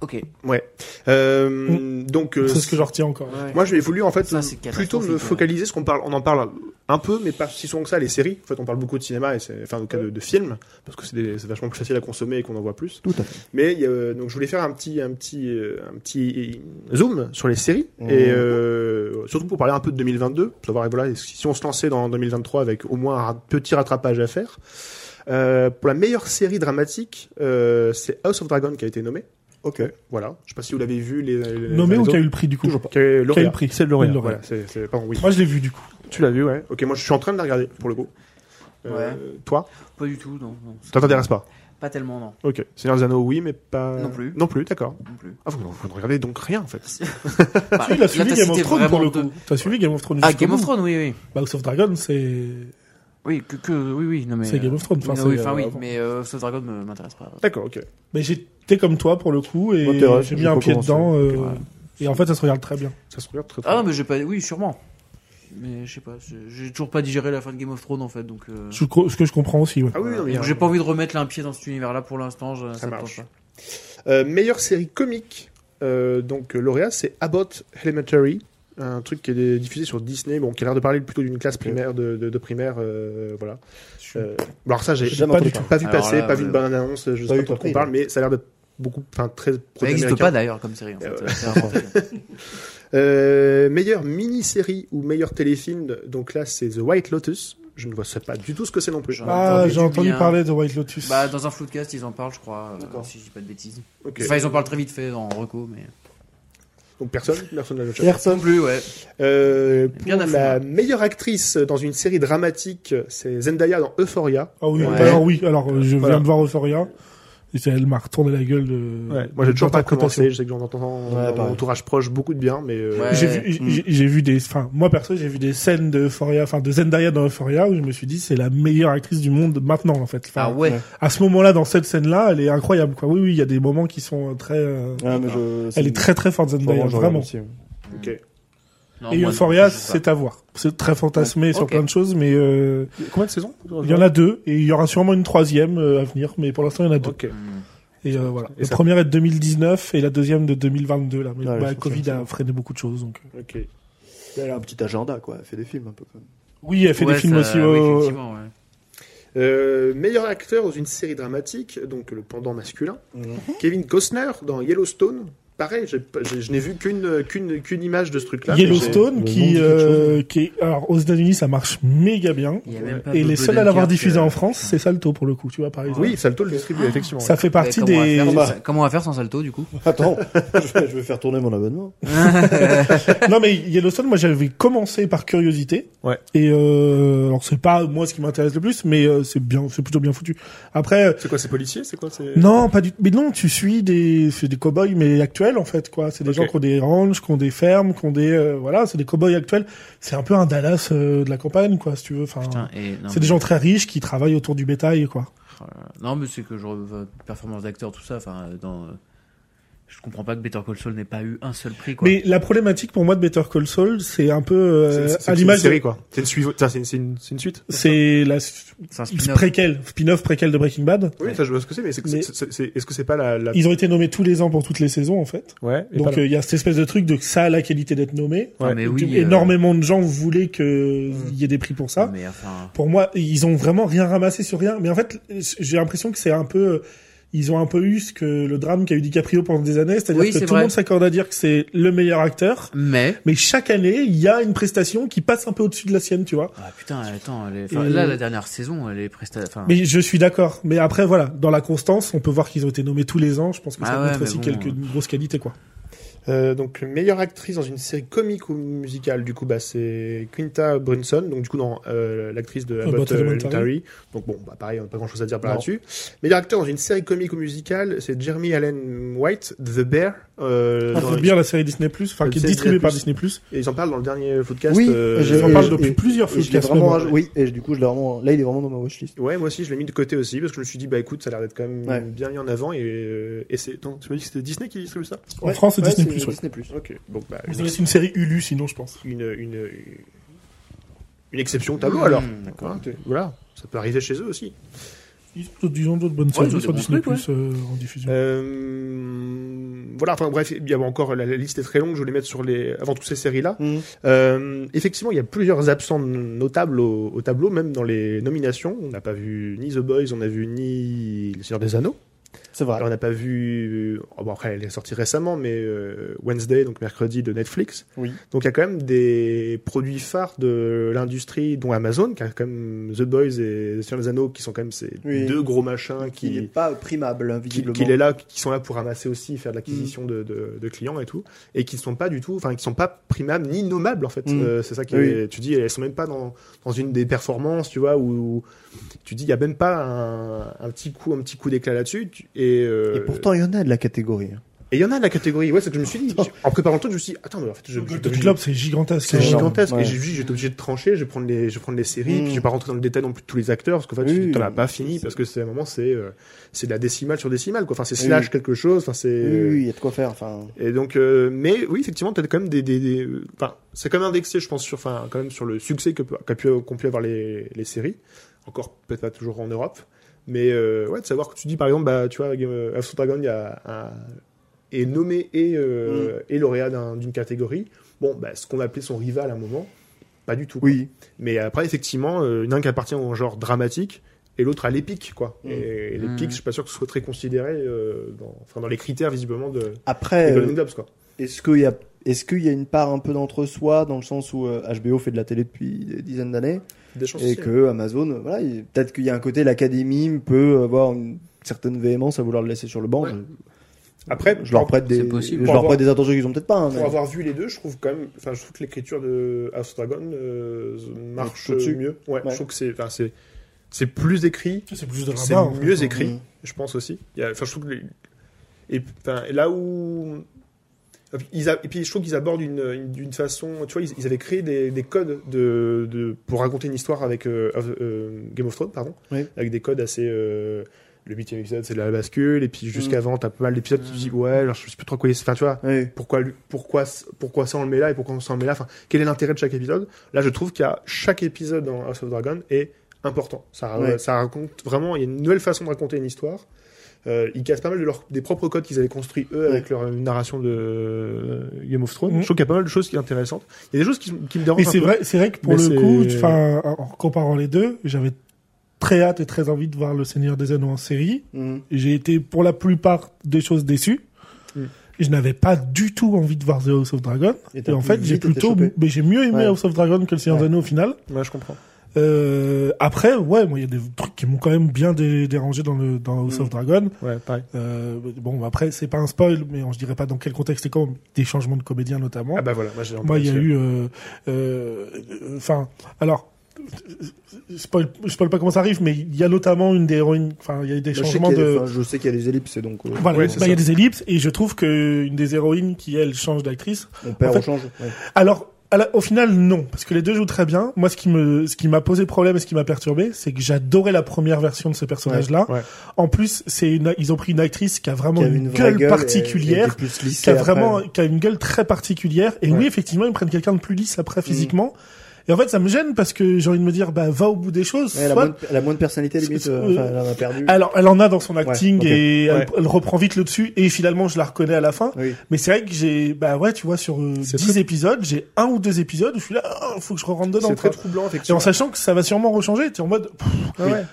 Ok. ouais. Euh, Donc euh, C'est ce que j'en retiens encore. Moi, j'ai voulu en fait Ça, c'est plutôt catastrophique, me ouais. focaliser ce qu'on parle. On en parle un peu, mais pas si souvent que ça. Les séries. En fait, on parle beaucoup de cinéma et c'est, enfin, au cas de, de films, parce que c'est, des- c'est vachement plus facile à consommer et qu'on en voit plus. Tout à fait. Mais il y a- donc, je voulais faire un petit, un petit, euh, un petit euh, zoom sur les séries Mmh. et euh, surtout pour parler un peu de 2022, pour savoir voilà si si on se lançait dans 2023 avec au moins un ra- petit rattrapage à faire. Euh, pour la meilleure série dramatique, euh, c'est House of Dragon qui a été nommée. Ok. Voilà. Je sais pas si vous l'avez vu. Les, les- Nommé les ou qui a autres. eu le prix du coup Toujours pas. Qui est Qui a eu lauréat. le prix C'est le lauréat. Oui, le Voilà, c'est, c'est- pardon, oui. Moi je l'ai vu du coup. Tu l'as vu, ouais. Ok, moi je suis en train de la regarder pour le coup. Euh, Toi, Pas du tout, non. non. ça t'intéresse pas Pas tellement, non. Ok. Seigneur des Anneaux, oui, mais pas. Non plus. Non plus, d'accord. non plus. Ah, vous, vous ne regardez donc rien en fait. Bah, Ah, Tu il là, a suivi t'as Game of cité Thrones pour vraiment le deux- coup. T'as suivi Game of Thrones Ah, jusqu'au Game of bout. Thrones, oui, oui. House of Dragon, c'est Oui, que, que- oui, oui. Non, mais, c'est Game euh, of Thrones. Enfin, c'est, non, oui, enfin, euh, oui, avant. mais euh, House of Dragon me- m'intéresse pas. D'accord, ok. Mais j'étais comme toi pour le coup et M'intéresse, j'ai j'ai mis un pas pied commencé. dedans. euh, voilà. Et en fait, ça se regarde très bien. Ça se regarde très très Ah, non, bien. mais j'ai pas. Oui, sûrement. Mais je sais pas, c'est- j'ai toujours pas digéré la fin de Game of Thrones en fait, donc. euh, Je cro- Ce que je comprends aussi. ouais. Ah oui, non, mais. donc j'ai pas envie de remettre là un pied dans cet univers-là pour l'instant. je- Ça, me marche. tente Euh, meilleure série comique, euh, donc euh, lauréat, c'est Abbott Elementary. Un truc qui est diffusé sur Disney, bon, qui a l'air de parler plutôt d'une classe primaire, de, de, de primaire, euh, voilà. Euh, alors ça, j'ai J'ai jamais pas, entendu du tout- pas vu Alors passer, là, euh, pas vu ouais. de bonne annonce, je sais Pas eu pas trop de quoi compris, on parle, mais ça a l'air de beaucoup, enfin, très pas. Ça n'existe pro-américain. pas d'ailleurs comme série en fait. Euh, euh, c'est inventé. Euh, meilleure mini-série ou meilleur téléfilm, donc là c'est The White Lotus. Je ne vois ça pas du tout ce que c'est non plus. J'en ai Ah, entendu j'ai du entendu bien. parler de White Lotus. Bah, dans un floodcast, ils en parlent, je crois, euh, si je dis pas de bêtises. Ok. Enfin, ils en parlent très vite fait dans Reco, mais. Donc personne, personne n'a le chat. Non plus, ouais. Euh, pour Bien à fond, la hein. meilleure actrice dans une série dramatique, c'est Zendaya dans Euphoria. Ah oui, Ouais. bah alors oui, alors euh, je viens Voilà. de voir Euphoria. Et c'est- elle m'a retourné la gueule de. Moi j'ai toujours pas d'interprétation. commencé, je sais que j'en entends dans Ouais, mon pareil. entourage proche beaucoup de bien, mais euh, Ouais. Mm. J'ai vu, j'ai- j'ai vu des, enfin, moi perso, j'ai vu des scènes de Euphoria, enfin, de Zendaya dans Euphoria où je me suis dit, c'est la meilleure actrice du monde maintenant, en fait. Enfin, Ah ouais. À ce moment-là, dans cette scène-là, elle est incroyable, quoi. Oui, oui, il y a des moments qui sont euh, très, euh, Ah, mais je- c'est- elle est très très forte, Zendaya, je regarde vraiment. aussi, ouais. Non, Et moi, Euphoria, je sais pas. c'est à voir. C'est très fantasmé sur Ok. plein de choses, mais euh, combien de saisons il y en a deux et il y aura sûrement une troisième euh, à venir, mais pour l'instant il y en a deux. Ok. Et euh, voilà. Et la ça- première est de 2019 et la deuxième de 2022 là. Mais Ouais, bah, c'est Covid ça, a freiné beaucoup de choses donc. euh. Ok. Elle a un petit agenda, quoi. Elle fait des films un peu. comme- Oui, elle fait Ouais, des films ça- aussi. oui, euh, effectivement, ouais. Euh, meilleur acteur dans une série dramatique, donc le pendant masculin. Mhm. Kevin Costner dans Yellowstone. Pareil, j'ai pas- j'ai- je n'ai vu qu'une qu'une qu'une image de ce truc-là. mais Yellowstone le nom qui dit quelque euh, qui est- alors aux États-Unis ça marche méga bien Il y a même pas et les Bob seuls à l'avoir Odenkirk, diffusé euh, en France c'est Salto pour le coup tu vois par j'ai- exemple. Oui, Salto le distribue, effectivement. Ah. Ça fait partie Ouais, Bah, comment on va des Bah. faire sans- Comment on va faire sans Salto du coup Attends, je vais, je vais faire tourner mon abonnement. non mais Yellowstone, moi j'avais commencé par curiosité. Ouais. Et euh, alors c'est pas moi ce qui m'intéresse le plus, mais euh, c'est bien, c'est plutôt bien foutu. Après, C'est quoi, c'est policier C'est quoi c'est- non, pas du. Mais non, tu suis des, c'est des cowboys mais actuels en fait quoi. C'est des Ok. gens qui ont des ranchs, qui ont des fermes, qui ont des, euh, voilà, c'est des cowboys actuels. C'est un peu un Dallas euh, de la campagne quoi, si tu veux. Enfin, Putain, et non, c'est des mais- gens très riches qui travaillent autour du bétail quoi. Oh là là. Non, mais c'est que je euh, performance d'acteur, tout ça. Enfin, euh, dans. euh, Je comprends pas que Better Call Saul n'ait pas eu un seul prix. Quoi. Mais la problématique pour moi de Better Call Saul, c'est un peu euh, C'est- c'est- c'est à une l'image. de- série, quoi. C'est une, suivo- ça, c'est une- c'est une- c'est une suite C'est la C'est un spin-off. préquel, spin-off préquel de Breaking Bad. Oui, ça, je vois ce que c'est, mais c'est- Mais- c'est- c'est- c'est- est-ce que c'est pas la. la... Ils ont été nommés tous les ans pour toutes les saisons en fait. Ouais, et pas Donc la- euh, il y a cette espèce de truc de que ça a la qualité d'être nommé. Enfin, ouais. mais Donc, oui, euh, Énormément de gens voulaient que il y ait des prix pour ça. Mais enfin. Pour moi, ils ont vraiment rien ramassé sur rien. Mais en fait, j'ai l'impression que c'est un peu, ils ont un peu eu ce que le drame qu'a eu DiCaprio pendant des années, c'est-à-dire Oui, que c'est tout vrai. le monde s'accorde à dire que c'est le meilleur acteur. Mais. Mais chaque année, il y a une prestation qui passe un peu au-dessus de la sienne, tu vois. Ah putain, attends. elle est- enfin, Et- Là, la dernière saison, elle est presta. Enfin, Mais je suis d'accord. Mais après, voilà, dans la constance, on peut voir qu'ils ont été nommés tous les ans. Je pense que ça Ah ouais, montre mais aussi bon, quelques euh. grosses qualités, quoi. Euh, donc meilleure actrice dans une série comique ou musicale du coup bah c'est Quinta Brunson donc du coup dans euh, l'actrice de Abbott Abbott Elementary. Elementary donc bon bah pareil on n'a pas grand chose à dire par là-dessus meilleur acteur dans une série comique ou musicale c'est Jeremy Allen White The Bear euh, Ah, dans- c'est bien la série Disney+, enfin qui est Disney+. distribuée par Disney+. et ils en parlent dans le dernier podcast. Oui, euh, je- Ils en Et- parlent depuis et- plusieurs Et je l'ai podcasts. vraiment même. raj- Oui, et du coup, je l'ai vraiment. Là, il est vraiment dans ma watchlist. Ouais, moi aussi, je l'ai mis de côté aussi parce que je me suis dit, bah écoute, ça a l'air d'être quand même Ouais. bien mis en avant et, euh, et c'est. Donc, tu m'as dit que c'était Disney qui distribue ça En France, c'est Disney+. ouais. Ok, bon, bah, Ça doit être une série Ulu, sinon, je pense. une, une, une exception au Hmm. tableau alors. Hein, t'es- voilà, ça peut arriver chez eux aussi. Ils ont ils ont d'autres bonnes Ouais, ils ont séries sur des Disney+, bons euh, en diffusion. Euh, voilà, enfin bref, il y avait encore la, la liste est très longue, je vais les mettre sur les avant toutes ces séries là. Euh, effectivement, il y a plusieurs absents notables au, au tableau, même dans les nominations. On n'a pas vu ni The Boys, on a vu ni Le Seigneur des Anneaux. C'est vrai. Alors, on n'a pas vu. oh, bon, après, elle est sortie récemment, mais euh, Wednesday, donc mercredi de Netflix. Oui. Donc il y a quand même des produits phares de l'industrie, dont Amazon, qui a quand même The Boys et The Seigneur des Anneaux, qui sont quand même ces Oui. deux gros machins qui Il n'est pas primable, qui- visiblement. Mm. qu'il est là, qui sont là pour ramasser aussi, faire de l'acquisition de, de- de clients et tout, et qui ne sont pas du tout, enfin, qui sont pas primables ni nommables en fait. Mm. Euh, c'est ça qui, Oui. est- tu dis, elles sont même pas dans, dans une des performances, tu vois, où, où tu dis, il y a même pas un, un petit coup, un petit coup d'éclat là-dessus. tu- Et, euh, Et pourtant, il y en a de la catégorie. hein. et il y en a de la catégorie. Ouais, c'est que je me suis dit, en préparant le truc, je me suis dit, attends, mais en fait, je, Le je- Golden Globe, c'est gigantesque. c'est énorme. gigantesque. Ouais. Et j'ai dit, j'étais obligé de trancher, je vais prendre les, je vais prendre les séries, Mm. puis je vais pas rentrer dans le détail non plus de tous les acteurs, parce qu'en fait, Oui, tu t'en as oui. pas fini, parce que c'est à un moment, c'est, euh, c'est de la décimale sur décimale, quoi. Enfin, c'est Oui, slash oui. quelque chose, enfin, c'est, Oui, oui, il y a de quoi faire. Enfin, et donc, euh, mais oui, effectivement, t'as quand même des, des, des- enfin, c'est quand même indexé, je pense, sur, enfin, quand même sur le succès que peut- qu'a pu, qu'ont pu avoir les, les séries. Encore peut-être pas toujours en Europe, mais euh, ouais, de savoir que tu dis par exemple, bah, tu vois, Game of Thrones Dragon, il y a un- est nommé et, Mm. euh, et lauréat d'un- d'une catégorie. Bon, bah, ce qu'on appelait son rival à un moment, pas du tout. quoi. oui. Mais après, effectivement, euh, l'un qui appartient au genre dramatique et l'autre à l'épique, quoi. Mm. Et, et l'épique, Mm. je suis pas sûr que ce soit très considéré, euh, dans, enfin, dans les critères visiblement de, des Après, Golden euh, Globes, quoi. est-ce qu'il y a, est-ce qu'il y a une part un peu d'entre-soi dans le sens où euh, HBO fait de la télé depuis des dizaines d'années Des chances et aussi, que Amazon, euh, voilà, il- peut-être qu'il y a un côté l'académie peut avoir une certaine véhémence à vouloir le laisser sur le banc. Ouais. Je- Après, je leur prête des, C'est possible. je Pour leur avoir- prête des attentions qu'ils ont peut-être pas. hein, Pour mais- avoir vu les deux, je trouve quand même, enfin, je trouve que l'écriture de House of Dragon euh, marche Au-dessus. mieux. Ouais, Ouais. je trouve que c'est, enfin, c'est, c'est plus écrit, C'est plus de hein. c'est rabat, en fait. mieux écrit, Mm. je pense aussi. Il y a- Enfin, je trouve que les- et enfin, là où ils a- et puis je trouve qu'ils abordent une, une- d'une façon, tu vois, ils, ils avaient créé des, des codes de, de pour raconter une histoire avec euh, House- euh, Game of Thrones, pardon, Oui. avec des codes assez. euh, le huitième épisode, c'est de la bascule, et puis jusqu'avant, Mm. t'as pas mal d'épisodes, tu te dis, ouais, alors, je sais plus trop quoi, enfin, tu vois, Oui. pourquoi, lui- pourquoi, pourquoi ça on le met là et pourquoi on s'en met là. Enfin, quel est l'intérêt de chaque épisode Là, je trouve qu'il y a chaque épisode dans House of Dragon est important. Ça, Ouais. ça raconte vraiment, il y a une nouvelle façon de raconter une histoire. Euh, ils cassent pas mal de leurs- des propres codes qu'ils avaient construits eux Mm. avec leur narration de euh, Game of Thrones. Mhm. Je trouve qu'il y a pas mal de choses qui sont intéressantes. Il y a des choses qui, qui me dérangent. Et un c'est peu. vrai, c'est vrai que pour Mais c'est- le coup, enfin, en comparant les deux, j'avais très hâte et très envie de voir Le Seigneur des Anneaux en série. Mm. J'ai été pour la plupart des choses déçu. Mm. Et je n'avais pas du tout envie de voir The House of Dragon. Et Et, t'as en plus fait, j'ai vite été plutôt, chopé. mais j'ai mieux aimé Ouais. House of Dragon que Le Seigneur Ouais. des Anneaux au final. Ouais, je comprends. Euh, après, ouais, moi, il y a des trucs qui m'ont quand même bien dé- dérangé dans le dans Hmm. House of Dragon. Ouais, pareil. Euh, bon, après, c'est pas un spoil, mais on- je dirais pas dans quel contexte c'est quand même des changements de comédiens notamment. Ah bah voilà, moi j'ai un peu Moi, il y a là-dessus. eu. euh, euh, euh, Enfin, alors. Je spoil, je spoil pas comment ça arrive, mais il y a notamment une des héroïnes. Enfin, il y a eu des Bah, Je sais changements qu'il y a- de. enfin, je sais qu'il y a des ellipses, et donc euh, Voilà, Ouais, bah, c'est il y ça. a des ellipses, et je trouve que une des héroïnes qui, elle, change d'actrice, on perd, en fait- on change. ouais. alors, à la- au final, non, parce que les deux jouent très bien. Moi, ce qui me, ce qui m'a posé problème et ce qui m'a perturbé, c'est que j'adorais la première version de ce personnage-là. Ouais, ouais. En plus, c'est une, ils ont pris une actrice qui a vraiment Qui avait une, vraie gueule, gueule et- et particulière, était plus qui lissée a après. euh, vraiment, qui a une gueule très particulière. Et Ouais. oui, effectivement, ils prennent quelqu'un de plus lisse après physiquement. Et en fait, ça me gêne parce que j'ai envie de me dire, bah, va au bout des choses. Ouais, elle, a soit- moins de, elle a moins de personnalité limite, C'est- euh, euh, enfin, elle en a perdu. Alors, elle en a dans son acting ok. et elle, Ouais. elle reprend vite le dessus. Et finalement, je la reconnais à la fin. Oui. Mais c'est vrai que j'ai, bah ouais, tu vois, sur euh, 10 C'est très- épisodes, j'ai un ou deux épisodes où je suis là, Ah, faut que je rentre dedans. C'est très quoi. troublant, Et en effectivement. sachant que ça va sûrement rechanger, t'es en mode, pff, Ah ouais.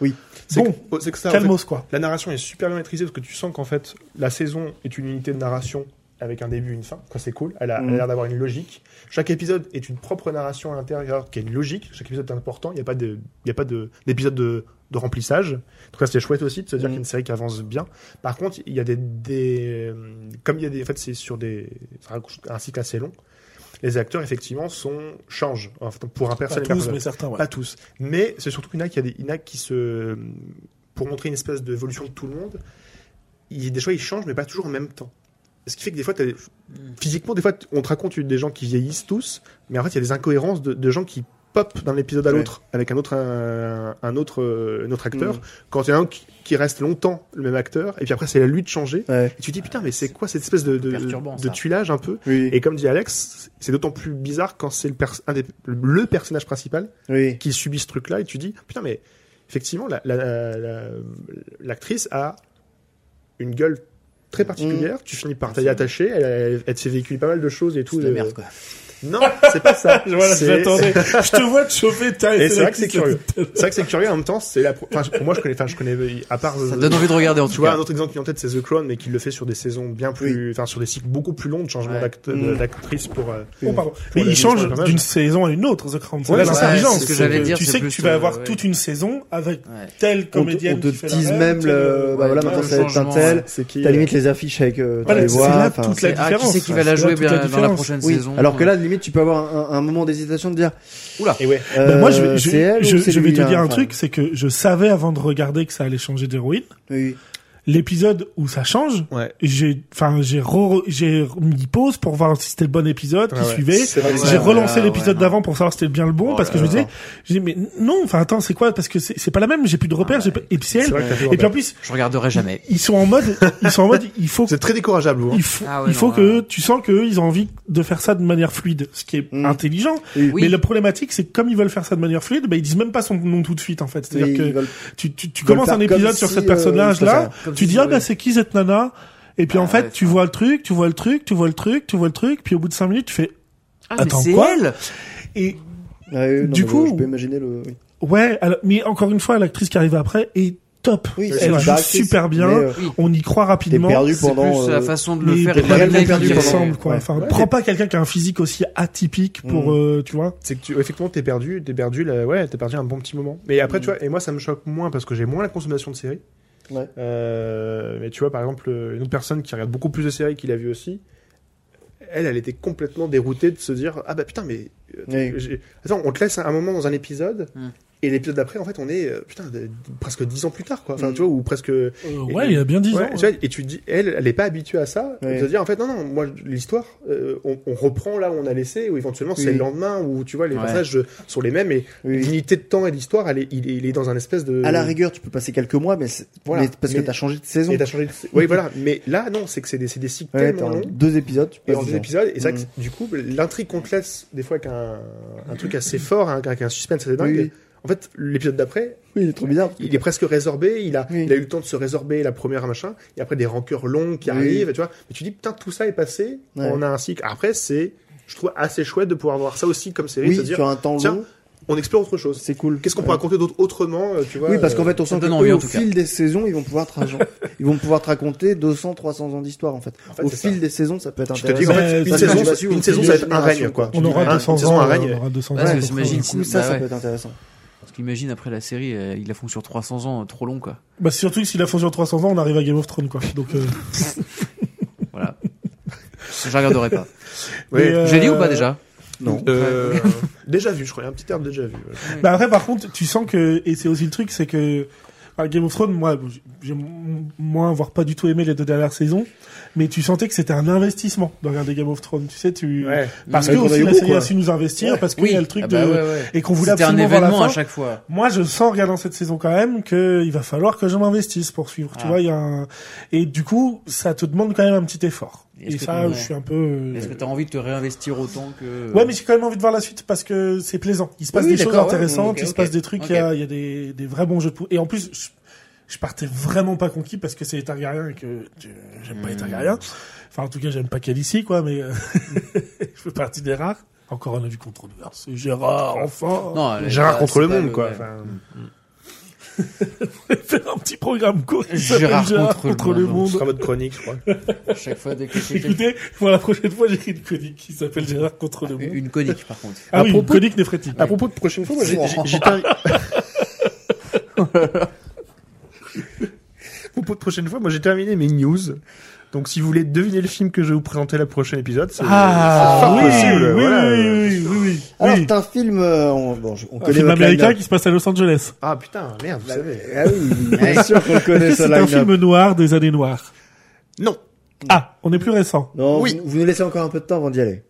Oui. C'est Bon, que- c'est que ça, en fait, calmos, quoi. La narration est super bien maîtrisée parce que tu sens qu'en fait, la saison est une unité de narration avec un début et une fin. Quoi, c'est cool. Elle a elle a Mhm. l'air d'avoir une logique. Chaque épisode est une propre narration à l'intérieur qui a une logique. Chaque épisode est important. Il n'y a pas de- il y a pas de- d'épisode de, de remplissage. En tout cas, c'est chouette aussi de se dire Mhm. qu'il y a une série qui avance bien. Par contre, il y a des. des comme il y a des. En fait, c'est sur des. ça raconte un cycle assez long. Les acteurs, effectivement, sont, changent. Enfin, pour un Pas personnage. tous, mais certains, ouais. Pas tous. Mais c'est surtout qu'il y en a qui, a des, il y en a qui se. Pour montrer une espèce d'évolution de tout le monde, il, des choix ils changent, mais pas toujours en même temps. Ce qui fait que des fois, t'as des- physiquement, des fois, t- on te raconte des gens qui vieillissent tous, mais en fait, il y a des incohérences de, de gens qui pop d'un épisode à Ouais. l'autre avec un autre un, un autre euh, un autre acteur Mhm. quand il y en a un qui, qui reste longtemps le même acteur et puis après c'est à lui de changer Ouais. et tu te dis putain mais c'est quoi cette espèce de de, Perturbant, de ça. tuilage un peu Oui, et comme dit Alex c'est d'autant plus bizarre quand c'est le, pers- un des- le personnage principal oui. qui subit ce truc-là et tu dis putain mais effectivement la- la- la- l'actrice a une gueule très particulière tu finis par t'y attacher elle, elle, elle te fait véhiculer pas mal de choses et tout C'est de la euh, merde, quoi. non c'est pas ça Voilà, C'est- j'attendais. Je te vois te chauffer, t'as et c'est vrai que c'est curieux c'est vrai que c'est curieux en même temps c'est la pro- enfin, pour moi je connais enfin je connais à part euh, Ça donne envie de regarder en tu tout vois, cas. un autre exemple qui est en tête, c'est The Crown, mais qui le fait sur des saisons bien plus, enfin, sur des cycles beaucoup plus longs de changement Ouais. d'acte- Mm. d'actrice pour, euh, Oh, pardon. Pour Mais la il change mise en d'une image. saison à une autre, The Crown. C'est Ouais, là c'est l'intelligence. ça, c'est ce que j'allais dire, Tu c'est sais que plus, tu vas euh, avoir ouais. toute une saison avec Ouais. telle On te, comédienne on te qui fait tease la euh, même le. bah ouais, voilà, le maintenant ça va être un changement, tel. c'est qui, T'as euh, limite les affiches avec. euh, tu Voilà, les c'est vois, là enfin, toute la C'est, ah, qui différence. c'est qui va la C'est jouer là toute bien, dans la différence. prochaine Oui. saison Alors que là, limite, tu peux avoir un, un moment d'hésitation de dire. Et ouais. Euh, Bah, moi, je vais, je- c'est elle je- ou c'est je vais lui, te hein, dire un enfin, truc, c'est que je savais avant de regarder que ça allait changer d'héroïne. oui. L'épisode où ça change, Ouais. j'ai, enfin, j'ai re- j'ai mis pause pour voir si c'était le bon épisode qui Ah Ouais, ouais. suivait. C'est vrai que j'ai c'est- relancé euh, ouais, l'épisode ouais, d'avant pour savoir si c'était bien le bon parce que je me disais, j'ai dit, mais non, enfin attends, c'est quoi Parce que c'est c'est pas la même. J'ai plus de repères. j'ai pas- Et puis c'est c'est elle. vrai que t'as toujours Et puis en peur. plus, Je regarderai jamais. ils sont en mode, ils sont en mode, il faut c'est très décourageable, vous. hein. il faut, Ah ouais, il faut non, que ouais. tu sens qu'eux, ils ont envie de faire ça de manière fluide, ce qui est Mm. intelligent. Oui. Mais la problématique, c'est que comme ils veulent faire ça de manière fluide, bah, ils disent même pas son nom tout de suite, en fait. C'est-à-dire Oui, que ils veulent- tu, tu, tu ils veulent commences un faire comme épisode sur si, cette euh, personnage-là, ça- comme tu si, dis, ah oui. bah c'est qui cette nana Et puis en Ah fait, ouais, tu ça. vois le truc, tu vois le truc, tu vois le truc, tu vois le truc, puis au bout de 5 minutes, tu fais, Ah, Attends, mais c'est quoi elle et Ouais, non, Du mais coup- je peux imaginer le. Oui, ouais, alors- mais encore une fois, l'actrice qui arrive après est top. Oui, c'est Elle une joue actrice, super bien, mais, euh, on y croit T'es rapidement. perdu C'est pendant. plus euh, la façon de le mais faire t'es et la réellement technique perdu qui est- pendant- ressemble, quoi. Ouais. Enfin, prends pas quelqu'un qui a un physique aussi atypique pour, Mm. euh, tu vois. C'est que tu, effectivement, t'es perdu, t'es perdu, là, ouais, t'es perdu un bon petit moment. Mais après, tu vois, et moi, ça me choque moins parce que j'ai moins la consommation de séries. Mm. Ouais. Euh, mais tu vois, par exemple, euh, une autre personne qui regarde beaucoup plus de séries qu'il a vu aussi, elle, elle était complètement déroutée de se dire, ah bah putain, mais euh, Oui. j'ai- attends, on te laisse un moment dans un épisode. Mm. Et l'épisode d'après, en fait, on est euh, putain, de- de- presque dix ans plus tard, quoi. Enfin, Mm. tu vois, ou presque. Ouais, ouais, il y a bien 10 ans. tu hein. vois, et tu te dis, elle, elle est pas habituée à ça. Ouais. De se dire, en fait, non, non, moi, l'histoire, euh, on, on reprend là où on a laissé, ou éventuellement c'est Oui. le lendemain, où tu vois, les Ouais. passages sont les mêmes, et oui, oui. l'unité de temps et d'histoire, elle est, il, est, il est dans un espèce de. À la rigueur, tu peux passer quelques mois, mais, c'est- Voilà. mais parce Mais- que t'as changé de saison. Et t'as changé de. Oui, voilà. Mais là, non, c'est que c'est des, c'est des cycles Ouais, t'as tellement en longs. deux épisodes, tu Et passes en deux dedans. épisodes, et c'est vrai Mm. que, du coup, l'intrigue qu'on te laisse, des fois, avec un, un truc assez fort, hein, avec un suspense assez dingue. Oui, oui. En fait, l'épisode d'après, Oui, il est trop bizarre. il est presque résorbé, il a, Oui. il a eu le temps de se résorber la première machin, et après des rancœurs longues qui Oui. arrivent, tu vois. Mais tu dis, putain, tout ça est passé, Ouais. on a un cycle. Après, c'est, je trouve assez chouette de pouvoir voir ça aussi comme série, de se Oui, dire, sur un temps tiens, long, on explore autre chose. c'est cool. Qu'est-ce qu'on peut Ouais. raconter d'autre autrement, euh, tu vois Oui, parce euh, qu'en fait, on Ça sent que donne envie, eux, en au tout cas. fil des saisons, ils vont pouvoir te, rajon- ils vont pouvoir te raconter 200, 300 ans d'histoire, en fait. en fait, au c'est ça. fil des saisons, ça peut être Je te dis intéressant. qu'en fait, Ouais, une parce saison, que tu vas ça- suivre une une saison, ça va être un génération, règne, quoi. quoi. On Tu aura dirais, 200 saison, ans. un euh, règne. On aura 200 Ouais, ans. parce que donc, j'imagine, Du euh, coup, ça, ça peut être intéressant. Parce qu'imagine après la série, euh, ils la font sur 300 ans, euh, trop long quoi. Bah, surtout que si la font sur 300 ans, on arrive à Game of Thrones, quoi. Donc, euh, Voilà. Je la regarderai pas. Ouais. mais, euh, J'ai dit ou pas déjà Euh, déjà vu, je crois. Il y a un petit terme déjà vu. Bah après, par contre, tu sens que et c'est aussi le truc, c'est que enfin, Game of Thrones, moi, j'ai- j'ai m- moins, voire pas du tout aimé les deux dernières saisons, mais tu sentais que c'était un investissement de regarder Game of Thrones. Tu sais, tu parce que Ouais, qu'on a aussi eu la beaucoup, série a quoi. su nous investir, parce qu'il y a le truc Ah bah de ouais, ouais. et qu'on voulait C'était un absolument voir la événement fin. à chaque fois. Moi, je sens en regardant cette saison quand même que il va falloir que je m'investisse pour suivre. Tu Ah. vois, il y a un... et du coup, ça te demande quand même un petit effort. Et est-ce Et que ça, t'en- je suis un peu. Est-ce que t'as envie de te réinvestir autant que euh, Ouais, mais j'ai quand même envie de voir la suite parce que c'est plaisant. Il se passe Oui, des choses d'accord, ouais. intéressantes, Ok, il se ok. passe des trucs, il y a, Ok. il y a des, des vrais bons jeux de pou- Et en plus, je, je partais vraiment pas conquis parce que c'est les Targaryens et que je- j'aime pas les Hmm. Targaryens. Enfin, en tout cas, j'aime pas Khaleesi, quoi, mais euh, je fais partie des rares. Encore un avis controversé. Gérard, enfin. Non, elle- Gérard elle- contre Ah, c'est le pas monde, quoi. ouais. Enfin, Faire un petit programme court. qui s'appelle Gérard contre le le monde. ce sera monde. votre chronique, je crois. Chaque fois dès que c'était Écoutez, pour la prochaine fois, j'écris une chronique qui s'appelle Gérard contre le monde. une conique par contre. Ah À oui, une propos- chronique néphrétique. À propos de prochaine fois, moi, j'ai- j'ai- j'étais. À propos de prochaine fois, moi, j'ai terminé mes news. Donc, si vous voulez deviner le film que je vais vous présenter le prochain épisode, c'est. Ah, c'est oui, fort possible, oui, voilà. oui, oui, oui, oui. Alors, oui. c'est un film, euh, on, bon, je- on Un connaît film notre américain line-up. qui se passe à Los Angeles. Ah, putain, merde, vous savez. Ah oui, bien sûr qu'on Est-ce connaît que ça, C'est un line-up. film noir des années noires. Non. Ah, on est plus récent. Non, Oui. vous, vous nous laissez encore un peu de temps avant d'y aller.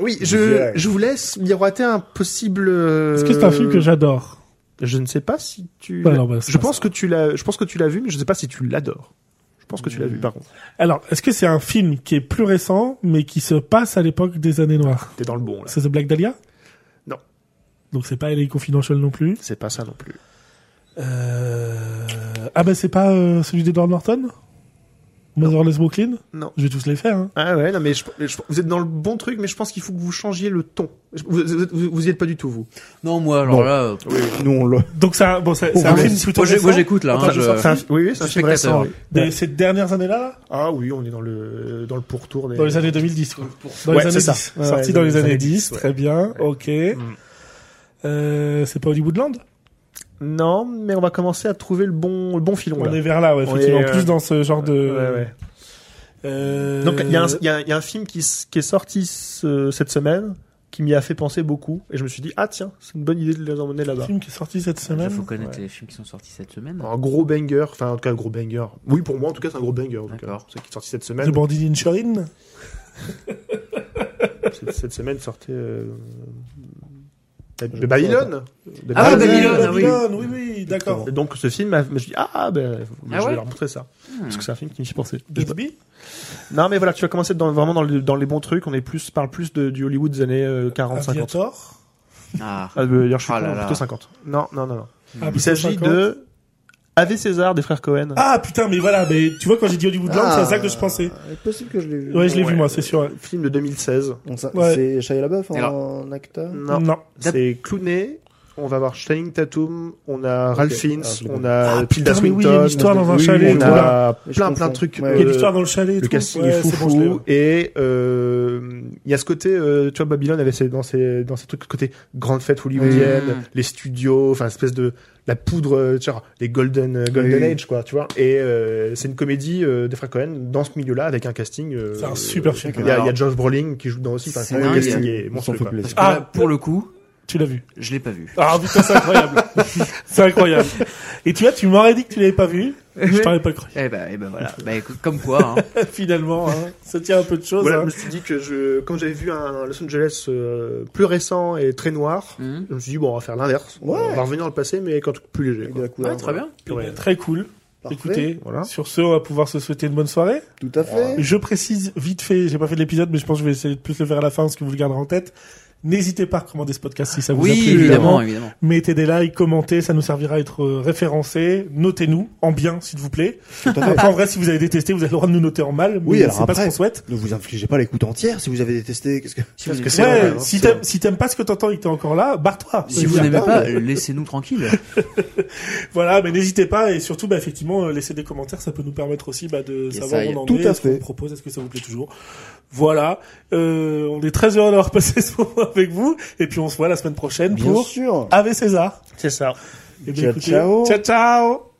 Oui, Direct. je, je vous laisse miroiter un possible. euh, Est-ce que c'est un film que j'adore Je ne sais pas si tu. Bah non, bah, c'est je pas pense ça. que tu l'as. Je pense que tu l'as vu, mais je ne sais pas si tu l'adores. Je pense que tu l'as vu par contre. Alors, est-ce que c'est un film qui est plus récent, mais qui se passe à l'époque des années noires T'es dans le bon là. C'est The Black Dahlia Non. Donc c'est pas LA Confidential non plus. C'est pas ça non plus. Euh... Ah bah c'est pas euh, celui d'Edward Norton Motherless Brooklyn Non. Je vais tous les faire. Hein. Ah ouais, non mais je- je- vous êtes dans le bon truc, mais je pense qu'il faut que vous changiez le ton. Vous, vous, vous- vous y êtes pas du tout vous. Non, moi, alors Non. là, euh, Nous, on l'a. Donc ça, bon, c'est c'est Oh, un mais film plutôt moi, j'ai- moi, récent. j'écoute là. hein, Enfin, je- c'est un- oui, oui, c'est un je suis film récent. spectateur. oui. Des- ces dernières années-là, là Ah oui, on est dans le dans le pourtour des. dans les années 2010. Quoi. Dans Ouais, les années c'est ça. 10. Ouais, Sorti ouais, dans les années 10, très bien, ok. Mm. Euh, c'est pas Hollywoodland Non, mais on va commencer à trouver le bon le bon filon. On là. est vers là, ouais, On effectivement. est, euh, Plus dans ce genre de... Ouais, ouais. Euh, Donc il y, a un- il y a un- il y a un film qui, s- qui est sorti ce- cette semaine qui m'y a fait penser beaucoup et je me suis dit ah tiens c'est une bonne idée de les emmener un là-bas. film qui est sorti cette Ah, Il semaine. faut connaître les films qui sont sortis cette semaine. Un gros banger, enfin en tout cas un gros banger. Oui pour moi en tout cas c'est un gros banger. en tout cas. D'accord. C'est qui est sorti cette The semaine. Bandit in Shaolin cette, cette semaine sortait euh, de Babylone. De Ah ouais, Babylone, ah oui. Babylone, oui, oui, d'accord. Et Donc ce film, m'a- je me suis dit ah ben Ah je ouais vais leur montrer ça parce que c'est un film qui me fait penser. Gatsby Non mais voilà tu vas commencer dans, vraiment dans, le- dans les bons trucs. On est plus parle plus de, du Hollywood des années euh, 40 50. Aviator Ah. Ah, euh, D'ailleurs, je suis Ah con, là là. plutôt 50. Non, non, non, non. Ah, Il s'agit 50. de Ave César des frères Cohen. Ah putain, mais voilà, mais tu vois, quand j'ai dit Hollywoodland, c'est à ça que Ah. je pensais. C'est possible que je l'ai vu. Ouais, je l'ai vu, moi, c'est sûr. ouais. Film de 2016. Bon, ça- Ouais. C'est Shia LaBeouf en, Alors- en acteur. Non. Hmm. Non. C'est Clooney. On va voir Shining Tatum. On a Ralph Fiennes. Ah, je on putain, a Euh, Tilda mais oui, il y a une histoire dans un Oui, chalet et On tout, a Je plein, comprends. plein de trucs. Ouais. Il y a euh, l'histoire dans le chalet et le tout. casting Ouais, est c'est bon, je l'ai, ouais. foufou et euh, il y a ce côté euh, tu vois Babylone avait ses, dans ses dans ses trucs côté grande fête hollywoodienne Mm. les studios enfin espèce de la poudre euh, tu vois, les golden euh, golden Oui. age quoi tu vois et euh, c'est une comédie euh, des frères Cohen dans ce milieu là avec un casting euh, C'est un super film. il y, a- il y a Josh Brolin qui joue dedans aussi enfin, C'est le dingue. casting est On s'en monstrueux fait quoi. plaisir. Parce que là, Ah. pour le coup, Tu l'as vu. je l'ai pas vu. Ah putain, c'est incroyable. c'est incroyable. Et tu vois, tu m'aurais dit que tu l'avais pas vu. Je t'aurais pas cru. Eh ben, eh ben voilà. Bah, écoute, comme quoi, hein. Finalement, hein, ça tient un peu de choses. Voilà, hein. je me suis dit que je, quand j'avais vu un Los Angeles euh, plus récent et très noir, Hmm. Mhm. je me suis dit bon, on va faire l'inverse, Ouais. on va revenir dans le passé mais avec un truc plus léger. Avec quoi. de la couleur. Ouais, très bien. Eh Ouais. ben, Très cool. Parfait. Écoutez, Ah, Voilà. sur ce, on va pouvoir se souhaiter une bonne soirée. Tout à fait. Je précise vite fait, j'ai pas fait de l'épisode, mais je pense que je vais essayer de plus le faire à la fin, parce que vous le garderez en tête. N'hésitez pas à recommander ce podcast si ça vous a plu. Oui, évidemment, évidemment. Mettez des likes, commentez, ça nous servira à être euh, référencés. Notez-nous en bien, s'il vous plaît. Tout à fait. Après, en vrai, si vous avez détesté, vous avez le droit de nous noter en mal, mais Oui, alors c'est pas ce après, qu'on souhaite. Ne vous infligez pas l'écoute entière si vous avez détesté. Qu'est-ce que... hein, Si vous, Ouais, n'aimez- euh, si t'aimes si t'aimes pas ce que t'entends et que t'es encore là, barre-toi. si vous Voilà. n'aimez pas, euh, mais- laissez-nous tranquille. Voilà, mais n'hésitez pas et surtout, bah, effectivement, euh, laissez des commentaires, ça peut nous permettre aussi bah, de savoir I où am. on en Tout est, à ce qu'on fait. propose, est-ce que ça vous plaît toujours. Voilà, Euh, on est très heureux d'avoir passé ce moment avec vous et puis on se voit la semaine prochaine Bien pour sûr. Ave César. C'est ça. Eh bien, Ciao, ciao. Ciao ciao.